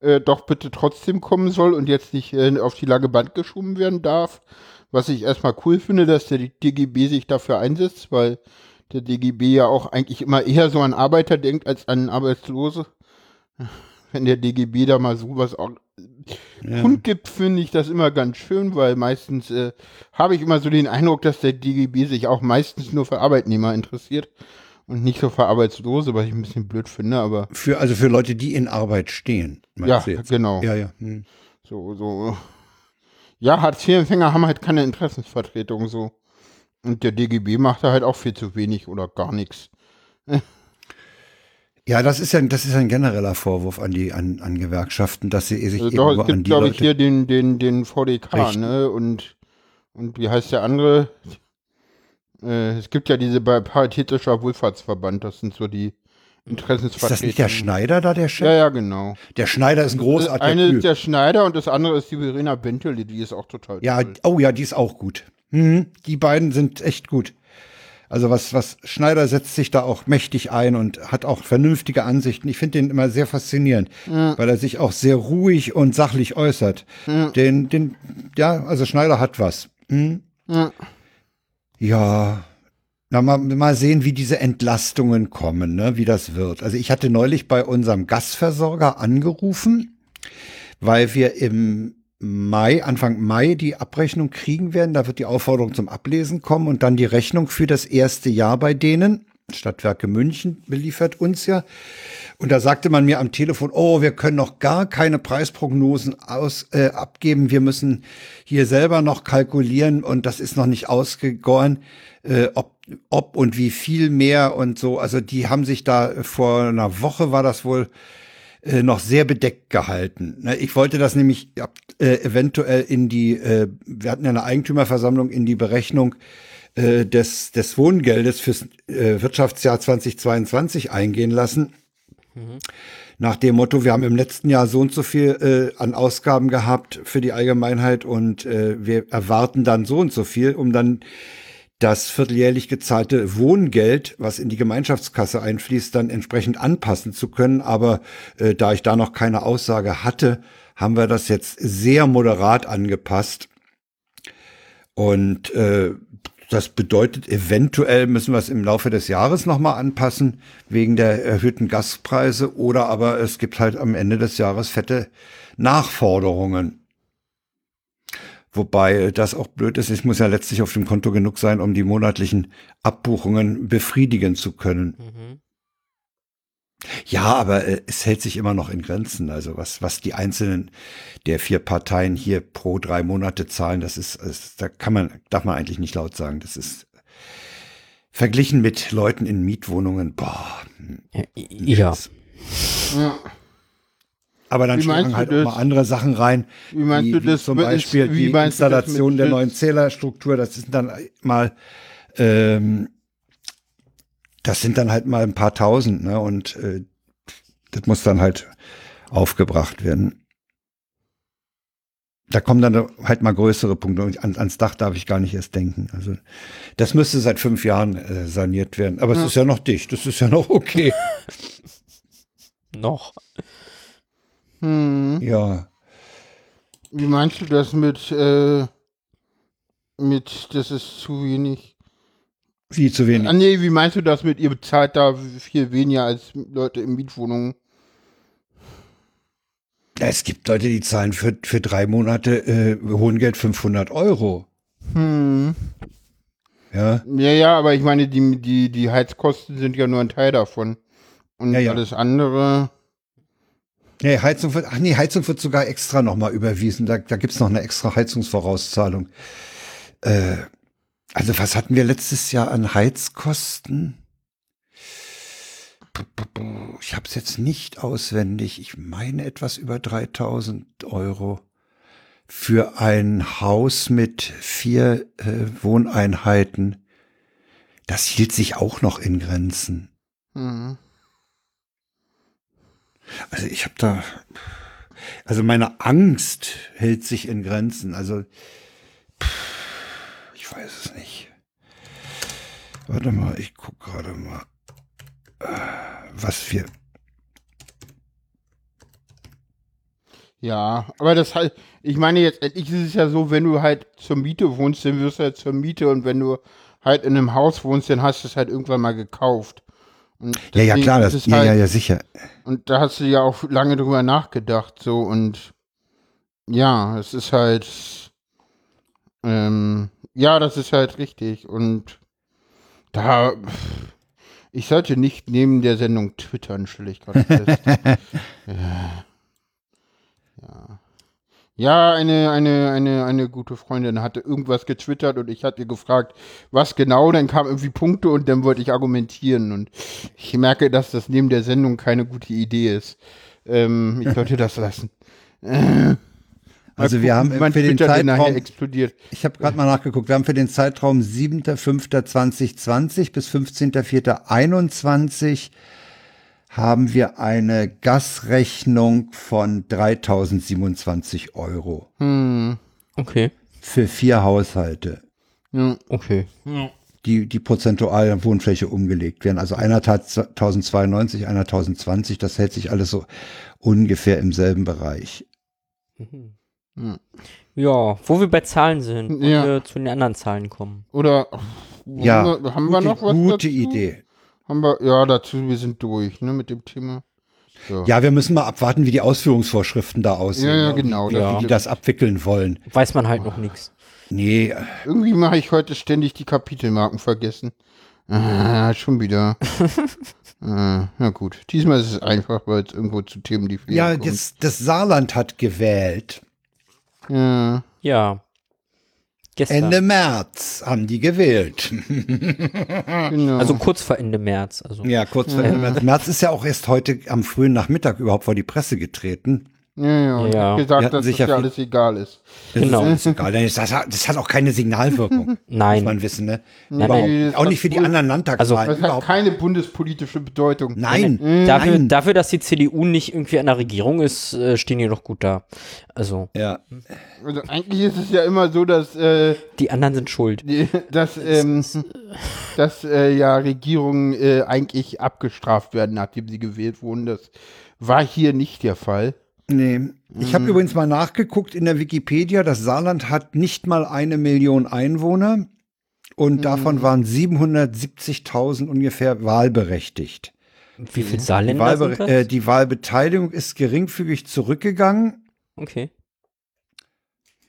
Speaker 3: äh, doch bitte trotzdem kommen soll und jetzt nicht äh, auf die lange Band geschoben werden darf. Was ich erstmal cool finde, dass der DGB sich dafür einsetzt, weil der DGB ja auch eigentlich immer eher so an Arbeiter denkt als an Arbeitslose. [laughs] Wenn der DGB da mal sowas auch kundgibt, finde ich das immer ganz schön, weil meistens äh, habe ich immer so den Eindruck, dass der DGB sich auch meistens nur für Arbeitnehmer interessiert und nicht so für Arbeitslose, was ich ein bisschen blöd finde, aber
Speaker 2: Für, also für Leute, die in Arbeit stehen.
Speaker 3: ja,
Speaker 2: meinst du jetzt?
Speaker 3: genau.
Speaker 2: Ja, ja. Hm.
Speaker 3: So, so. Ja, Hartz-IV-Empfänger haben halt keine Interessensvertretung so. Und der DGB macht da halt auch viel zu wenig oder gar nichts.
Speaker 2: Ja, das ist ja, das ist ein genereller Vorwurf an die, an, an Gewerkschaften, dass sie sich
Speaker 3: Also
Speaker 2: eben
Speaker 3: doch, es
Speaker 2: an
Speaker 3: gibt,
Speaker 2: die
Speaker 3: glaube ich,
Speaker 2: Leute.
Speaker 3: hier den, den, den VDK,
Speaker 2: Richtig.
Speaker 3: ne? Und, und wie heißt der andere? Äh, es gibt ja diese bei Paritätischer Wohlfahrtsverband, das sind so die
Speaker 2: Ist das
Speaker 3: Interessensvertretungen.
Speaker 2: nicht der Schneider da, der Chef?
Speaker 3: Ja, ja, genau.
Speaker 2: Der Schneider ist ein
Speaker 3: Das
Speaker 2: großartiger
Speaker 3: eine
Speaker 2: Typ.
Speaker 3: ist der Schneider und das andere ist die Verena Bentele, die ist auch total
Speaker 2: Ja,
Speaker 3: toll.
Speaker 2: oh ja, die ist auch gut. Mhm, die beiden sind echt gut. Also was, was Schneider setzt sich da auch mächtig ein und hat auch vernünftige Ansichten. Ich finde den immer sehr faszinierend, weil er sich auch sehr ruhig und sachlich äußert. Den, den, ja, also Schneider hat was. Mhm.
Speaker 3: Ja.
Speaker 2: Ja. Na, mal, mal sehen, wie diese Entlastungen kommen, ne? wie das wird. Also ich hatte neulich bei unserem Gasversorger angerufen weil wir im Mai, Anfang Mai die Abrechnung kriegen werden. Da wird die Aufforderung zum Ablesen kommen und dann die Rechnung für das erste Jahr bei denen. Stadtwerke München beliefert uns ja. Und da sagte man mir am Telefon, oh, wir können noch gar keine Preisprognosen aus, äh, abgeben. Wir müssen hier selber noch kalkulieren und das ist noch nicht ausgegoren, äh, ob, ob und wie viel mehr und so. Also die haben sich da vor einer Woche war das wohl äh, noch sehr bedeckt gehalten. Ne, Ich wollte das nämlich ja, äh, eventuell in die, äh, wir hatten ja eine Eigentümerversammlung in die Berechnung äh, des, des Wohngeldes fürs äh, Wirtschaftsjahr 2022 eingehen lassen. Nach dem Motto, wir haben im letzten Jahr so und so viel äh, an Ausgaben gehabt für die Allgemeinheit und äh, wir erwarten dann so und so viel, um dann das vierteljährlich gezahlte Wohngeld, was in die Gemeinschaftskasse einfließt, dann entsprechend anpassen zu können. Aber äh, da ich da noch keine Aussage hatte, haben wir das jetzt sehr moderat angepasst. Und äh, das bedeutet, eventuell müssen wir es im Laufe des Jahres nochmal anpassen, wegen der erhöhten Gaspreise. Oder aber es gibt halt am Ende des Jahres fette Nachforderungen. Wobei äh, das auch blöd ist, es muss ja letztlich auf dem Konto genug sein, um die monatlichen Abbuchungen befriedigen zu können.
Speaker 4: mhm.
Speaker 2: Ja, aber äh, es hält sich immer noch in Grenzen. Also was, was die einzelnen der vier Parteien hier pro drei Monate zahlen, das ist, ist da kann man, darf man eigentlich nicht laut sagen. Das ist verglichen mit Leuten in Mietwohnungen, boah.
Speaker 4: Ja.
Speaker 3: Ja.
Speaker 2: Aber dann
Speaker 3: Wie meinst
Speaker 2: schlagen
Speaker 3: du
Speaker 2: halt auch
Speaker 3: das?
Speaker 2: mal andere Sachen rein.
Speaker 3: Wie meinst
Speaker 2: wie,
Speaker 3: du das
Speaker 2: Wie zum
Speaker 3: mit-
Speaker 2: Beispiel
Speaker 3: wie
Speaker 2: die
Speaker 3: meinst du das mit
Speaker 2: Installation der
Speaker 3: Schütz?
Speaker 2: neuen Zählerstruktur. Das sind dann äh, mal, ähm, das sind dann halt mal ein paar Tausend, ne? Und äh, das muss dann halt aufgebracht werden. Da kommen dann halt mal größere Punkte. Und an, ans Dach darf ich gar nicht erst denken. Also das müsste seit fünf Jahren äh, saniert werden. Aber es ist ja noch dicht. Das ist ja noch okay. [laughs]
Speaker 4: Noch.
Speaker 3: Hm.
Speaker 2: ja.
Speaker 3: Wie meinst du das mit, äh, mit, das ist zu wenig?
Speaker 2: Wie zu wenig.
Speaker 3: Ah, nee, wie meinst du das mit, ihr bezahlt da viel weniger als Leute in Mietwohnungen?
Speaker 2: Ja, Es gibt Leute, die zahlen für, für drei Monate äh, Hohengeld 500 Euro.
Speaker 3: Hm.
Speaker 2: Ja,
Speaker 3: Ja, ja, aber ich meine, die, die, die Heizkosten sind ja nur ein Teil davon. Und
Speaker 2: Ja, ja.
Speaker 3: alles andere.
Speaker 2: nee, Heizung wird, ach nee, Heizung wird sogar extra nochmal überwiesen. Da, da gibt's noch eine extra Heizungsvorauszahlung. Äh, also was hatten wir letztes Jahr an Heizkosten? Ich habe es jetzt nicht auswendig. Ich meine etwas über 3000 Euro für ein Haus mit vier äh, Wohneinheiten. Das hielt sich auch noch in Grenzen.
Speaker 3: Hm.
Speaker 2: Also ich habe da, also meine Angst hält sich in Grenzen. Also pff, ich weiß es nicht. Warte mal, ich guck gerade mal, äh, was wir.
Speaker 3: Ja, aber das halt, ich meine jetzt, endlich ist es ja so, wenn du halt zur Miete wohnst, dann wirst du halt zur Miete und wenn du halt in einem Haus wohnst, dann hast du es halt irgendwann mal gekauft. Und
Speaker 2: Ja, ja
Speaker 3: deswegen
Speaker 2: klar,
Speaker 3: ist
Speaker 2: das,
Speaker 3: es
Speaker 2: ja,
Speaker 3: halt,
Speaker 2: ja, ja, sicher.
Speaker 3: Und da hast du ja auch lange drüber nachgedacht, so und ja, es ist halt, ähm, ja, das ist halt richtig und da, ich sollte nicht neben der Sendung twittern, stelle ich gerade fest. Ja, eine, eine, eine, eine gute Freundin hatte irgendwas getwittert und ich hatte ihr gefragt, was genau, dann kamen irgendwie Punkte und dann wollte ich argumentieren und ich merke, dass das neben der Sendung keine gute Idee ist. Ähm, ich sollte das lassen. Mal
Speaker 2: Also wir
Speaker 3: gucken,
Speaker 2: haben
Speaker 3: wann
Speaker 2: für den
Speaker 3: Twitter denn nachher
Speaker 2: Zeitraum,
Speaker 3: explodiert.
Speaker 2: ich habe gerade mal nachgeguckt, wir haben für den Zeitraum 7.5.2020 bis 15.4.21 haben wir eine Gasrechnung von 3.027 Euro.
Speaker 3: Hm,
Speaker 4: Okay.
Speaker 2: für vier Haushalte,
Speaker 3: ja.
Speaker 4: Okay.
Speaker 2: die, die prozentual an Wohnfläche umgelegt werden. Also einer tat 1092, einer 1020, das hält sich alles so ungefähr im selben Bereich.
Speaker 4: Ja, wo wir bei Zahlen sind,
Speaker 3: Ja.
Speaker 4: und wir zu den anderen Zahlen kommen.
Speaker 3: Oder
Speaker 2: Ja,
Speaker 3: haben wir, haben wir
Speaker 2: gute,
Speaker 3: noch was
Speaker 2: gute
Speaker 3: dazu?
Speaker 2: Idee.
Speaker 3: Haben wir, ja, dazu, wir sind durch, ne, mit dem Thema. So.
Speaker 2: Ja, wir müssen mal abwarten, wie die Ausführungsvorschriften da aussehen.
Speaker 3: Ja, ja,
Speaker 2: ne?
Speaker 3: genau,
Speaker 2: Wie,
Speaker 3: das
Speaker 2: wie die
Speaker 3: stimmt.
Speaker 2: das abwickeln wollen.
Speaker 4: Weiß man halt noch nichts.
Speaker 2: Nee,
Speaker 3: Irgendwie mache ich heute ständig die Kapitelmarken vergessen. Ah, schon
Speaker 2: [laughs]
Speaker 3: wieder. ah, na gut, diesmal ist es einfach, weil es irgendwo zu Themen, die fehlen.
Speaker 2: ja,
Speaker 3: kommt.
Speaker 2: das, das Saarland hat gewählt.
Speaker 3: Ja.
Speaker 4: Ja. Gestern.
Speaker 2: Ende März haben die gewählt.
Speaker 3: Genau.
Speaker 4: Also kurz vor Ende März. Also.
Speaker 2: Ja, kurz vor Ende März. März ist ja auch erst heute am frühen Nachmittag überhaupt vor die Presse getreten.
Speaker 3: ja, ja, und
Speaker 4: Ja.
Speaker 3: ja.
Speaker 2: Wir
Speaker 3: gesagt,
Speaker 2: hatten
Speaker 3: dass das
Speaker 2: sicher
Speaker 3: ja
Speaker 2: viel-
Speaker 3: alles egal ist.
Speaker 2: Das
Speaker 4: Genau.
Speaker 2: Ist uns egal. Das hat, das hat auch keine Signalwirkung.
Speaker 4: Nein.
Speaker 2: Muss man wissen, ne?
Speaker 4: nein.
Speaker 2: Überhaupt.
Speaker 3: Nee, das
Speaker 2: Auch nicht für die
Speaker 3: hat-
Speaker 2: anderen Landtagswahlen.
Speaker 4: Also-
Speaker 3: Das hat
Speaker 2: überhaupt.
Speaker 3: keine bundespolitische Bedeutung.
Speaker 2: Nein.
Speaker 4: Dafür,
Speaker 2: Nein.
Speaker 4: dafür, dass die CDU nicht irgendwie an der Regierung ist, äh, stehen die doch gut da. Also,
Speaker 2: Ja.
Speaker 3: Also eigentlich ist es ja immer so, dass, äh,
Speaker 4: die anderen sind schuld.
Speaker 3: die- dass, ähm, dass äh, ja Regierungen äh, eigentlich abgestraft werden, nachdem sie gewählt wurden. Das war hier nicht der Fall.
Speaker 2: Nee. Ich habe übrigens mal nachgeguckt in der Wikipedia, das Saarland hat nicht mal eine Million Einwohner und davon waren 770.000 ungefähr wahlberechtigt.
Speaker 4: Wie viel
Speaker 2: Die,
Speaker 4: Saarländer sind
Speaker 2: Wahlbe
Speaker 4: das?
Speaker 2: äh, die Wahlbeteiligung ist geringfügig zurückgegangen.
Speaker 4: okay.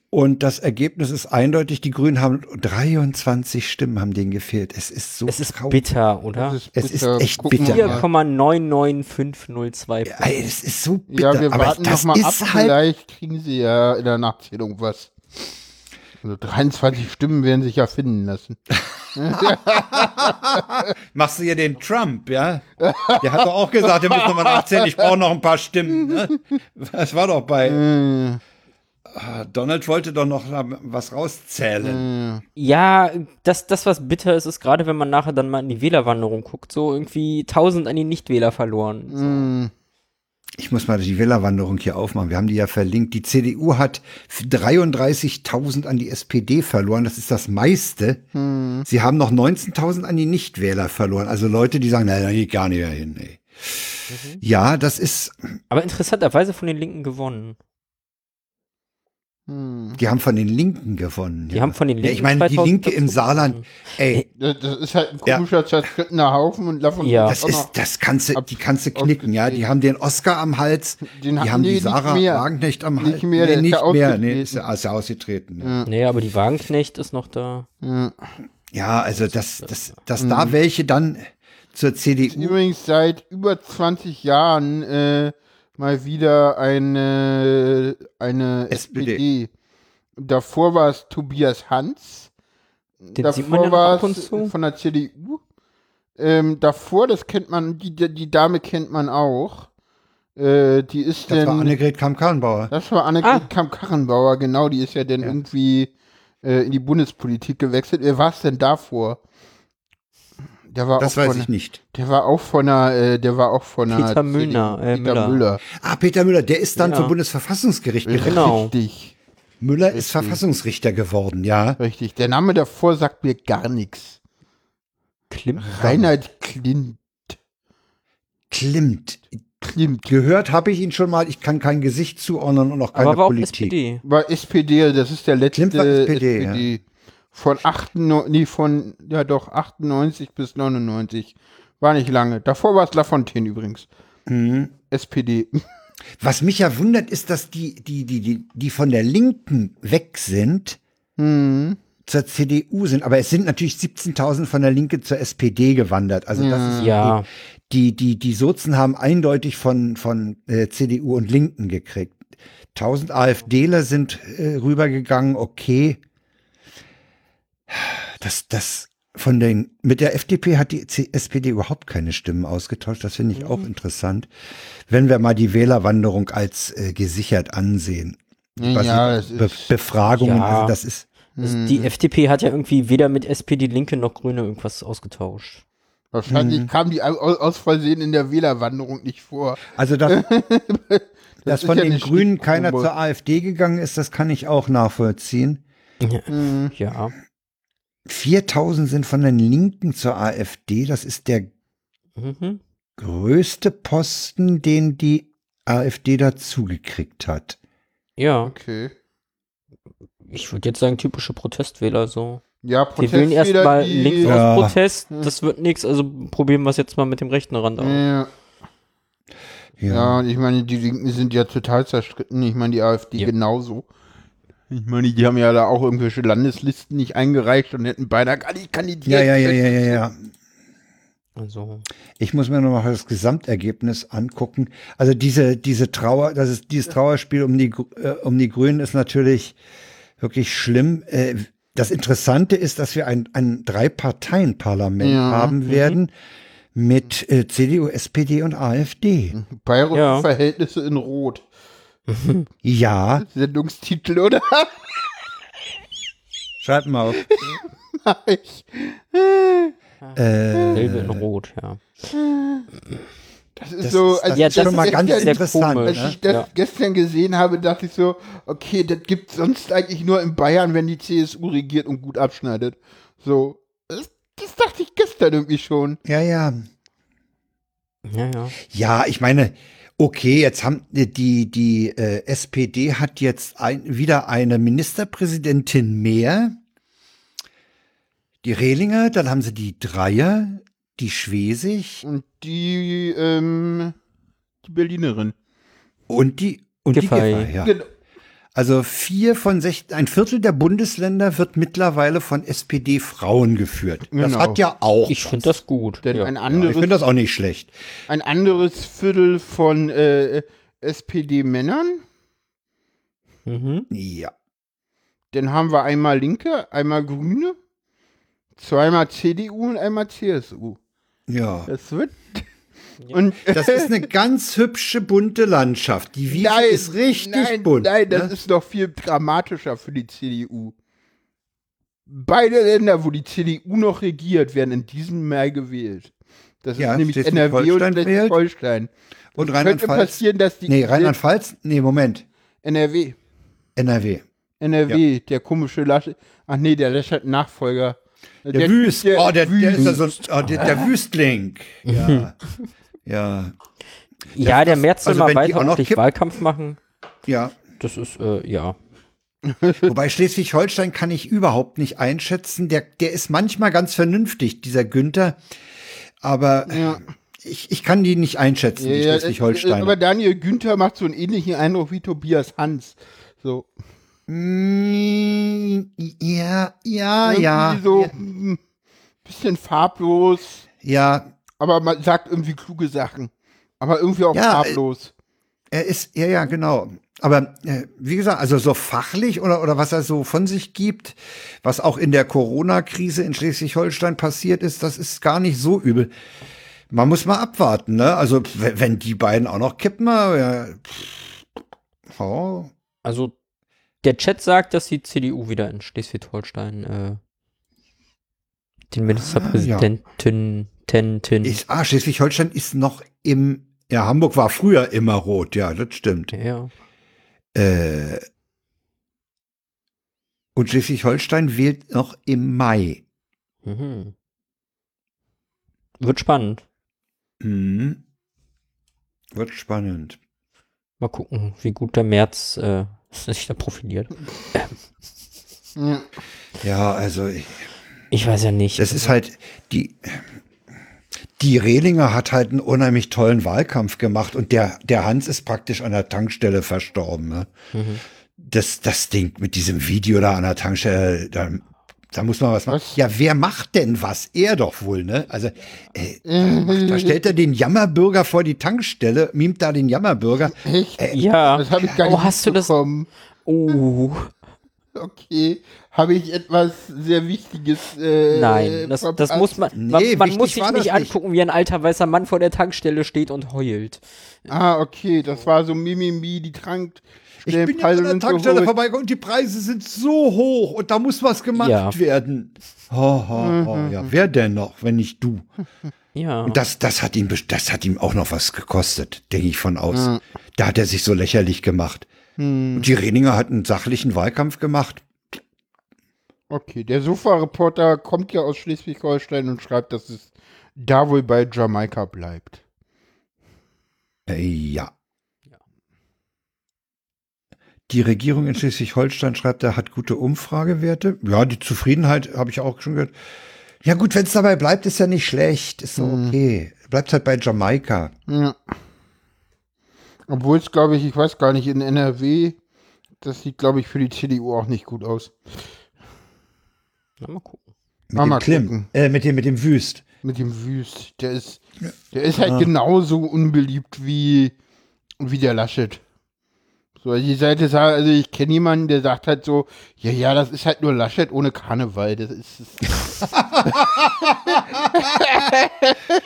Speaker 2: Und das Ergebnis ist eindeutig, die Grünen haben 23 Stimmen haben denen gefehlt. Es ist so
Speaker 4: Es ist
Speaker 2: traurig.
Speaker 4: bitter, oder?
Speaker 2: Es ist
Speaker 3: bitter.
Speaker 2: echt
Speaker 3: Gucken wir
Speaker 2: bitter.
Speaker 3: mal.
Speaker 4: 4,99502.
Speaker 2: Ja, ey, Es ist so bitter.
Speaker 3: Ja, wir
Speaker 2: aber
Speaker 3: warten
Speaker 2: das
Speaker 3: noch mal ab.
Speaker 2: ist halt
Speaker 3: Vielleicht kriegen sie ja in der Nachzählung was. Also 23 Stimmen werden sich ja finden lassen.
Speaker 2: Machst du hier den Trump, ja? Der hat doch auch gesagt, der muss nochmal nachzählen, ich brauche noch ein paar Stimmen. Ne? Das war doch bei.
Speaker 3: Hm.
Speaker 2: Ah, Donald wollte doch noch was rauszählen.
Speaker 4: Ja, das, das, was bitter ist, ist gerade, wenn man nachher dann mal in die Wählerwanderung guckt, so irgendwie 1000 an die Nichtwähler verloren.
Speaker 2: Ich muss mal die Wählerwanderung hier aufmachen. Wir haben die ja verlinkt. Die CDU hat 33.000 an die SPD verloren. Das ist das meiste. Sie haben noch 19.000 an die Nichtwähler verloren. Also Leute, die sagen, nein, da geht gar nicht mehr hin. Ey.
Speaker 3: Mhm.
Speaker 2: Ja, das ist,
Speaker 4: Aber interessanterweise von den Linken gewonnen.
Speaker 3: Hm.
Speaker 2: die haben von den Linken gewonnen.
Speaker 4: Die haben von den
Speaker 2: Ja, ich
Speaker 4: Linken
Speaker 2: meine, die
Speaker 4: 2000
Speaker 2: Linke im Saarland, ey,
Speaker 3: Das, das ist halt ein
Speaker 2: Ja.
Speaker 3: komischer, zerstrittener Haufen und davon
Speaker 4: Ja.
Speaker 2: Das ist, das kannst du,
Speaker 3: Ab-
Speaker 2: die kannst du knicken, ja. Die haben den Oscar am Hals,
Speaker 3: Den
Speaker 2: die
Speaker 3: hatten
Speaker 2: haben
Speaker 3: die
Speaker 2: die
Speaker 3: nicht
Speaker 2: Sarah
Speaker 3: mehr.
Speaker 2: Wagenknecht am Hals.
Speaker 3: Nicht mehr, der ist
Speaker 2: nicht
Speaker 3: ja
Speaker 2: mehr,
Speaker 3: ausgetreten.
Speaker 2: nee, ist ja, ist ja ausgetreten. Ja,
Speaker 4: Nee, aber die Wagenknecht ist noch da.
Speaker 2: also das, das, dass da welche dann zur CDU,
Speaker 3: übrigens seit über 20 Jahren äh, mal wieder eine, eine
Speaker 2: SPD.
Speaker 3: SPD. Davor war es Tobias Hans.
Speaker 4: Den sieht man ja
Speaker 3: davor
Speaker 4: noch
Speaker 3: war
Speaker 4: ab und
Speaker 3: es
Speaker 4: zu.
Speaker 3: von der CDU. Ähm, davor, das kennt man, die, die Dame kennt man auch. Äh, die ist
Speaker 2: das
Speaker 3: denn.
Speaker 2: war Annegret Kamm-Karrenbauer.
Speaker 3: Das war
Speaker 4: Ah.
Speaker 3: Annegret Kamm-Karrenbauer, genau, die ist ja dann irgendwie äh, in die Bundespolitik gewechselt. Wer war es denn davor? Der war
Speaker 2: Das
Speaker 3: auch
Speaker 2: weiß
Speaker 3: von,
Speaker 2: ich nicht.
Speaker 3: Der war auch von einer, äh, der war auch von einer
Speaker 4: Peter Müller, äh,
Speaker 3: Peter
Speaker 4: Müller.
Speaker 3: Müller.
Speaker 2: Ah, Peter Müller, der ist dann
Speaker 4: Ja.
Speaker 2: vom Bundesverfassungsgericht gegangen.
Speaker 4: Genau.
Speaker 3: Richtig,
Speaker 2: Müller ist Verfassungsrichter geworden, ja.
Speaker 3: richtig. Der Name davor sagt mir gar nichts.
Speaker 4: Klimt.
Speaker 3: Reinhard Klint.
Speaker 2: Klimt.
Speaker 3: Klimt.
Speaker 2: Gehört habe ich ihn schon mal. Ich kann kein Gesicht zuordnen und auch keine
Speaker 4: Aber war auch
Speaker 2: Politik.
Speaker 4: SPD.
Speaker 3: War SPD, das ist der letzte
Speaker 2: Klimt war SPD,
Speaker 3: Von 98, nee, von, ja doch, 98 bis 99. War nicht lange. Davor war es Lafontaine übrigens.
Speaker 2: Mhm.
Speaker 3: SPD.
Speaker 2: Was mich ja wundert, ist, dass die, die, die, die, die von der Linken weg sind, zur CDU sind. Aber es sind natürlich 17.000 von der Linke zur SPD gewandert. Also das ist
Speaker 4: Ja.
Speaker 2: Die, die, die Sozen haben eindeutig von, von äh, CDU und Linken gekriegt. 1000 AfDler sind äh, rübergegangen, okay. Das, das von den, mit der FDP hat die C SPD überhaupt keine Stimmen ausgetauscht. Das finde ich auch interessant. Wenn wir mal die Wählerwanderung als äh, gesichert ansehen.
Speaker 3: Hm, Ja, das
Speaker 2: Be
Speaker 3: ist.
Speaker 2: Befragungen,
Speaker 4: Ja.
Speaker 2: also das ist,
Speaker 4: Also die FDP hat ja irgendwie weder mit SPD, Linke noch Grüne irgendwas ausgetauscht.
Speaker 3: [laughs] Wahrscheinlich
Speaker 2: Mhm.
Speaker 3: kam die au- aus Versehen in der Wählerwanderung nicht
Speaker 4: [laughs]
Speaker 3: vor.
Speaker 2: also
Speaker 3: [laughs]
Speaker 2: das, dass
Speaker 3: ist
Speaker 2: von
Speaker 3: ja
Speaker 2: den
Speaker 3: eine
Speaker 2: Grünen keiner
Speaker 3: Stichprobe.
Speaker 2: zur AfD gegangen ist, das kann ich auch nachvollziehen.
Speaker 3: Mhm.
Speaker 4: Ja.
Speaker 2: 4000 sind von den Linken zur AfD. Das ist der
Speaker 4: Mhm.
Speaker 2: größte Posten, den die AfD dazugekriegt hat.
Speaker 4: Ja.
Speaker 3: Okay.
Speaker 4: Ich würde jetzt sagen, typische Protestwähler so.
Speaker 3: Ja,
Speaker 4: Wir wählen
Speaker 3: Protestwähler,
Speaker 4: erstmal
Speaker 3: die- Hm.
Speaker 4: links
Speaker 2: Ja.
Speaker 4: aus Protest, das wird nichts, also probieren wir es jetzt mal mit dem rechten Rand aus.
Speaker 3: Ja, ja, und ich meine, die Linken sind ja total zerstritten. Ich meine, die AfD
Speaker 4: Ja.
Speaker 3: genauso. Ich meine, die haben ja da auch irgendwelche Landeslisten nicht eingereicht und hätten beinahe gar nicht kandidiert.
Speaker 2: Ja, ja, ja, ja, ja, ja.
Speaker 4: Also,
Speaker 2: Ich muss mir nochmal das Gesamtergebnis angucken. Also diese, diese Trauer, das ist, dieses Trauerspiel um die, Gr- äh, um die Grünen ist natürlich wirklich schlimm. Äh, das Interessante ist, dass wir ein, ein Drei-Parteien-Parlament
Speaker 3: Ja.
Speaker 4: mhm.
Speaker 2: haben werden mit äh, CDU, SPD und AfD.
Speaker 4: Mhm.
Speaker 3: Bayerische
Speaker 4: Ja.
Speaker 3: Verhältnisse in Rot.
Speaker 2: Ja,
Speaker 3: Sendungstitel, oder? [laughs]
Speaker 2: schreibt mal auf.
Speaker 3: Ich-
Speaker 4: gelbe in rot, ja.
Speaker 3: Das ist
Speaker 2: Das
Speaker 3: so,
Speaker 2: ist-
Speaker 3: als
Speaker 4: Ja,
Speaker 3: ich
Speaker 4: das
Speaker 2: schon
Speaker 4: ist
Speaker 2: mal ganz
Speaker 4: sehr
Speaker 3: gestern,
Speaker 2: interessant.
Speaker 4: komisch.
Speaker 3: als
Speaker 2: Ne?
Speaker 3: ich das
Speaker 4: Ja.
Speaker 3: gestern gesehen habe, dachte ich so, okay, das gibt sonst eigentlich nur in Bayern, wenn die CSU regiert und gut abschneidet. So, das, das dachte ich gestern irgendwie schon.
Speaker 2: Ja, ja.
Speaker 4: Ja, ja.
Speaker 2: Ja, ich meine, okay, jetzt haben die, die äh, SPD hat jetzt ein, wieder eine Ministerpräsidentin mehr. Die Rehlinger, dann haben sie die Dreier, die Schwesig
Speaker 3: Und die, ähm, die Berlinerin.
Speaker 2: und die und
Speaker 4: Giffey.
Speaker 2: die Giffey, ja.
Speaker 3: Genau.
Speaker 2: Also vier von sech, ein Viertel der Bundesländer wird mittlerweile von SPD-Frauen geführt. Das
Speaker 3: Genau.
Speaker 2: hat ja auch.
Speaker 4: Ich finde das gut.
Speaker 3: Denn
Speaker 4: ja.
Speaker 3: ein
Speaker 2: ja, ich
Speaker 3: anderes,
Speaker 2: finde das auch nicht schlecht.
Speaker 3: ein anderes Viertel von äh, SPD-Männern,
Speaker 4: mhm.
Speaker 2: Ja.
Speaker 3: Dann haben wir einmal Linke, einmal Grüne, zweimal CDU und einmal CSU.
Speaker 2: Ja.
Speaker 3: Das wird. [laughs] Und äh,
Speaker 2: Das ist
Speaker 3: [laughs]
Speaker 2: eine ganz hübsche, bunte Landschaft. Die Wiese ist richtig
Speaker 3: nein,
Speaker 2: bunt.
Speaker 3: Nein, das
Speaker 2: ne?
Speaker 3: ist noch viel dramatischer für die CDU. Beide Länder, wo die CDU noch regiert, werden in diesem Mai gewählt. Das ist
Speaker 2: Ja,
Speaker 3: nämlich NRW
Speaker 2: Schleswig-Holstein
Speaker 3: und
Speaker 2: wählt.
Speaker 3: Schleswig-Holstein.
Speaker 2: Und
Speaker 3: Könnte
Speaker 2: Rheinland-Pfalz.
Speaker 3: passieren, dass die
Speaker 2: Nee, Rheinland-Pfalz? Nee, Moment.
Speaker 3: NRW.
Speaker 2: NRW.
Speaker 3: NRW, der komische Lasch. Ach nee, der Laschet Nachfolger.
Speaker 2: Der, Wüst. oh, der, der ist
Speaker 3: Wüst.
Speaker 2: ja so, oh, der,
Speaker 3: [laughs]
Speaker 2: der Wüstling. Ja. ja.
Speaker 4: Ja, der März soll
Speaker 2: also
Speaker 4: mal
Speaker 2: wenn die
Speaker 4: weiter
Speaker 2: auch noch
Speaker 4: ordentlich
Speaker 2: kippen-
Speaker 4: Wahlkampf machen.
Speaker 2: Ja.
Speaker 4: Das ist, äh, ja.
Speaker 2: Wobei Schleswig-Holstein kann ich überhaupt nicht einschätzen. Der, der ist manchmal ganz vernünftig, dieser Günther. Aber ich, ich kann die nicht einschätzen, die
Speaker 3: Ja, ja,
Speaker 2: Schleswig-Holsteiner.
Speaker 3: Aber Daniel Günther macht so einen ähnlichen Eindruck wie Tobias Hans. So.
Speaker 2: Mm, Ja, ja,
Speaker 3: Irgendwie
Speaker 2: Ah, ja.
Speaker 3: So ein bisschen farblos,
Speaker 2: Ja,
Speaker 3: aber man sagt irgendwie kluge Sachen. Aber irgendwie auch
Speaker 2: Ja, äh,
Speaker 3: farblos.
Speaker 2: er ist, ja, ja, genau. Aber äh, wie gesagt, also so fachlich oder, oder was er so von sich gibt, was auch in der Corona-Krise in Schleswig-Holstein passiert ist, das ist gar nicht so übel. Man muss mal abwarten, ne? Also w- wenn die beiden auch noch kippen, äh, pff, oh,
Speaker 4: Also, der Chat sagt, dass die CDU wieder in Schleswig-Holstein, äh, den
Speaker 2: Ah,
Speaker 4: Ministerpräsidenten, ten, ten,
Speaker 2: ist, ah, Schleswig-Holstein ist noch im, ja, Hamburg war früher immer rot, ja, das stimmt.
Speaker 4: ja.
Speaker 2: Äh, und Schleswig-Holstein wählt noch im Mai.
Speaker 4: Mhm. Wird spannend.
Speaker 2: Mhm. Wird spannend.
Speaker 4: Mal gucken, wie gut der März äh, [laughs] sich da profiliert.
Speaker 3: Ja.
Speaker 2: Ja, also ich-
Speaker 4: Ich weiß ja nicht.
Speaker 2: das ist halt die. Die Rehlinger hat halt einen unheimlich tollen Wahlkampf gemacht und der, der Hans ist praktisch an der Tankstelle verstorben. Ne?
Speaker 4: Mhm.
Speaker 2: Das, das Ding mit diesem Video da an der Tankstelle, da, da muss man was machen.
Speaker 3: Was?
Speaker 2: Ja, wer macht denn was? Er doch wohl, ne? Also, äh, da stellt er den Jammerbürger vor die Tankstelle, mimt da den Jammerbürger.
Speaker 3: Echt?
Speaker 2: äh,
Speaker 4: ja.
Speaker 3: Das habe ich gar
Speaker 4: Oh,
Speaker 3: nicht
Speaker 4: hast du das?
Speaker 3: mitbekommen.
Speaker 4: Oh.
Speaker 3: Okay. Habe ich etwas sehr Wichtiges. Äh,
Speaker 4: Nein, das, das
Speaker 3: verpasst?
Speaker 4: muss man.
Speaker 2: Nee,
Speaker 4: man man
Speaker 2: wichtig
Speaker 4: muss sich
Speaker 2: war das
Speaker 4: nicht
Speaker 2: nicht.
Speaker 4: angucken, wie ein alter weißer Mann vor der Tankstelle steht und heult.
Speaker 3: Ah, okay. Das war so Mimimi, die trank.
Speaker 2: Ich bin ja an der Tankstelle vorbeigekommen und die Preise sind so hoch und da muss was gemacht
Speaker 4: Ja.
Speaker 2: werden. Ho, ho, ho. Ja, wer denn noch, wenn nicht du?
Speaker 4: Ja.
Speaker 2: Und das, das, hat ihm, best- das hat ihm auch noch was gekostet, denke ich von aus. Da hat er sich so lächerlich gemacht. Und die Reninger hat einen sachlichen Wahlkampf gemacht.
Speaker 3: Okay, der Sofa-Reporter kommt ja aus Schleswig-Holstein und schreibt, dass es da wohl bei Jamaika bleibt.
Speaker 2: Äh, ja. Die Regierung in Schleswig-Holstein schreibt, er hat gute Umfragewerte. Ja, die Zufriedenheit habe ich auch schon gehört. Ja gut, wenn es dabei bleibt, ist ja nicht schlecht. Ist doch okay. Bleibt halt bei Jamaika.
Speaker 3: Ja. Obwohl es, glaube ich, ich weiß gar nicht, in NRW, das sieht, glaube ich, für die CDU auch nicht gut aus.
Speaker 4: Na, mal gucken.
Speaker 2: Mit
Speaker 3: Ah,
Speaker 2: dem
Speaker 3: mal
Speaker 2: Klim.
Speaker 3: gucken.
Speaker 2: Äh, mit dem, mit dem Wüst.
Speaker 3: Mit dem Wüst, der ist, der ist halt genauso unbeliebt wie, wie der Laschet. So, also die Seite sagt, also ich kenne jemanden, der sagt halt so, ja, ja, das ist halt nur Laschet ohne Karneval. Das ist, das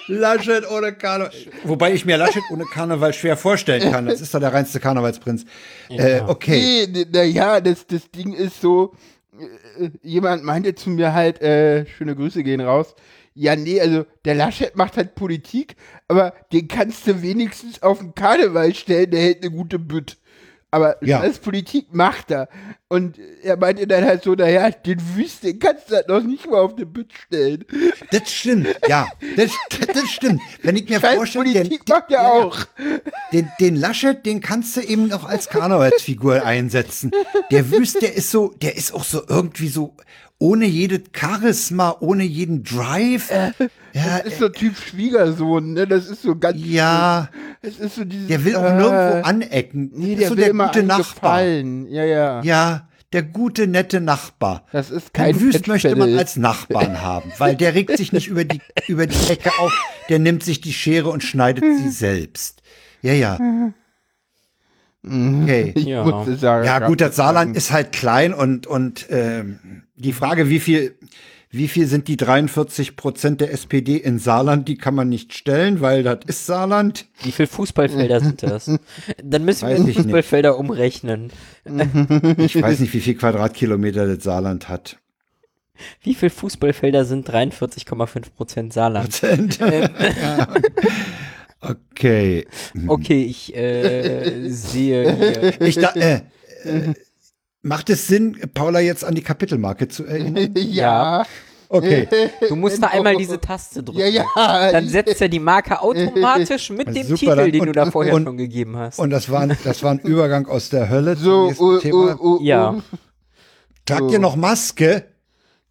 Speaker 2: Laschet ohne Karneval. Wobei ich mir Laschet ohne Karneval schwer vorstellen kann. Das ist doch der reinste Karnevalsprinz. Äh, okay.
Speaker 3: Nee, nee, naja, das, das Ding ist so, äh, jemand meinte zu mir halt, äh, schöne Grüße gehen raus. Ja, nee, also der Laschet macht halt Politik, aber den kannst du wenigstens auf den Karneval stellen, der hält eine gute Bütt. Aber
Speaker 2: Ja.
Speaker 3: als Politik macht er. Und er meinte dann halt so, naja, den Wüst, den kannst du halt noch nicht mal auf eine Bütt stellen.
Speaker 2: Das stimmt. Ja, das, das stimmt. Wenn ich mir
Speaker 3: Scheiß
Speaker 2: vorstelle, den,
Speaker 3: Politik macht er auch.
Speaker 2: Den, den Laschet, den kannst du eben noch als Karnevalsfigur einsetzen. Der Wüst, der ist so, der ist auch so irgendwie so ohne jede Charisma, ohne jeden Drive. Ja,
Speaker 3: Das ist so Typ Schwiegersohn, ne? Das ist so ganz.
Speaker 2: ja
Speaker 3: Das ist so dieses,
Speaker 2: der will auch
Speaker 3: äh,
Speaker 2: nirgendwo anecken.
Speaker 3: Nee,
Speaker 2: ist
Speaker 3: der
Speaker 2: so
Speaker 3: will
Speaker 2: der
Speaker 3: immer
Speaker 2: gute
Speaker 3: einem
Speaker 2: Nachbar.
Speaker 3: gefallen. Ja, ja,
Speaker 2: Ja, der gute, nette Nachbar.
Speaker 3: Das ist kein
Speaker 2: Den Wüst möchte man
Speaker 3: Fettpedel.
Speaker 2: als Nachbarn haben, weil der regt sich nicht über
Speaker 3: [laughs]
Speaker 2: die, über die Ecke auf, der nimmt sich die Schere und schneidet sie selbst. Ja, ja.
Speaker 3: Mhm. [laughs]
Speaker 2: Okay.
Speaker 3: Ich
Speaker 4: Ja.
Speaker 3: musste sagen.
Speaker 2: Ja, gut, das Saarland ist halt klein und, und ähm, die Frage, wie viel, wie viel sind die 43 Prozent der SPD in Saarland, die kann man nicht stellen, weil das ist Saarland.
Speaker 4: Wie viele Fußballfelder
Speaker 2: [laughs]
Speaker 4: sind das? Dann müssen
Speaker 2: Weiß
Speaker 4: wir die
Speaker 2: ich nicht.
Speaker 4: Fußballfelder umrechnen.
Speaker 2: Ich weiß nicht, wie viel Quadratkilometer das Saarland hat.
Speaker 4: Wie viele Fußballfelder sind 43,5% Saarland?
Speaker 2: Okay.
Speaker 4: Okay, ich äh, sehe hier.
Speaker 2: Ich da, äh, äh, macht es Sinn, Paula jetzt an die Kapitelmarke zu erinnern?
Speaker 3: [laughs]
Speaker 4: Ja.
Speaker 3: ja.
Speaker 2: Okay. [laughs]
Speaker 4: Du musst da einmal diese Taste drücken.
Speaker 3: Ja, ja.
Speaker 4: Dann setzt er
Speaker 3: [laughs]
Speaker 4: die Marke automatisch mit dem
Speaker 2: Super,
Speaker 4: Titel,
Speaker 2: dann-
Speaker 4: den du da
Speaker 2: und-
Speaker 4: vorher
Speaker 2: und-
Speaker 4: schon gegeben hast.
Speaker 2: Und das war, ein- das war ein Übergang aus der Hölle zum
Speaker 3: so,
Speaker 2: nächsten
Speaker 3: uh,
Speaker 2: Thema.
Speaker 3: uh, uh,
Speaker 4: Ja.
Speaker 2: Tragt ihr noch Maske?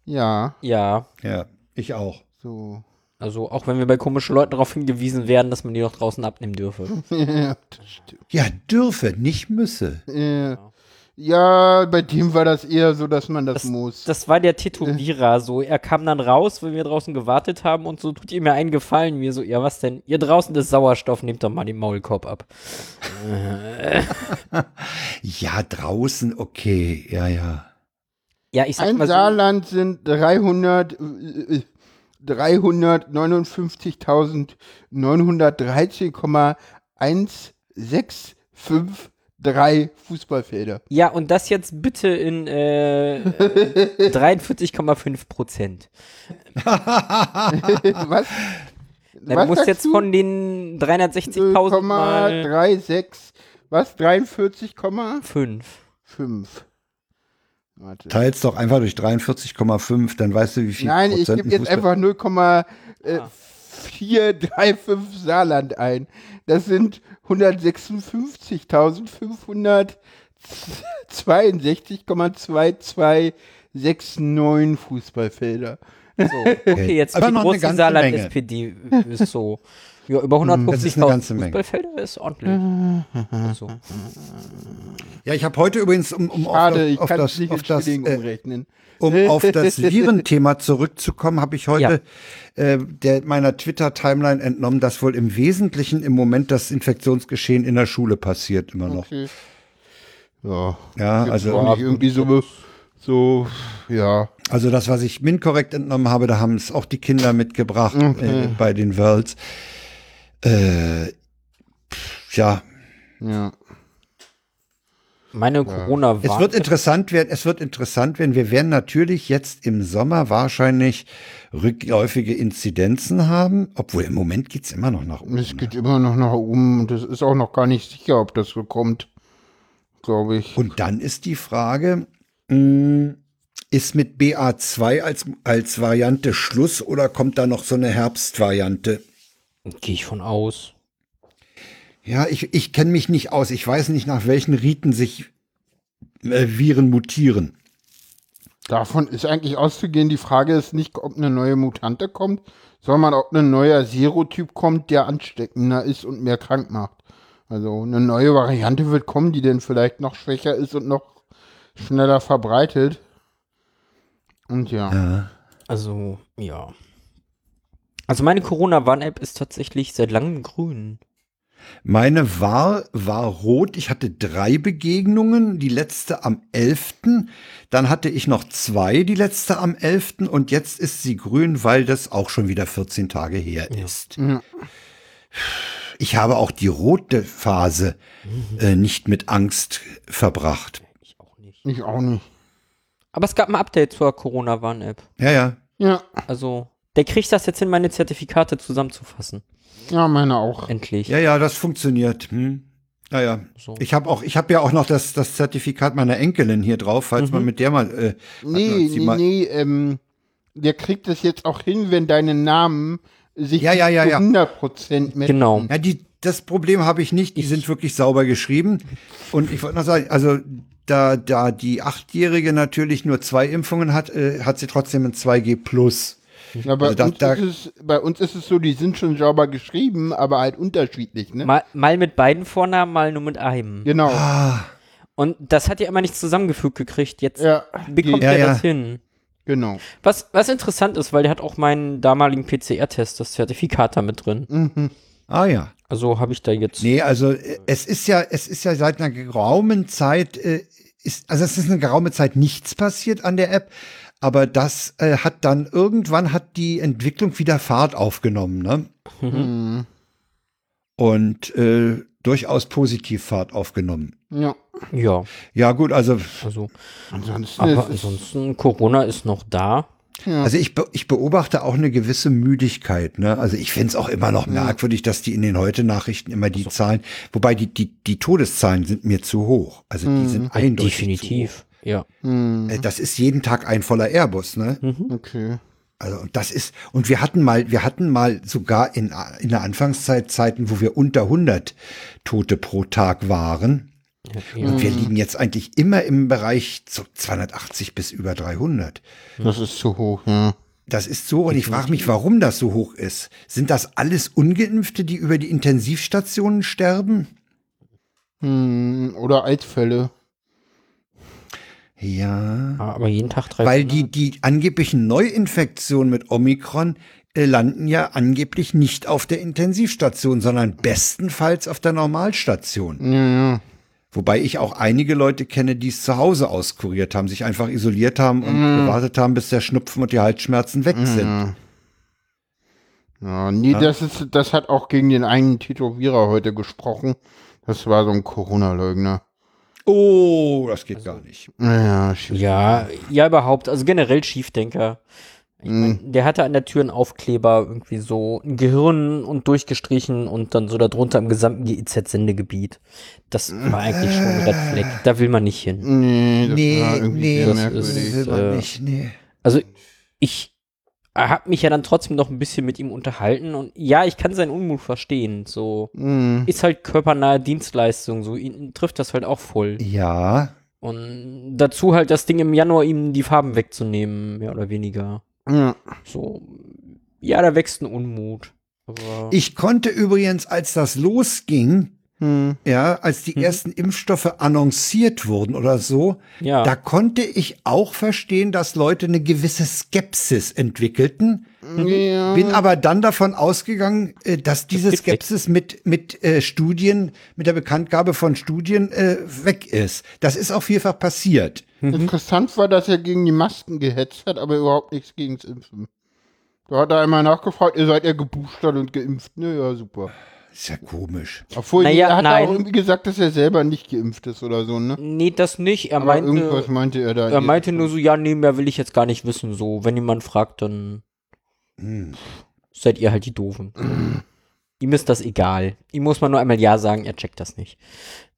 Speaker 3: Ja,
Speaker 4: ja.
Speaker 2: Ja, ich auch.
Speaker 4: [laughs]
Speaker 3: so.
Speaker 4: Also auch wenn wir bei komischen Leuten darauf hingewiesen werden, dass man die noch draußen abnehmen dürfe.
Speaker 3: Ja, das stimmt.
Speaker 2: Ja, dürfe, nicht müsse.
Speaker 3: Äh, Ja, bei dem war das eher so, dass man das, muss.
Speaker 4: Das war der Tätowierer so. Er kam dann raus, weil wir draußen gewartet haben und so tut ihm ja einen Gefallen. Mir so, ja was denn? Ihr draußen ist Sauerstoff, nehmt doch mal den Maulkorb ab.
Speaker 2: Ja, draußen, okay, ja, ja.
Speaker 4: Ja, ich sag
Speaker 3: Ein
Speaker 4: mal so.
Speaker 3: Saarland sind 300, äh, äh, 359.913,1653 Fußballfelder. [laughs]
Speaker 4: Ja, und das jetzt bitte in äh,
Speaker 3: [laughs]
Speaker 4: 43,5 Prozent.
Speaker 3: Was?
Speaker 4: Du musst jetzt von den 360.000 mal
Speaker 3: 0,36, was? 43,5?
Speaker 4: 5.
Speaker 3: Warte.
Speaker 2: Teils doch einfach durch 43,5, dann weißt du, wie viel
Speaker 3: Nein, ich
Speaker 2: Prozent
Speaker 3: gebe
Speaker 2: ein
Speaker 3: jetzt
Speaker 2: Fußball-
Speaker 3: einfach 0,435 Saarland ein. Das sind 156.562,2269 Fußballfelder.
Speaker 4: So, okay, jetzt
Speaker 2: Aber
Speaker 4: wie
Speaker 2: noch
Speaker 4: groß
Speaker 2: eine
Speaker 4: die
Speaker 2: ganze
Speaker 4: Saarland
Speaker 2: Menge. Hm,
Speaker 4: SPD ist
Speaker 2: [laughs]
Speaker 4: so. Ja, über
Speaker 2: Das ist eine
Speaker 4: 150.000
Speaker 2: ganze Menge.
Speaker 4: Fußballfelder ist ordentlich. Also, so.
Speaker 2: Ja, ich habe heute übrigens, um, um
Speaker 3: Schade, ich
Speaker 2: auf
Speaker 3: kann
Speaker 2: das,
Speaker 3: es nicht
Speaker 2: auf
Speaker 3: in
Speaker 2: das, auf das
Speaker 3: Schilling
Speaker 2: äh,
Speaker 3: umrechnen.
Speaker 2: um auf
Speaker 3: [laughs]
Speaker 2: das Virenthema zurückzukommen, habe ich heute äh, der, meiner Twitter-Timeline entnommen, dass wohl im Wesentlichen im Moment das Infektionsgeschehen in der Schule passiert immer noch.
Speaker 3: Okay. Ja,
Speaker 2: Ja,
Speaker 3: gibt's
Speaker 2: also-
Speaker 3: auch nicht irgendwie so, so, ja.
Speaker 2: Also das, was ich minkorrekt entnommen habe, da haben es auch die Kinder mitgebracht
Speaker 3: Mhm.
Speaker 2: äh, bei den Worlds. Äh, pff, ja,
Speaker 3: ja.
Speaker 4: Meine corona
Speaker 2: Es
Speaker 4: war
Speaker 2: wird interessant werden, es wird interessant werden. Wir werden natürlich jetzt im Sommer wahrscheinlich rückläufige Inzidenzen haben, obwohl im Moment geht's immer noch nach oben.
Speaker 3: Es geht immer noch nach oben und es ist auch noch gar nicht sicher, ob das so kommt, glaube ich.
Speaker 2: Und dann ist die Frage, mh, ist mit BA2 als, als Variante Schluss oder kommt da noch so eine Herbstvariante?
Speaker 4: Gehe ich von aus.
Speaker 2: Ja, ich, ich kenne mich nicht aus. Ich weiß nicht, nach welchen Riten sich äh, Viren mutieren.
Speaker 3: Davon ist eigentlich auszugehen. Die Frage ist nicht, ob eine neue Mutante kommt, sondern ob ein neuer Serotyp kommt, der ansteckender ist und mehr krank macht. Also eine neue Variante wird kommen, die dann vielleicht noch schwächer ist und noch schneller verbreitet. Und ja.
Speaker 4: Also, ja. Also meine Corona-Warn-App ist tatsächlich seit langem grün.
Speaker 2: Meine war, war rot. Ich hatte drei Begegnungen, die letzte am 11. Dann hatte ich noch zwei, die letzte am 11. Und jetzt ist sie grün, weil das auch schon wieder 14 Tage her ist.
Speaker 3: Ja.
Speaker 2: Ich habe auch die rote Phase äh, nicht mit Angst verbracht.
Speaker 4: Ich auch nicht.
Speaker 3: Ich auch nicht.
Speaker 4: Aber es gab ein Update zur Corona-Warn-App.
Speaker 2: Ja, ja.
Speaker 3: Ja,
Speaker 4: Also, der kriegt das jetzt hin, meine Zertifikate zusammenzufassen.
Speaker 3: ja, meine auch.
Speaker 4: Endlich.
Speaker 2: Ja, ja, das funktioniert. Hm. Naja,
Speaker 4: So.
Speaker 2: ich habe auch, ich habe ja auch noch das, das Zertifikat meiner Enkelin hier drauf, falls man mit der mal. Äh, hat man
Speaker 3: Nee,
Speaker 2: sie
Speaker 3: nee,
Speaker 2: mal-
Speaker 3: nee, ähm, der kriegt das jetzt auch hin, wenn deine Namen sich
Speaker 2: Ja, ja, ja,
Speaker 3: zu
Speaker 2: ja.
Speaker 3: 100% matchen.
Speaker 4: Genau.
Speaker 2: Ja, die, das Problem habe ich nicht. Die sind wirklich sauber geschrieben. Und ich wollte noch sagen, also da, da die Achtjährige natürlich nur zwei Impfungen hat, äh, hat sie trotzdem ein 2G Plus.
Speaker 3: Ja, bei,
Speaker 2: Also da-
Speaker 3: uns
Speaker 2: da-
Speaker 3: ist es, bei uns ist es so, die sind schon sauber geschrieben, aber halt unterschiedlich, ne?
Speaker 4: Mal, mal mit beiden Vornamen, mal nur mit einem.
Speaker 3: Genau.
Speaker 2: Ah.
Speaker 4: Und das hat ja immer nicht zusammengefügt gekriegt. Jetzt
Speaker 3: Ja,
Speaker 4: bekommt
Speaker 3: die-
Speaker 4: er
Speaker 2: Ja,
Speaker 4: das
Speaker 2: ja.
Speaker 4: hin.
Speaker 3: Genau.
Speaker 4: Was, was
Speaker 3: Mhm.
Speaker 4: interessant ist, weil der hat auch meinen damaligen PCR-Test, das Zertifikat da mit drin.
Speaker 2: Ah ja.
Speaker 4: Also habe ich da jetzt.
Speaker 2: Nee, also äh, es ist ja, es ist ja seit einer geraumen Zeit, äh, ist, also es ist eine geraume Zeit nichts passiert an der App, aber das äh, hat dann irgendwann hat die Entwicklung wieder Fahrt aufgenommen, ne?
Speaker 3: Mhm.
Speaker 2: Und äh, durchaus positiv Fahrt aufgenommen.
Speaker 3: Ja.
Speaker 4: Ja,
Speaker 2: Ja, gut, also,
Speaker 4: also.
Speaker 3: Ansonsten
Speaker 4: Aber
Speaker 3: ist,
Speaker 4: ansonsten, Corona ist noch da.
Speaker 3: ja.
Speaker 2: also ich, be ich beobachte auch eine gewisse Müdigkeit, ne? Also ich find's auch immer noch merkwürdig, dass die in den heute Nachrichten immer die Zahlen, wobei die, die, die Todeszahlen sind mir zu hoch. Also die sind eindeutig. Zu
Speaker 4: Hm. Definitiv. Hm. Ja.
Speaker 2: hoch. Äh, Das ist jeden Tag ein voller Airbus, ne?
Speaker 4: Hm.
Speaker 3: okay.
Speaker 2: Also und das ist und wir hatten mal wir hatten mal sogar in in der Anfangszeit Zeiten, wo wir unter 100 Tote pro Tag waren
Speaker 4: ja.
Speaker 2: und wir liegen jetzt eigentlich immer im Bereich so 280 bis über 300.
Speaker 3: Das ist zu hoch, ja.
Speaker 2: Das ist so und ich frage mich, warum das so hoch ist. Sind das alles ungeimpfte, die über die Intensivstationen sterben?
Speaker 3: Hm, Oder Altfälle.
Speaker 2: Ja,
Speaker 4: Ah, Aber jeden Tag drei.
Speaker 2: weil die die angeblichen Neuinfektionen mit Omikron äh, landen ja angeblich nicht auf der Intensivstation, sondern bestenfalls auf der Normalstation.
Speaker 3: Ja, ja.
Speaker 2: Wobei ich auch einige Leute kenne, die es zu Hause auskuriert haben, sich einfach isoliert haben und
Speaker 3: Mhm.
Speaker 2: gewartet haben, bis der Schnupfen und die Halsschmerzen weg sind.
Speaker 3: ja nee, das ist, das hat auch gegen den einen Tätowierer heute gesprochen. Das war so ein Corona-Leugner.
Speaker 2: Oh, das geht gar nicht.
Speaker 3: Ja, schieß-
Speaker 4: Ja, ja, überhaupt. Also generell Schiefdenker. Ich mein, der hatte an der Tür einen Aufkleber, irgendwie so ein Gehirn und durchgestrichen und dann so darunter im gesamten GIZ-Sendegebiet. Das war eigentlich schon ein Red Flag. Da will man nicht hin.
Speaker 3: nee, das
Speaker 2: Nee,
Speaker 3: war irgendwie
Speaker 2: nee,
Speaker 3: sehr
Speaker 4: das
Speaker 3: merkwürdig.
Speaker 4: ist-
Speaker 2: Will man
Speaker 4: äh,
Speaker 2: nicht, nee.
Speaker 4: Also ich habe mich ja dann trotzdem noch ein bisschen mit ihm unterhalten und ja, ich kann seinen Unmut verstehen. So
Speaker 3: Hm.
Speaker 4: ist halt körpernahe Dienstleistung, so ihn, ihn trifft das halt auch voll.
Speaker 2: Ja,
Speaker 4: Und dazu halt das Ding im Januar ihm die Farben wegzunehmen, mehr oder weniger.
Speaker 3: Ja.
Speaker 4: So, ja, da wächst ein Unmut. Aber
Speaker 2: ich konnte übrigens, als das losging,
Speaker 3: Hm.
Speaker 2: ja, als
Speaker 4: Mhm.
Speaker 2: die ersten Impfstoffe annonciert wurden oder so,
Speaker 4: ja,
Speaker 2: da konnte ich auch verstehen, dass Leute eine gewisse Skepsis entwickelten.
Speaker 3: ja.
Speaker 2: Bin aber dann davon ausgegangen, äh, dass diese
Speaker 4: Mhm. geht weg.
Speaker 2: Skepsis mit, mit äh, Studien, mit der Bekanntgabe von Studien äh, weg ist. Das ist auch vielfach passiert.
Speaker 3: Interessant war, dass er gegen die Masken gehetzt hat, aber überhaupt nichts gegen das Impfen. Da hat er einmal nachgefragt, ihr seid ja geboostert und geimpft. Ne, ja, super.
Speaker 2: Ist ja komisch.
Speaker 3: Obwohl,
Speaker 4: Naja,
Speaker 3: er hat
Speaker 4: nein.
Speaker 3: auch irgendwie gesagt, dass er selber nicht geimpft ist oder so, ne?
Speaker 4: nee, das nicht. Er
Speaker 3: Aber irgendwas
Speaker 4: meinte,
Speaker 3: meinte er da.
Speaker 4: er meinte nur so, ja, nee, mehr will ich jetzt gar nicht wissen. So, wenn jemand fragt, dann
Speaker 2: Hm.
Speaker 4: seid ihr halt die Doofen. Ihm ist das egal. Ihm muss man nur einmal Ja sagen, er checkt das nicht.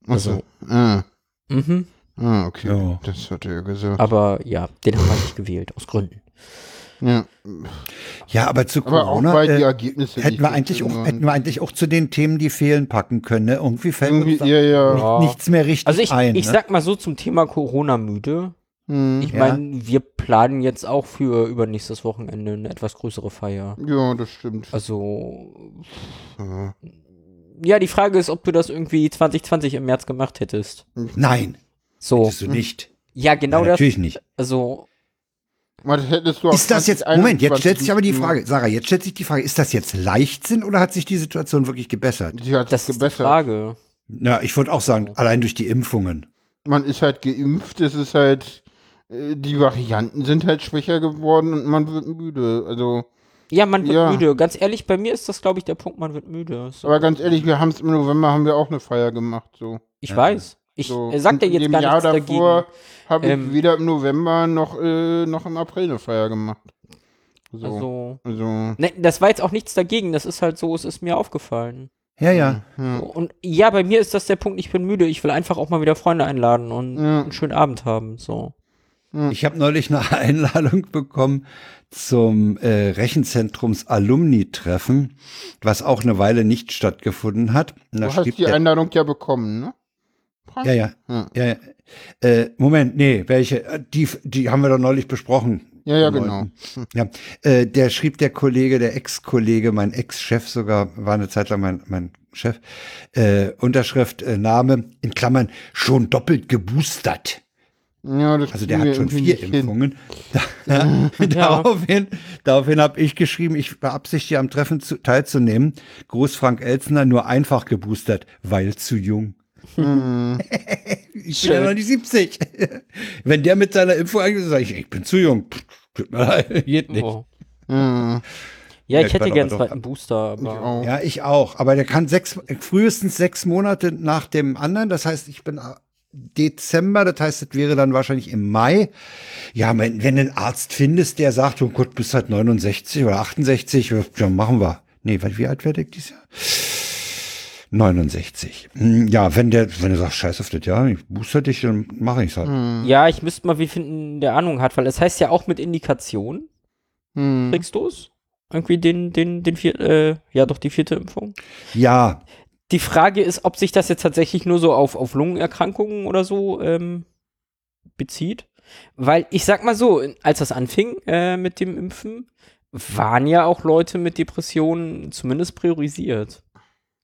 Speaker 3: Also. Ah,
Speaker 4: Mhm.
Speaker 3: ah okay.
Speaker 2: Ja.
Speaker 3: Das hat er gesagt.
Speaker 4: Aber ja, den haben wir nicht gewählt, aus Gründen.
Speaker 3: Ja.
Speaker 2: Ja, aber zu
Speaker 3: Aber auch
Speaker 2: Corona
Speaker 3: weil die
Speaker 2: äh,
Speaker 3: Ergebnisse.
Speaker 2: hätten, wir
Speaker 3: nicht
Speaker 2: eigentlich
Speaker 3: so
Speaker 2: auch,
Speaker 3: waren.
Speaker 2: hätten wir eigentlich auch zu den Themen, die fehlen, packen können. Ne? Irgendwie fällt
Speaker 3: Irgendwie,
Speaker 2: uns da
Speaker 3: ja, ja.
Speaker 4: Ja.
Speaker 2: nichts mehr richtig
Speaker 4: Also ich,
Speaker 2: ein.
Speaker 4: ich
Speaker 2: ne?
Speaker 4: sag mal so zum Thema Corona müde.
Speaker 3: Hm.
Speaker 4: Ich
Speaker 2: Ja.
Speaker 4: meine, wir planen jetzt auch für übernächstes Wochenende eine etwas größere Feier.
Speaker 3: Ja, das stimmt.
Speaker 4: Also,
Speaker 2: Mhm.
Speaker 3: Ja.
Speaker 4: ja, die Frage ist, ob du das irgendwie 2020 im März gemacht hättest.
Speaker 2: Nein,
Speaker 4: So.
Speaker 2: bist du nicht.
Speaker 4: Ja, genau
Speaker 2: Nein,
Speaker 4: das.
Speaker 2: natürlich nicht.
Speaker 4: Also,
Speaker 3: Aber das hättest du auch
Speaker 2: Ist das jetzt, Moment, jetzt stellt sich aber die
Speaker 3: 2021
Speaker 2: Frage, Sarah, jetzt stellt sich die Frage, ist das jetzt Leichtsinn oder hat sich die Situation wirklich gebessert?
Speaker 3: Sie hat
Speaker 4: das
Speaker 3: es
Speaker 4: ist die
Speaker 3: gebessert.
Speaker 4: Frage.
Speaker 2: Na, ich würde auch sagen, allein durch die Impfungen.
Speaker 3: Man ist halt geimpft, es ist halt. äh, Die Varianten sind halt schwächer geworden und man wird müde. Also,
Speaker 4: Ja, man wird
Speaker 3: Ja.
Speaker 4: müde. Ganz ehrlich, bei mir ist das, glaube ich, der Punkt, man wird müde. So,
Speaker 3: aber ganz ehrlich, wir haben es im November haben wir auch eine Feier gemacht. So.
Speaker 4: ich weiß. Ich
Speaker 3: so.
Speaker 4: äh, sag
Speaker 3: Und
Speaker 4: dir
Speaker 3: in
Speaker 4: jetzt
Speaker 3: dem
Speaker 4: gar
Speaker 3: Jahr
Speaker 4: nichts
Speaker 3: davor
Speaker 4: dagegen.
Speaker 3: habe
Speaker 4: Ähm.
Speaker 3: ich weder im November noch, äh, noch im April eine Feier gemacht. So. Also,
Speaker 4: Also, ne, das war jetzt auch nichts dagegen. Das ist halt so, es ist mir aufgefallen.
Speaker 2: Ja, ja.
Speaker 3: Hm.
Speaker 4: So, Und ja, bei mir ist das der Punkt, ich bin müde. Ich will einfach auch mal wieder Freunde einladen und
Speaker 3: Ja.
Speaker 4: einen schönen Abend haben. So.
Speaker 2: Ich habe neulich eine [laughs] Einladung bekommen zum äh, Rechenzentrums Alumni-Treffen, was auch eine Weile nicht stattgefunden hat. Und da
Speaker 3: du hast
Speaker 2: schrieb
Speaker 3: die
Speaker 2: der-
Speaker 3: Einladung ja bekommen, ne?
Speaker 2: ja, ja,
Speaker 3: Ja.
Speaker 2: ja, ja. Äh, Moment, nee, welche? Äh, Die, die haben wir doch neulich besprochen.
Speaker 3: Ja, ja,
Speaker 2: Den
Speaker 3: genau.
Speaker 2: Leuten. Ja, äh, der schrieb der Kollege, der Ex-Kollege, mein Ex-Chef sogar, war eine Zeit lang mein, mein Chef, äh, Unterschrift, äh, Name, in Klammern, schon doppelt geboostert.
Speaker 3: Ja, das
Speaker 2: Also
Speaker 3: kriegen
Speaker 2: der
Speaker 3: wir
Speaker 2: hat schon
Speaker 3: irgendwie
Speaker 2: vier
Speaker 3: nicht hin.
Speaker 2: Impfungen. [laughs] Da, [laughs] daraufhin daraufhin habe ich geschrieben, ich beabsichtige am Treffen zu, teilzunehmen. Gruß Frank Elzner, nur einfach geboostert, weil zu jung.
Speaker 3: Hm.
Speaker 2: [laughs] ich bin ja noch nicht 70. [laughs] Wenn der mit seiner Impfung angeht, sage ich, ich bin zu jung. Pff, Tut mir leid, geht nicht.
Speaker 4: Oh.
Speaker 3: Mhm.
Speaker 2: Ja,
Speaker 4: Ja, ich
Speaker 2: ich war
Speaker 4: hätte
Speaker 2: doch-
Speaker 4: gern einen
Speaker 2: doch-
Speaker 4: zweiten Booster, aber.
Speaker 3: Oh.
Speaker 2: Ja, ich auch. Aber der kann sechs, frühestens sechs Monate nach dem anderen. Das heißt, ich bin äh, Dezember. Das heißt, das wäre dann wahrscheinlich im Mai. Ja, wenn, wenn du einen Arzt findest, der sagt, oh Gott, bist halt 69 oder 68, ja, machen wir. Nee, weil wie alt werde ich dieses Jahr? 69. Hm, Ja, wenn der, wenn du sagst, scheiß auf das, ja, ich booster dich, dann mache ich's halt.
Speaker 3: Hm.
Speaker 4: Ja, ich müsste mal wie finden, der Ahnung hat, weil es heißt ja auch mit Indikation,
Speaker 3: Mhm.
Speaker 4: kriegst du es? Irgendwie den, den, den vier, äh, ja doch, die vierte Impfung.
Speaker 2: Ja,
Speaker 4: Die Frage ist, ob sich das jetzt tatsächlich nur so auf, auf Lungenerkrankungen oder so ähm, bezieht. Weil ich sag mal so, in- als das anfing äh, mit dem Impfen, waren ja auch Leute mit Depressionen zumindest priorisiert.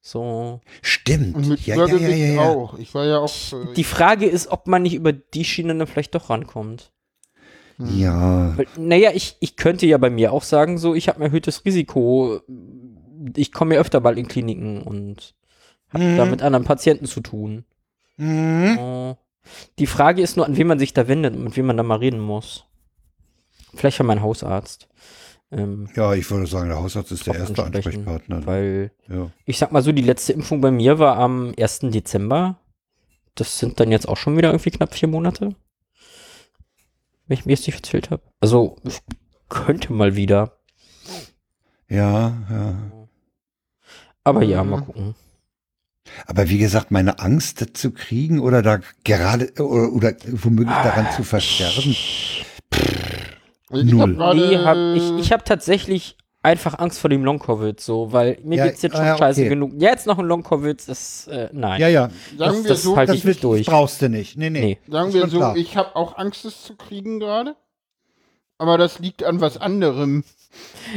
Speaker 4: So.
Speaker 2: stimmt.
Speaker 3: Und mit
Speaker 2: Ja, ja, ja, ja,
Speaker 3: Bürgergesicht
Speaker 2: ja.
Speaker 3: auch. Ich war ja auch. Äh,
Speaker 4: Die Frage ist, ob man nicht über die Schiene dann vielleicht doch rankommt.
Speaker 2: ja.
Speaker 4: Weil, naja, ich, ich könnte ja bei mir auch sagen, so, ich habe ein erhöhtes Risiko. Ich komme ja öfter mal in Kliniken und habe da mit anderen Patienten zu tun.
Speaker 2: Mhm.
Speaker 3: Hm.
Speaker 4: Äh, Die Frage ist nur, an wen man sich da wendet und mit wem man da mal reden muss. Vielleicht an meinen Hausarzt. Ähm,
Speaker 2: Ja, ich würde sagen, der Hausarzt ist der
Speaker 4: drauf
Speaker 2: erste
Speaker 4: ansprechen,
Speaker 2: Ansprechpartner. ne?
Speaker 4: Weil,
Speaker 2: Ja.
Speaker 4: ich sag mal so, die letzte Impfung bei mir war am 1. Dezember. Das sind dann jetzt auch schon wieder irgendwie knapp vier Monate. Wenn ich mir jetzt nicht verzählt habe. Also, ich könnte mal wieder.
Speaker 2: Ja, ja.
Speaker 4: Aber ja,
Speaker 3: Mhm.
Speaker 4: mal gucken.
Speaker 2: Aber wie gesagt, meine Angst das zu kriegen oder da gerade äh, oder, oder womöglich daran zu versterben.
Speaker 3: ich
Speaker 2: Null.
Speaker 3: hab gerade-
Speaker 4: Nee, hab, ich, ich habe tatsächlich einfach Angst vor dem Long-Covid, so, weil mir
Speaker 2: Ja,
Speaker 4: geht's jetzt
Speaker 2: ah,
Speaker 4: schon
Speaker 2: ja,
Speaker 4: scheiße
Speaker 2: okay.
Speaker 4: genug. Ja, jetzt noch ein Long-Covid, das, äh, nein.
Speaker 2: Ah, Ja, ja.
Speaker 4: das
Speaker 3: Sagen wir
Speaker 4: das
Speaker 3: so,
Speaker 4: halte
Speaker 2: Das
Speaker 4: ich nicht
Speaker 2: willst,
Speaker 4: durch.
Speaker 2: brauchst du nicht. Nee, nee.
Speaker 4: Nee.
Speaker 3: Sagen
Speaker 2: Ist
Speaker 3: wir
Speaker 2: schon
Speaker 3: so,
Speaker 2: klar.
Speaker 3: ich habe auch Angst, es zu kriegen gerade. Aber das liegt an was anderem.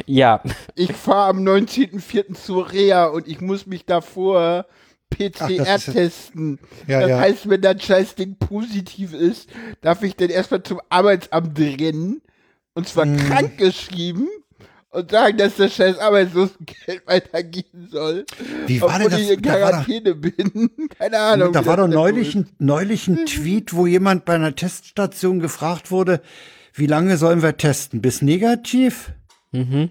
Speaker 4: Ja,
Speaker 3: Ich fahre am 19.04. zu Rea und ich muss mich davor PCR
Speaker 2: Ach, das ist ja-
Speaker 3: testen.
Speaker 2: Ja,
Speaker 3: das
Speaker 2: ja.
Speaker 3: heißt, wenn das Scheißding positiv ist, darf ich dann erstmal zum Arbeitsamt rennen und zwar
Speaker 2: Mhm.
Speaker 3: krankgeschrieben und sagen, dass das scheiß Arbeitslosengeld [laughs] weitergehen soll.
Speaker 2: Wie war denn
Speaker 3: obwohl
Speaker 2: das?
Speaker 3: ich in
Speaker 2: Da war doch-
Speaker 3: Quarantäne bin. [laughs] Keine Ahnung.
Speaker 2: Da
Speaker 3: wie
Speaker 2: war doch
Speaker 3: also, das denn
Speaker 2: neulich
Speaker 3: wohl
Speaker 2: ein, neulich
Speaker 3: Mhm.
Speaker 2: ein Tweet, wo jemand bei einer Teststation gefragt wurde, wie lange sollen wir testen? Bis negativ?
Speaker 4: ja.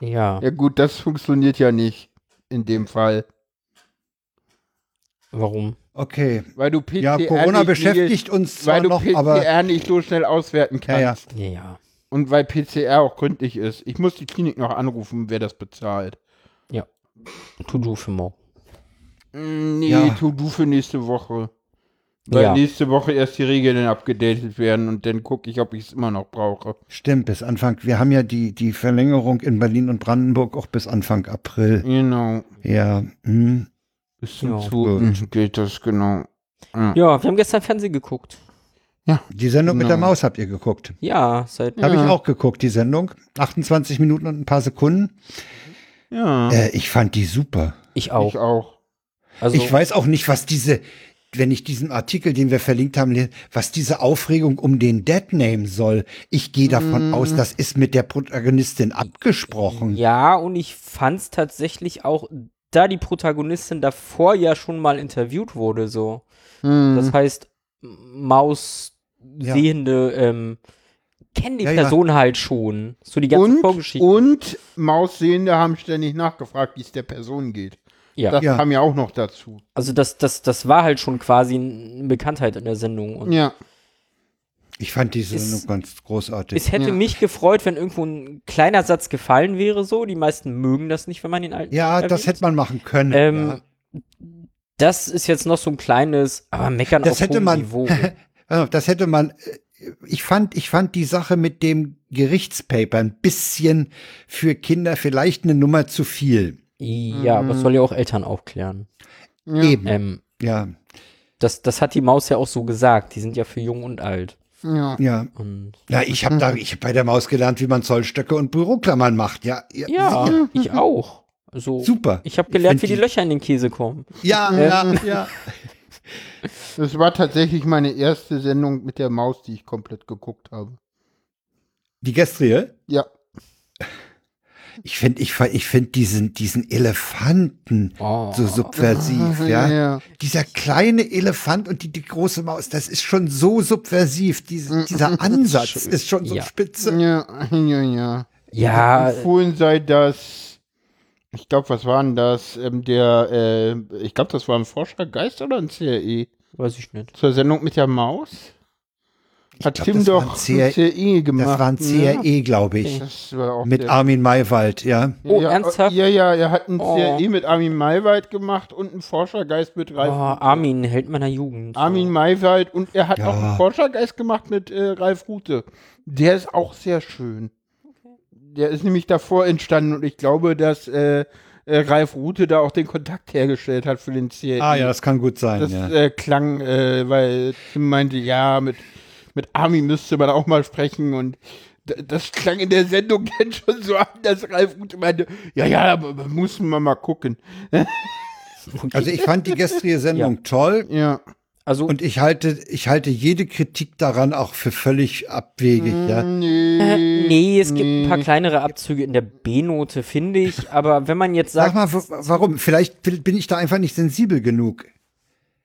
Speaker 3: ist. Ja gut, das funktioniert ja nicht in dem Fall.
Speaker 4: Warum?
Speaker 2: Okay.
Speaker 3: Weil du PCR
Speaker 2: Ja, Corona
Speaker 3: nicht,
Speaker 2: beschäftigt uns zwar
Speaker 3: weil du
Speaker 2: noch,
Speaker 3: PCR
Speaker 2: aber
Speaker 3: nicht so schnell
Speaker 2: ja,
Speaker 3: auswerten kannst.
Speaker 2: ja.
Speaker 4: Ja, ja.
Speaker 3: Und weil PCR auch gründlich ist. Ich muss die Klinik noch anrufen, wer das bezahlt.
Speaker 4: Ja. To do für morgen.
Speaker 3: Mm, Nee,
Speaker 2: Ja.
Speaker 3: tu du für nächste Woche. Weil
Speaker 4: Ja.
Speaker 3: nächste Woche erst die Regeln abgedatet werden und dann gucke ich, ob ich es immer noch brauche.
Speaker 2: Stimmt, bis Anfang. Wir haben ja die, die Verlängerung in Berlin und Brandenburg auch bis Anfang April.
Speaker 3: Genau.
Speaker 2: Ja. Hm.
Speaker 3: Bis zum
Speaker 4: Ja.
Speaker 2: Mhm.
Speaker 3: zweiten geht das, genau.
Speaker 4: Ja, wir haben gestern Fernsehen geguckt.
Speaker 2: Die Sendung mit der
Speaker 3: Genau.
Speaker 2: Maus habt ihr geguckt.
Speaker 4: Ja, seit.
Speaker 2: Habe ich
Speaker 3: Ja.
Speaker 2: auch geguckt, die Sendung. 28 Minuten und ein paar Sekunden.
Speaker 3: Ja.
Speaker 2: Äh, ich fand die super.
Speaker 4: Ich auch.
Speaker 3: Ich auch.
Speaker 4: Also,
Speaker 2: Ich weiß auch nicht, was diese, wenn ich diesen Artikel, den wir verlinkt haben, le- was diese Aufregung um den Deadname soll. Ich gehe davon aus, das ist mit der Protagonistin abgesprochen.
Speaker 4: Mhm. Ja, und ich fand's tatsächlich auch, da die Protagonistin davor ja schon mal interviewt wurde, so.
Speaker 3: Hm.
Speaker 4: Das heißt, Maus
Speaker 2: Mhm. Ja.
Speaker 4: sehende ähm, kennen die
Speaker 2: Ja, ja.
Speaker 4: Person halt schon. So die ganze
Speaker 3: Und,
Speaker 4: Vorgeschichte.
Speaker 3: und Maussehende haben ständig nachgefragt, wie es der Person geht.
Speaker 4: ja.
Speaker 3: Das
Speaker 2: Ja.
Speaker 3: kam ja auch noch dazu.
Speaker 4: Also das, das, das war halt schon quasi eine Bekanntheit in der Sendung. Und
Speaker 3: Ja.
Speaker 2: Ich fand die Sendung
Speaker 4: Ist-
Speaker 2: ganz großartig.
Speaker 4: es hätte
Speaker 3: Ja.
Speaker 4: mich gefreut, wenn irgendwo ein kleiner Satz gefallen wäre, so. Die meisten mögen das nicht, wenn man den alten.
Speaker 2: ja,
Speaker 4: erwähnt.
Speaker 2: das hätte man machen können.
Speaker 4: Ähm,
Speaker 2: ja.
Speaker 4: Das ist jetzt noch so ein kleines, aber meckern
Speaker 2: Das
Speaker 4: auf
Speaker 2: hätte
Speaker 4: hohem
Speaker 2: man-
Speaker 4: Niveau.
Speaker 2: [laughs] Pass auf, Das hätte man, äh, ich fand, ich fand die Sache mit dem Gerichtspaper ein bisschen für Kinder vielleicht eine Nummer zu viel.
Speaker 4: ja, aber es soll ja auch Eltern aufklären.
Speaker 2: Eben,
Speaker 4: Ähm,
Speaker 2: ja,
Speaker 4: das, das hat die Maus ja auch so gesagt. Die sind ja für jung und alt.
Speaker 3: Ja.
Speaker 2: ja.
Speaker 4: Und
Speaker 2: Na, ich habe da, ich habe bei der Maus gelernt, wie man Zollstöcke und Büroklammern macht. Ja, ja,
Speaker 4: ja,
Speaker 2: sicher.
Speaker 4: ich auch. So,
Speaker 2: super.
Speaker 4: Ich habe gelernt,
Speaker 2: find
Speaker 4: wie die
Speaker 2: die-
Speaker 4: Löcher in den Käse kommen.
Speaker 2: Ja, ja, ja.
Speaker 3: Das war tatsächlich meine erste Sendung mit der Maus, die ich komplett geguckt habe.
Speaker 2: Die gestrige?
Speaker 3: Ja.
Speaker 2: Ich finde ich, fa- ich find diesen, diesen Elefanten
Speaker 4: Oh.
Speaker 2: so subversiv,
Speaker 3: Mhm.
Speaker 2: ja. Dieser kleine Elefant und die, die große Maus, das ist schon so subversiv. Diese, dieser Ansatz ist schon so
Speaker 4: Ja.
Speaker 3: Mhm.
Speaker 2: spitze.
Speaker 3: Ja, ja, ja.
Speaker 4: Ja,
Speaker 3: Empfohlen sei das. Ich glaube, was waren das? Ähm, der, äh, ich glaube, das war ein Forschergeist oder ein CRE?
Speaker 4: weiß ich nicht.
Speaker 3: Zur Sendung mit der Maus? Hat
Speaker 2: glaub,
Speaker 3: Tim
Speaker 2: das war ein
Speaker 3: doch
Speaker 2: CRE
Speaker 3: ein CRE gemacht.
Speaker 2: Das war ein
Speaker 3: ne?
Speaker 2: CRE, glaube ich.
Speaker 3: Das war auch
Speaker 2: Mit
Speaker 3: der-
Speaker 2: Armin Maywald, ja.
Speaker 4: Oh,
Speaker 3: ja,
Speaker 4: ernsthaft?
Speaker 3: Ja, ja, er hat ein
Speaker 4: Oh.
Speaker 3: CRE mit Armin Maywald gemacht und einen Forschergeist mit
Speaker 4: Oh,
Speaker 3: Ralf.
Speaker 4: Armin, Held meiner Jugend.
Speaker 3: Armin Maywald und er hat
Speaker 2: Ja.
Speaker 3: auch einen Forschergeist gemacht mit äh, Ralf Rute. Der ist auch sehr schön. Der ist nämlich davor entstanden und ich glaube, dass äh, äh, Ralf Rute da auch den Kontakt hergestellt hat für den E. CRE.
Speaker 2: Ah ja, das kann gut sein,
Speaker 3: Das
Speaker 2: ja.
Speaker 3: äh, klang, äh, weil Tim meinte, ja, mit, mit Armin müsste man auch mal sprechen und d- das klang in der Sendung [laughs] dann schon so an, dass Ralf Rute meinte, ja, ja, aber da muss man mal gucken.
Speaker 2: Also ich fand die gestrige
Speaker 4: [laughs]
Speaker 2: Sendung toll
Speaker 3: Ja.
Speaker 4: Also,
Speaker 2: und ich halte, ich halte jede Kritik daran auch für völlig abwegig, ja.
Speaker 3: Mm, Nee.
Speaker 4: nee, es gibt ein paar kleinere Abzüge in der B-Note, finde ich. Aber wenn man jetzt
Speaker 2: Sag
Speaker 4: sagt,
Speaker 2: mal, wo- warum? Vielleicht bin ich da einfach nicht sensibel genug.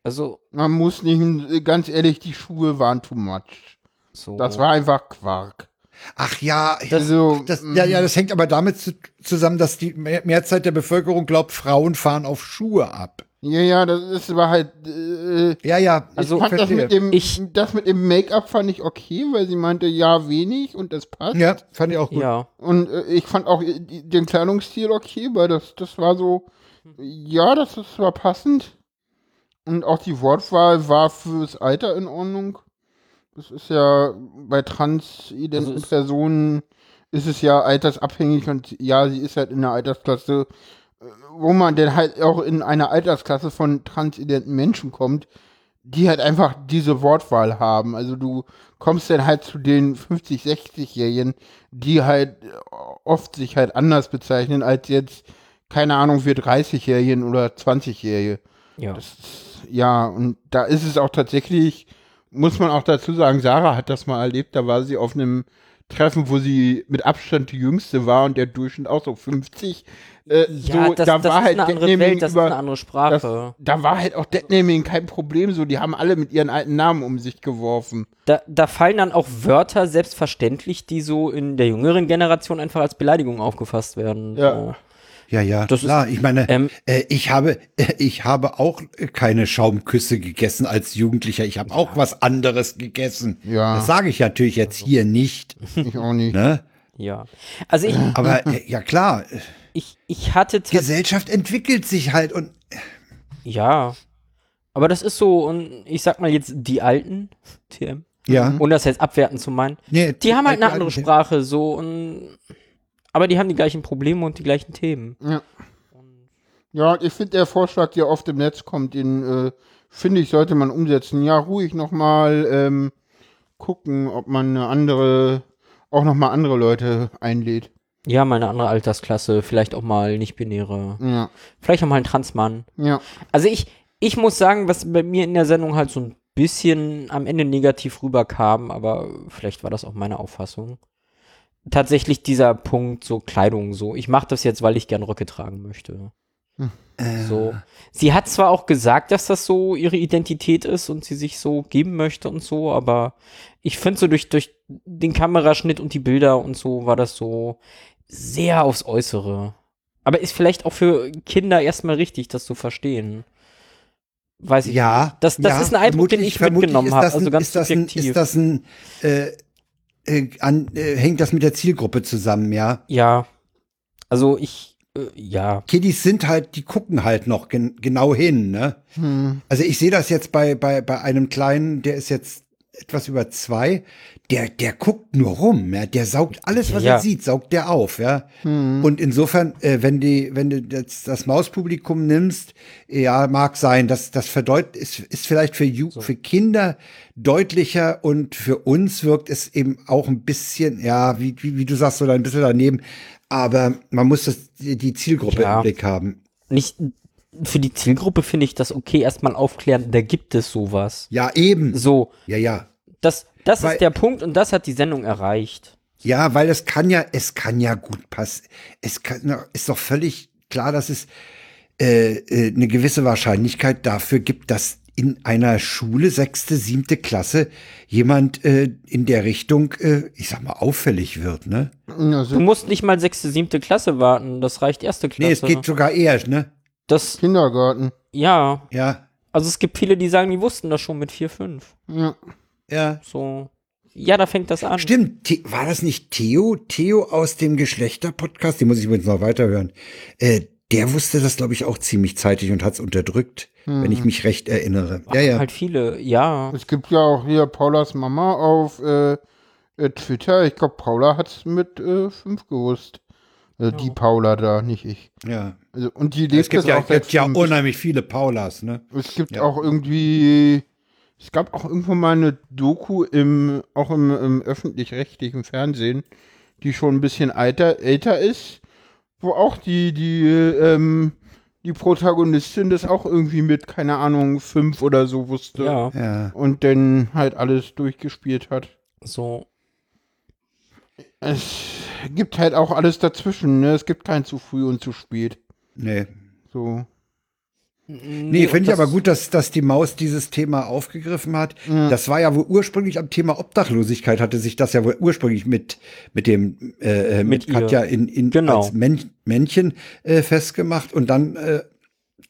Speaker 4: also,
Speaker 3: Man muss nicht, ganz ehrlich, die Schuhe waren too much.
Speaker 4: so.
Speaker 3: Das war einfach Quark.
Speaker 2: Ach ja,
Speaker 3: Also,
Speaker 2: das, ja, ja, das hängt aber damit zu, zusammen, dass die Mehr- Mehrzahl der Bevölkerung glaubt, Frauen fahren auf Schuhe ab.
Speaker 3: ja, ja, das ist aber halt, äh,
Speaker 2: Ja, ja,
Speaker 4: Also,
Speaker 3: fand das mit dem,
Speaker 4: Ich-
Speaker 3: das mit dem Make-up fand ich okay, weil sie meinte, ja, wenig und das passt.
Speaker 2: ja, fand ich auch gut.
Speaker 4: ja.
Speaker 3: Und äh, ich fand auch äh, die- den Kleidungsstil okay, weil das, das war so, ja, das, das war passend. Und auch die Wortwahl war fürs Alter in Ordnung. Das ist ja bei transidenten
Speaker 4: Also es-
Speaker 3: Personen ist es ja altersabhängig und ja, sie ist halt in einer Altersklasse, äh, wo man denn halt auch in einer Altersklasse von transidenten Menschen kommt, die halt einfach diese Wortwahl haben. Also du kommst dann halt zu den 50, 60-Jährigen, die halt oft sich halt anders bezeichnen als jetzt, keine Ahnung, wir 30-Jährigen oder 20-Jährige.
Speaker 4: Ja.
Speaker 3: Ja, und da ist es auch tatsächlich, muss man auch dazu sagen, Sarah hat das mal erlebt, da war sie auf einem Treffen, wo sie mit Abstand die jüngste war und der Durchschnitt auch so 50. Äh,
Speaker 4: ja,
Speaker 3: so,
Speaker 4: das,
Speaker 3: da
Speaker 4: das
Speaker 3: war
Speaker 4: ist
Speaker 3: halt
Speaker 4: eine andere
Speaker 3: Deadnaming
Speaker 4: Welt, das
Speaker 3: über-
Speaker 4: ist eine andere
Speaker 3: das,
Speaker 4: Sprache.
Speaker 3: da war halt auch Deadnaming kein Problem, so die haben alle mit ihren alten Namen um sich geworfen.
Speaker 4: Da, da fallen dann auch Wörter selbstverständlich, die so in der jüngeren Generation einfach als Beleidigung aufgefasst werden.
Speaker 3: Ja.
Speaker 4: So.
Speaker 2: Ja, ja,
Speaker 4: Das ist-
Speaker 2: klar. ich meine,
Speaker 4: ähm,
Speaker 2: äh, ich habe, äh, ich habe auch äh, keine Schaumküsse gegessen als Jugendlicher. Ich habe auch was anderes gegessen.
Speaker 3: Ja.
Speaker 2: Das sage ich natürlich jetzt hier nicht.
Speaker 3: Ich auch nicht.
Speaker 2: Ne?
Speaker 4: Ja. Also ich,
Speaker 2: Aber äh, ja klar, äh,
Speaker 4: ich, ich hatte tats-
Speaker 2: Gesellschaft entwickelt sich halt und
Speaker 4: Ja. Aber das ist so, und ich sag mal jetzt die Alten, TM,
Speaker 2: ja.
Speaker 4: ohne das jetzt abwerten zu meinen,
Speaker 2: Nee,
Speaker 4: die haben halt eine
Speaker 2: äh,
Speaker 4: andere
Speaker 2: äh,
Speaker 4: Sprache, so, und, aber die haben die gleichen Probleme und die gleichen Themen.
Speaker 3: Ja. Ja, ich finde der Vorschlag, der oft im Netz kommt, den äh, finde ich, sollte man umsetzen. Ja, ruhig nochmal ähm, gucken, ob man eine andere, auch nochmal andere Leute einlädt.
Speaker 4: Ja, mal eine andere Altersklasse, vielleicht auch mal nicht-binäre,
Speaker 3: Ja,
Speaker 4: vielleicht auch mal ein Transmann.
Speaker 3: ja.
Speaker 4: Also ich, ich muss sagen, was bei mir in der Sendung halt so ein bisschen am Ende negativ rüberkam, aber vielleicht war das auch meine Auffassung. Tatsächlich dieser Punkt, so Kleidung, so. Ich mache das jetzt, weil ich gern Röcke tragen möchte.
Speaker 2: äh,
Speaker 4: So. Sie hat zwar auch gesagt, dass das so ihre Identität ist und sie sich so geben möchte und so, aber ich finde so durch, durch den Kameraschnitt und die Bilder und so war das so sehr aufs Äußere. Aber ist vielleicht auch für Kinder erstmal richtig, das zu verstehen. Weiß ich
Speaker 2: Ja,
Speaker 4: Das- das
Speaker 2: ja,
Speaker 4: ist ein Eindruck, den
Speaker 2: vermutlich-
Speaker 4: ich
Speaker 2: vermutlich
Speaker 4: mitgenommen
Speaker 2: ist
Speaker 4: habe,
Speaker 2: das ein-
Speaker 4: also ganz
Speaker 2: ist das ein,
Speaker 4: subjektiv.
Speaker 2: Ist das ein, äh, äh, an, äh, hängt das mit der Zielgruppe zusammen, ja?
Speaker 4: Ja. Also ich, äh, ja.
Speaker 2: Kiddies sind halt, die gucken halt noch gen genau hin, ne? Also ich sehe das jetzt bei, bei, bei einem Kleinen, der ist jetzt etwas über zwei, der, der guckt nur rum, ja? der saugt alles, was
Speaker 4: Ja.
Speaker 2: er sieht, saugt der auf, ja.
Speaker 4: Mhm.
Speaker 2: Und insofern, äh, wenn die, wenn du jetzt das Mauspublikum nimmst, ja, mag sein, dass das verdeut ist, ist vielleicht für, Ju für Kinder deutlicher und für uns wirkt es eben auch ein bisschen, ja, wie, wie, wie du sagst, so ein bisschen daneben. Aber man muss das, die die Zielgruppe
Speaker 4: Klar.
Speaker 2: im Blick haben.
Speaker 4: Nicht, für die Zielgruppe finde ich das okay, erstmal aufklären, da gibt es sowas.
Speaker 2: Ja, eben.
Speaker 4: So,
Speaker 2: Ja, ja.
Speaker 4: das, das
Speaker 2: Weil-
Speaker 4: ist der Punkt und das hat die Sendung erreicht.
Speaker 2: Ja, weil es kann ja, es kann ja gut passen. Es kann, na, ist doch völlig klar, dass es äh, äh, eine gewisse Wahrscheinlichkeit dafür gibt, dass in einer Schule sechste, siebte Klasse jemand äh, in der Richtung, äh, ich sag mal, auffällig wird. Ne,
Speaker 4: Du musst nicht mal sechste, siebte Klasse warten, das reicht erste Klasse.
Speaker 2: nee es geht sogar eher. Ne,
Speaker 4: das,
Speaker 3: Kindergarten.
Speaker 4: ja.
Speaker 2: ja,
Speaker 4: Also es gibt viele, die sagen, die wussten das schon mit 4, 5.
Speaker 3: Ja.
Speaker 2: ja.
Speaker 4: So. Ja, da fängt das an.
Speaker 2: Stimmt, The war das nicht Theo? Theo aus dem Geschlechter-Podcast, den muss ich übrigens noch weiterhören. Äh, der wusste das, glaube ich, auch ziemlich zeitig und hat es unterdrückt, wenn ich mich recht erinnere. Ja, ja.
Speaker 4: Halt viele, ja.
Speaker 3: Es gibt ja auch hier Paulas Mama auf äh, äh, Twitter. Ich glaube, Paula hat es mit äh, fünf gewusst. Also die Paula da, nicht ich.
Speaker 2: ja.
Speaker 3: Also, und die lebt
Speaker 2: Es gibt
Speaker 3: das
Speaker 2: ja,
Speaker 3: auch seit
Speaker 2: gibt ja
Speaker 3: fünf.
Speaker 2: unheimlich viele Paulas, ne?
Speaker 3: Es gibt auch irgendwie. Es gab auch irgendwann mal eine Doku im, auch im, im öffentlich-rechtlichen Fernsehen, die schon ein bisschen alter, älter ist, wo auch die, die, ähm, die Protagonistin das auch irgendwie mit, keine Ahnung, fünf oder so wusste.
Speaker 4: Ja,
Speaker 2: Ja.
Speaker 3: Und dann halt alles durchgespielt hat.
Speaker 4: so.
Speaker 3: Es gibt halt auch alles dazwischen, ne? Es gibt kein zu früh und zu spät.
Speaker 2: Nee.
Speaker 3: So.
Speaker 2: Nee,
Speaker 4: und
Speaker 2: finde ich
Speaker 4: das-
Speaker 2: aber gut, dass, dass die Maus dieses Thema aufgegriffen hat. Das war ja wohl ursprünglich am Thema Obdachlosigkeit, hatte sich das ja wohl ursprünglich mit, mit dem, äh, äh, mit,
Speaker 4: Mit ihr.
Speaker 2: Katja in, in
Speaker 4: Genau.
Speaker 2: als Män Männchen äh, festgemacht und dann äh,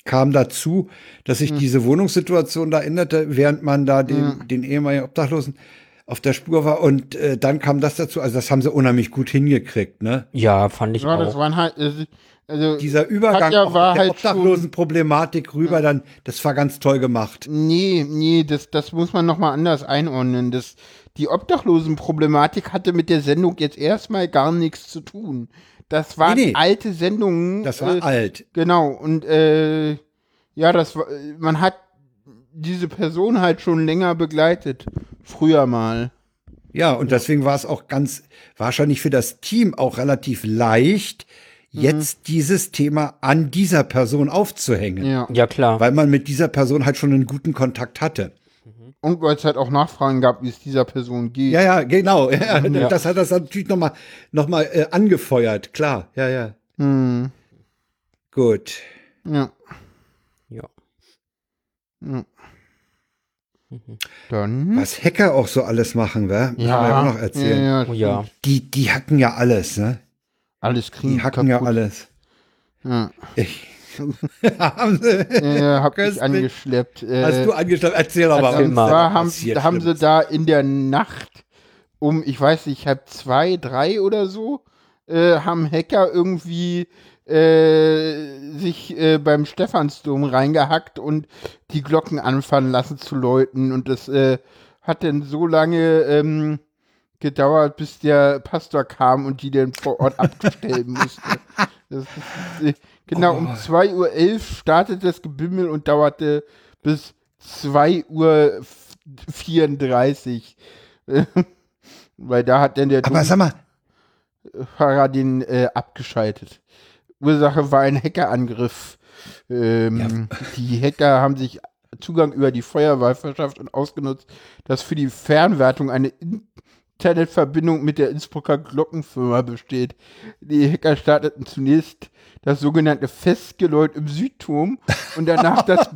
Speaker 2: kam dazu, dass
Speaker 3: Hm.
Speaker 2: sich diese Wohnungssituation da änderte, während man da den, den ehemaligen Obdachlosen auf der Spur war und äh, dann kam das dazu, also das haben sie unheimlich gut hingekriegt, ne?
Speaker 4: Ja, fand ich
Speaker 3: Ja, das
Speaker 4: auch.
Speaker 3: waren halt. es- Also,
Speaker 2: Dieser Übergang
Speaker 3: Katja
Speaker 2: auch
Speaker 3: war
Speaker 2: der
Speaker 3: halt schon,
Speaker 2: Obdachlosenproblematik rüber, dann, das war ganz toll gemacht.
Speaker 3: Nee, nee, das, das muss man nochmal anders einordnen. Das, die Obdachlosenproblematik hatte mit der Sendung jetzt erstmal gar nichts zu tun. Das waren
Speaker 2: Nee, nee.
Speaker 3: alte Sendungen.
Speaker 2: Das war
Speaker 3: äh,
Speaker 2: alt.
Speaker 3: Genau, und äh, ja, das war, äh, man hat diese Person halt schon länger begleitet. Früher mal.
Speaker 2: Ja, und deswegen war es auch ganz wahrscheinlich für das Team auch relativ leicht,
Speaker 3: Mhm.
Speaker 2: jetzt dieses Thema an dieser Person aufzuhängen.
Speaker 3: Ja.
Speaker 4: Ja, klar.
Speaker 2: Weil man mit dieser Person halt schon einen guten Kontakt hatte.
Speaker 3: Und weil es halt auch Nachfragen gab, wie es dieser Person geht.
Speaker 2: Ja, ja, genau. [laughs] Ja, Das hat das natürlich nochmal noch mal, äh, angefeuert, klar. Ja, ja.
Speaker 3: Hm.
Speaker 2: Gut.
Speaker 3: ja.
Speaker 4: Ja.
Speaker 3: ja. Dann.
Speaker 2: Was Hacker auch so alles machen, wa? Haben wir auch noch erzählen.
Speaker 3: Hm. Ja,
Speaker 4: Oh
Speaker 3: ja,
Speaker 4: ja.
Speaker 2: Die, die hacken ja alles, ne?
Speaker 3: Alles kriegen
Speaker 2: Die hacken Hm, ja alles.
Speaker 3: Ja,
Speaker 2: Ich. [laughs] haben sie,
Speaker 3: ja, ja hab
Speaker 2: Köstlich.
Speaker 3: ich angeschleppt. Äh,
Speaker 2: hast du angeschlagen? Erzähl aber
Speaker 4: erzähl
Speaker 2: was
Speaker 3: und
Speaker 4: mal,
Speaker 3: zwar
Speaker 2: da
Speaker 3: haben,
Speaker 2: passiert
Speaker 3: da haben sie
Speaker 2: Schlimmes.
Speaker 3: da in der Nacht um, ich weiß nicht, halb zwei, drei oder so, äh, haben Hacker irgendwie äh, sich äh, beim Stephansdom reingehackt und die Glocken anfangen lassen zu läuten. Und das äh, hat dann so lange ähm, gedauert, bis der Pastor kam und die dann vor Ort abstellen musste. Das ist, äh, genau, um 2.11 Uhr startet das Gebimmel und dauerte bis 2.34 Uhr. 34. [laughs] Weil da hat dann der
Speaker 2: Aber sag mal,
Speaker 3: Fahrer den äh, abgeschaltet. Ursache war ein Hackerangriff. Ähm, Die Hacker haben sich Zugang über die Feuerwehr verschafft und ausgenutzt, dass für die Fernwartung eine Internetverbindung mit der Innsbrucker Glockenfirma besteht. Die Hacker starteten zunächst das sogenannte Festgeläut im Südturm und danach das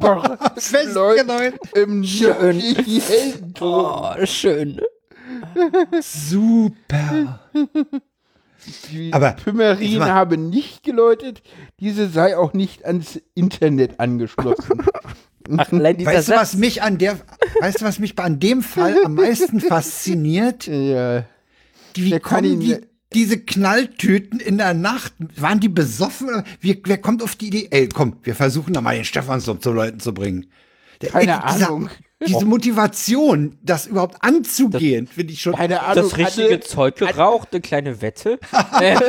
Speaker 3: Festgeläut
Speaker 2: Festgeläut.
Speaker 3: im Heldenturm.
Speaker 4: Oh, schön.
Speaker 2: super.
Speaker 3: Die
Speaker 2: Aber- ich
Speaker 3: Pümmerin
Speaker 2: mein-
Speaker 3: habe nicht geläutet, diese sei auch nicht ans Internet angeschlossen.
Speaker 2: [laughs]
Speaker 4: Ach, allein dieser
Speaker 2: Weißt du, was
Speaker 4: Satz.
Speaker 2: mich an der, weißt du, was mich an dem Fall am meisten
Speaker 3: [laughs]
Speaker 2: fasziniert?
Speaker 3: ja.
Speaker 2: Wie
Speaker 3: Wer kann
Speaker 2: kommen
Speaker 3: ihn-
Speaker 2: die, diese Knalltüten in der Nacht? Waren die besoffen? oder- Wie, wer kommt auf die Idee? Ey, komm, wir versuchen da mal den Stephansdom zu Leuten zu bringen. Der,
Speaker 3: Keine Ahnung. Oh.
Speaker 2: Diese Motivation, das überhaupt anzugehen, finde ich schon.
Speaker 3: Keine Ahnung.
Speaker 4: Das richtige
Speaker 3: hatte-
Speaker 4: Zeug geraucht, eine kleine [laughs] Wette. ähm,
Speaker 2: Ja,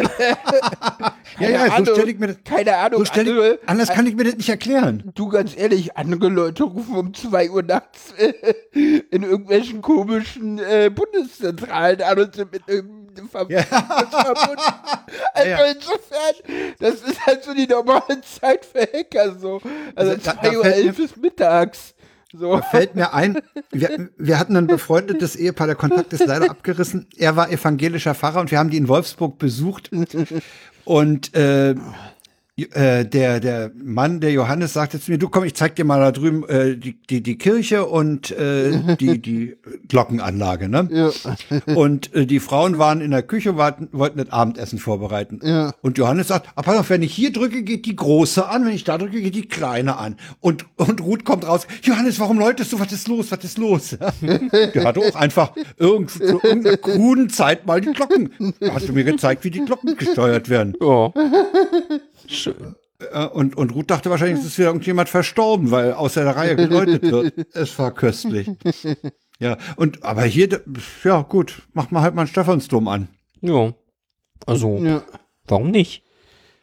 Speaker 3: keine
Speaker 2: ja, so
Speaker 3: Ahnung,
Speaker 2: stelle ich mir das.
Speaker 3: Keine Ahnung.
Speaker 2: So stell
Speaker 3: andere,
Speaker 2: ich, anders kann ich mir das nicht erklären.
Speaker 3: du ganz ehrlich, andere Leute rufen um 2 Uhr nachts äh, in irgendwelchen komischen äh, Bundeszentralen an und sind mit irgendeinem verb
Speaker 2: [laughs]
Speaker 3: verbunden. Also
Speaker 5: Ja.
Speaker 3: insofern, das ist halt so die normale Zeit für Hacker so. Also,
Speaker 2: Also da- da
Speaker 3: 2 Uhr
Speaker 2: fällt mir-
Speaker 3: 11 ist mittags. So.
Speaker 2: Da fällt mir ein, wir, wir hatten ein befreundetes Ehepaar, der Kontakt ist leider abgerissen. Er war evangelischer Pfarrer und wir haben die in Wolfsburg besucht. Und äh, ju- äh, der, der Mann, der Johannes, sagte zu mir, du komm, ich zeig dir mal da drüben äh, die, die, die Kirche und äh, die, die Glockenanlage. Ne? Und äh, die Frauen waren in der Küche, warten, wollten das Abendessen vorbereiten.
Speaker 3: Ja.
Speaker 2: Und Johannes sagt, ah, pass auf, wenn ich hier drücke, geht die große an, wenn ich da drücke, geht die kleine an. Und, und Ruth kommt raus, Johannes, warum läutest du, was ist los, was ist los? [laughs] Der hatte auch einfach irgend, zu irgendeiner kruden Zeit mal die Glocken. Hast du mir gezeigt, wie die Glocken gesteuert werden.
Speaker 3: Ja.
Speaker 2: Äh, Und, und Ruth dachte wahrscheinlich, es ist wieder irgendjemand verstorben, weil außer der Reihe geläutet wird. Es war köstlich. Ja, und aber hier, d- ja gut, mach mal halt mal einen Stephansdom an.
Speaker 4: Ja. Also,
Speaker 3: Ja.
Speaker 4: warum nicht?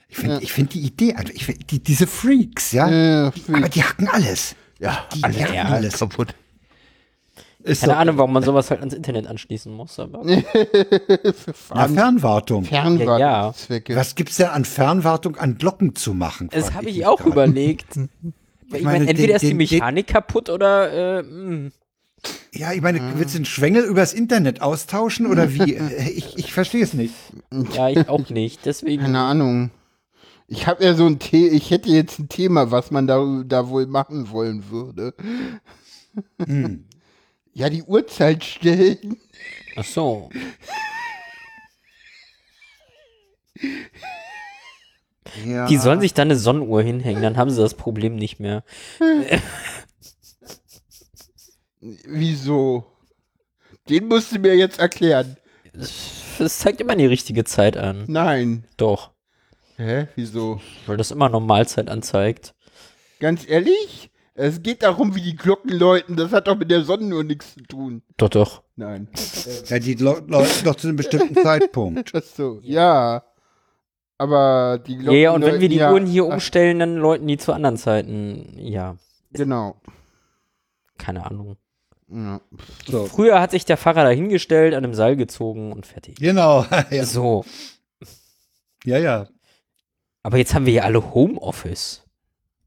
Speaker 2: Ich finde ich find die Idee, also ich find die, diese Freaks, ja,
Speaker 3: Ja,
Speaker 2: die, aber die hacken alles.
Speaker 3: Ja,
Speaker 2: Die
Speaker 3: alles
Speaker 2: hacken alles.
Speaker 3: kaputt.
Speaker 2: Ist
Speaker 4: Keine
Speaker 2: so-
Speaker 4: Ahnung, warum man sowas halt ans Internet anschließen muss, aber. Ja,
Speaker 2: Ja, Fernwartung.
Speaker 3: Fernwartungszwecke.
Speaker 2: Was gibt's denn an Fernwartung an Glocken zu machen?
Speaker 4: das
Speaker 2: frag
Speaker 4: habe [laughs] ich
Speaker 2: mich
Speaker 4: auch
Speaker 2: gerade.
Speaker 4: überlegt. Weil Ich meine,
Speaker 2: meine,
Speaker 4: entweder
Speaker 2: den-
Speaker 4: ist die
Speaker 2: den-
Speaker 4: Mechanik kaputt oder äh, mh.
Speaker 2: Ja, ich meine, willst du den Schwengel übers Internet austauschen oder [laughs] wie? Äh, ich ich verstehe es nicht.
Speaker 4: ja, ich [laughs] auch nicht. Deswegen.
Speaker 3: Keine Ahnung. Ich habe ja so ein The ich hätte jetzt ein Thema, was man da, da wohl machen wollen würde.
Speaker 4: Hm.
Speaker 3: [laughs] Ja, die Uhrzeit stellen. [laughs]
Speaker 4: Ach so.
Speaker 2: Ja.
Speaker 4: Die sollen sich dann eine Sonnenuhr hinhängen, dann haben sie das Problem nicht mehr.
Speaker 3: Wieso? Den musst du mir jetzt erklären.
Speaker 4: Das zeigt immer die richtige Zeit an.
Speaker 3: Nein.
Speaker 4: Doch,
Speaker 3: Hä? Wieso?
Speaker 4: weil das immer Normalzeit anzeigt.
Speaker 3: Ganz ehrlich? Es geht darum, wie die Glocken läuten. Das hat doch mit der Sonnenuhr nichts zu tun.
Speaker 4: Doch, doch.
Speaker 3: Nein. [laughs]
Speaker 2: ja, die Glo- läuten doch zu einem [laughs] bestimmten Zeitpunkt.
Speaker 3: Ach so. Ja. Aber die
Speaker 4: Ja,
Speaker 3: Glocken.
Speaker 4: ja, und wenn wir die
Speaker 3: läuten ja-
Speaker 4: Uhren hier
Speaker 3: Ach,
Speaker 4: umstellen, dann läuten die zu anderen Zeiten. Ja,
Speaker 3: Genau.
Speaker 4: keine Ahnung.
Speaker 3: Ja.
Speaker 2: So.
Speaker 4: Früher hat sich der Fahrer dahingestellt, an einem Seil gezogen und fertig.
Speaker 2: Genau. [laughs] Ja,
Speaker 4: So.
Speaker 2: ja. [laughs] ja.
Speaker 4: Aber jetzt haben wir ja alle Homeoffice.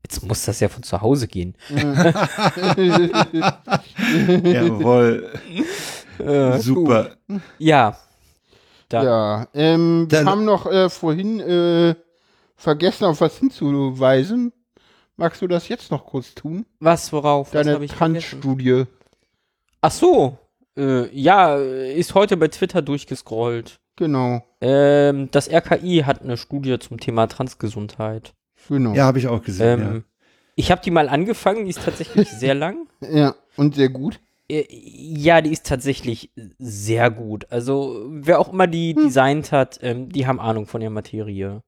Speaker 4: Jetzt muss das ja von zu Hause gehen.
Speaker 2: Jawohl. Super.
Speaker 4: Ja. Da.
Speaker 3: Ja, ähm, wir
Speaker 2: Dann-
Speaker 3: haben noch äh, vorhin äh, vergessen, auf was hinzuweisen. Magst du das jetzt noch kurz tun?
Speaker 4: Was, worauf? was hab
Speaker 3: Deine
Speaker 4: ich vergessen?
Speaker 3: Tanzstudie.
Speaker 4: Ach so. Äh, ja, ist heute bei Twitter durchgescrollt.
Speaker 3: Genau,
Speaker 4: Ähm, das RKI hat eine Studie zum Thema Transgesundheit.
Speaker 3: genau.
Speaker 2: Ja, habe ich auch gesehen.
Speaker 4: Ähm, Ich habe die mal angefangen, die ist tatsächlich sehr lang.
Speaker 3: Ja, und sehr gut.
Speaker 4: Äh, Ja, die ist tatsächlich sehr gut. Also, wer auch immer
Speaker 3: Hm.
Speaker 4: die designt hat, ähm, die haben Ahnung von der Materie.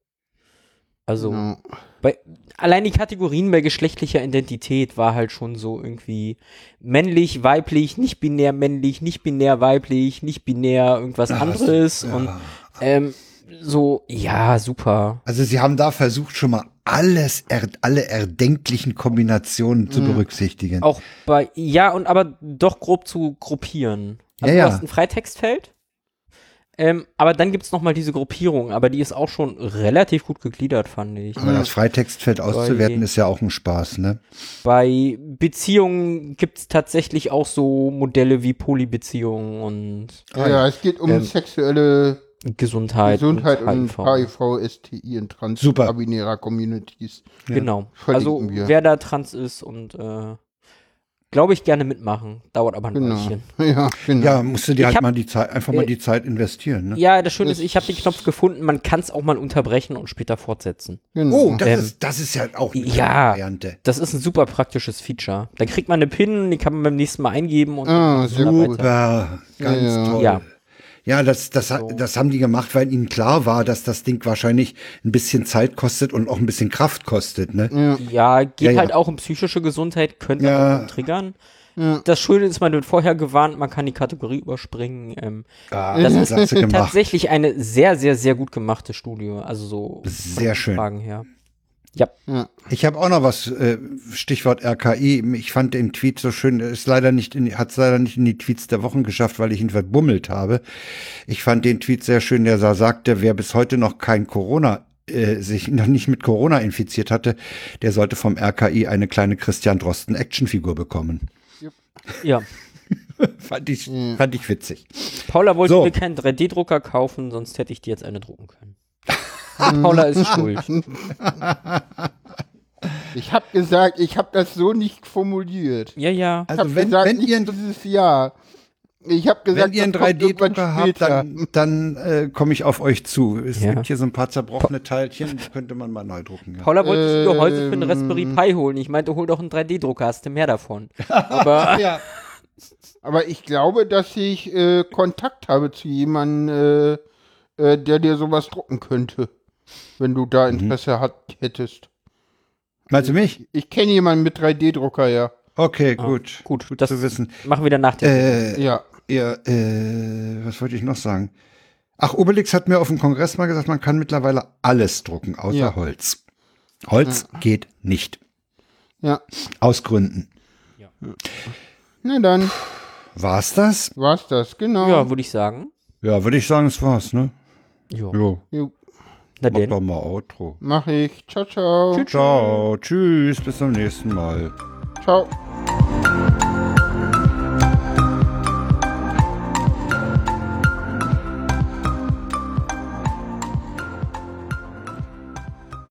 Speaker 4: Also,
Speaker 3: Genau.
Speaker 4: bei, allein die Kategorien bei geschlechtlicher Identität war halt schon so irgendwie männlich, weiblich, nicht binär männlich, nicht binär weiblich, nicht binär irgendwas anderes
Speaker 2: ja.
Speaker 4: und ähm, so, ja, super.
Speaker 2: Also sie haben da versucht, schon mal alles, er, alle erdenklichen Kombinationen zu berücksichtigen.
Speaker 4: Mhm. Auch bei, ja, und aber doch grob zu gruppieren. Also
Speaker 2: Ja,
Speaker 4: du
Speaker 2: ja.
Speaker 4: hast ein Freitextfeld, ähm, aber dann gibt's noch mal diese Gruppierung, aber die ist auch schon relativ gut gegliedert, fand ich.
Speaker 2: Aber das Freitextfeld auszuwerten
Speaker 4: Oje.
Speaker 2: ist ja auch ein Spaß, ne?
Speaker 4: Bei Beziehungen gibt's tatsächlich auch so Modelle wie Polybeziehungen und
Speaker 3: Ja, es geht um sexuelle
Speaker 4: Gesundheit,
Speaker 3: Gesundheit und
Speaker 4: HIV.
Speaker 3: HIV, STI und trans
Speaker 2: Super.
Speaker 3: binärer Communities.
Speaker 4: Genau.
Speaker 3: Verlinken
Speaker 4: also
Speaker 3: wir.
Speaker 4: wer da trans ist und äh, glaube ich gerne mitmachen, dauert aber ein
Speaker 3: Genau.
Speaker 4: Weilchen.
Speaker 3: [laughs] Ja, genau.
Speaker 2: Ja, musst du dir
Speaker 4: Ich
Speaker 2: halt
Speaker 4: hab-
Speaker 2: mal die Zeit, einfach mal
Speaker 4: Äh,
Speaker 2: die Zeit investieren, ne?
Speaker 4: Ja, das Schöne ist, ich habe den Knopf gefunden, man kann es auch mal unterbrechen und später fortsetzen.
Speaker 3: genau.
Speaker 2: Oh, das,
Speaker 4: Ähm,
Speaker 2: ist, das ist ja auch eine
Speaker 4: ja.
Speaker 2: Variante.
Speaker 4: Das ist ein super praktisches Feature. Dann kriegt man eine PIN, die kann man beim nächsten Mal eingeben und
Speaker 3: Ah,
Speaker 4: dann
Speaker 3: super.
Speaker 4: weiter.
Speaker 2: Super, ganz
Speaker 3: Ja, ja.
Speaker 2: toll.
Speaker 4: Ja.
Speaker 2: Ja. das, das, ha- das haben die gemacht, weil ihnen klar war, dass das Ding wahrscheinlich ein bisschen Zeit kostet und auch ein bisschen Kraft kostet, ne?
Speaker 4: Mhm. Ja, geht
Speaker 2: Ja, ja.
Speaker 4: halt auch um psychische Gesundheit, könnte
Speaker 2: Ja.
Speaker 4: auch triggern. Das Schöne ist, man wird vorher gewarnt, man kann die Kategorie überspringen. Ähm,
Speaker 2: Ah,
Speaker 4: das
Speaker 2: das
Speaker 4: ist [laughs]
Speaker 2: hast du gemacht.
Speaker 4: tatsächlich eine sehr, sehr, sehr gut gemachte Studie. Also so
Speaker 2: Sehr
Speaker 4: von den
Speaker 2: schön.
Speaker 4: Fragen her. Ja.
Speaker 2: Ich habe auch noch was, äh, Stichwort RKI. Ich fand den Tweet so schön, ist leider nicht hat es leider nicht in die Tweets der Wochen geschafft, weil ich ihn verbummelt habe. Ich fand den Tweet sehr schön, der da sagte, wer bis heute noch kein Corona äh, sich [laughs] noch nicht mit Corona infiziert hatte, der sollte vom RKI eine kleine Christian Drosten Actionfigur bekommen.
Speaker 4: Ja.
Speaker 2: Fand ich,
Speaker 3: Hm.
Speaker 2: fand ich witzig.
Speaker 4: Paula wollte
Speaker 2: So.
Speaker 4: mir keinen 3D-Drucker kaufen, sonst hätte ich dir jetzt eine drucken können. [laughs] Paula ist schuld.
Speaker 3: Ich habe gesagt, ich habe das so nicht formuliert.
Speaker 4: Ja, ja.
Speaker 3: Ich
Speaker 2: Also
Speaker 3: hab
Speaker 2: wenn,
Speaker 3: gesagt,
Speaker 2: wenn
Speaker 3: nicht
Speaker 2: ihr einen
Speaker 3: dieses Jahr. Ich habe gesagt,
Speaker 2: Wenn ihr einen
Speaker 3: das kommt irgendwann
Speaker 2: 3D-Drucker habt,
Speaker 3: später.
Speaker 2: dann, dann äh, komme ich auf euch zu. Es
Speaker 4: Ja.
Speaker 2: gibt hier so ein paar zerbrochene Teilchen, die könnte man mal neu drucken. Ja.
Speaker 4: Paula wollte sich nur Holz für
Speaker 2: Ähm.
Speaker 4: einen Raspberry Pi holen. Ich meinte, hol doch einen 3D-Drucker, hast du mehr davon.
Speaker 2: [laughs]
Speaker 4: Aber
Speaker 3: Aber ich glaube, dass ich äh, Kontakt habe zu jemandem, äh, äh, der dir sowas drucken könnte. Wenn du da Interesse hat, hättest.
Speaker 2: Meinst du mich?
Speaker 3: Ich kenne jemanden mit 3D-Drucker, ja.
Speaker 2: Okay, gut.
Speaker 4: gut,
Speaker 2: gut
Speaker 4: das-
Speaker 2: zu wissen.
Speaker 4: machen wir danach den.
Speaker 2: Äh,
Speaker 3: Ja.
Speaker 2: ja, äh, was wollte ich noch sagen? Ach, Obelix hat mir auf dem Kongress mal gesagt, man kann mittlerweile alles drucken, außer
Speaker 3: Ja.
Speaker 2: Holz. Holz geht nicht.
Speaker 3: Ja.
Speaker 2: Aus Gründen.
Speaker 3: Na dann
Speaker 2: War's das?
Speaker 3: war's das, genau.
Speaker 4: ja, würde ich sagen.
Speaker 2: Ja, würde ich sagen, es war's, ne?
Speaker 4: Jo.
Speaker 2: Jo,
Speaker 3: Jo,
Speaker 4: Na
Speaker 2: mach
Speaker 4: denn.
Speaker 2: doch mal Outro.
Speaker 3: Mach ich. Ciao, ciao.
Speaker 2: Ciao, tschüss, bis zum nächsten Mal.
Speaker 3: Ciao.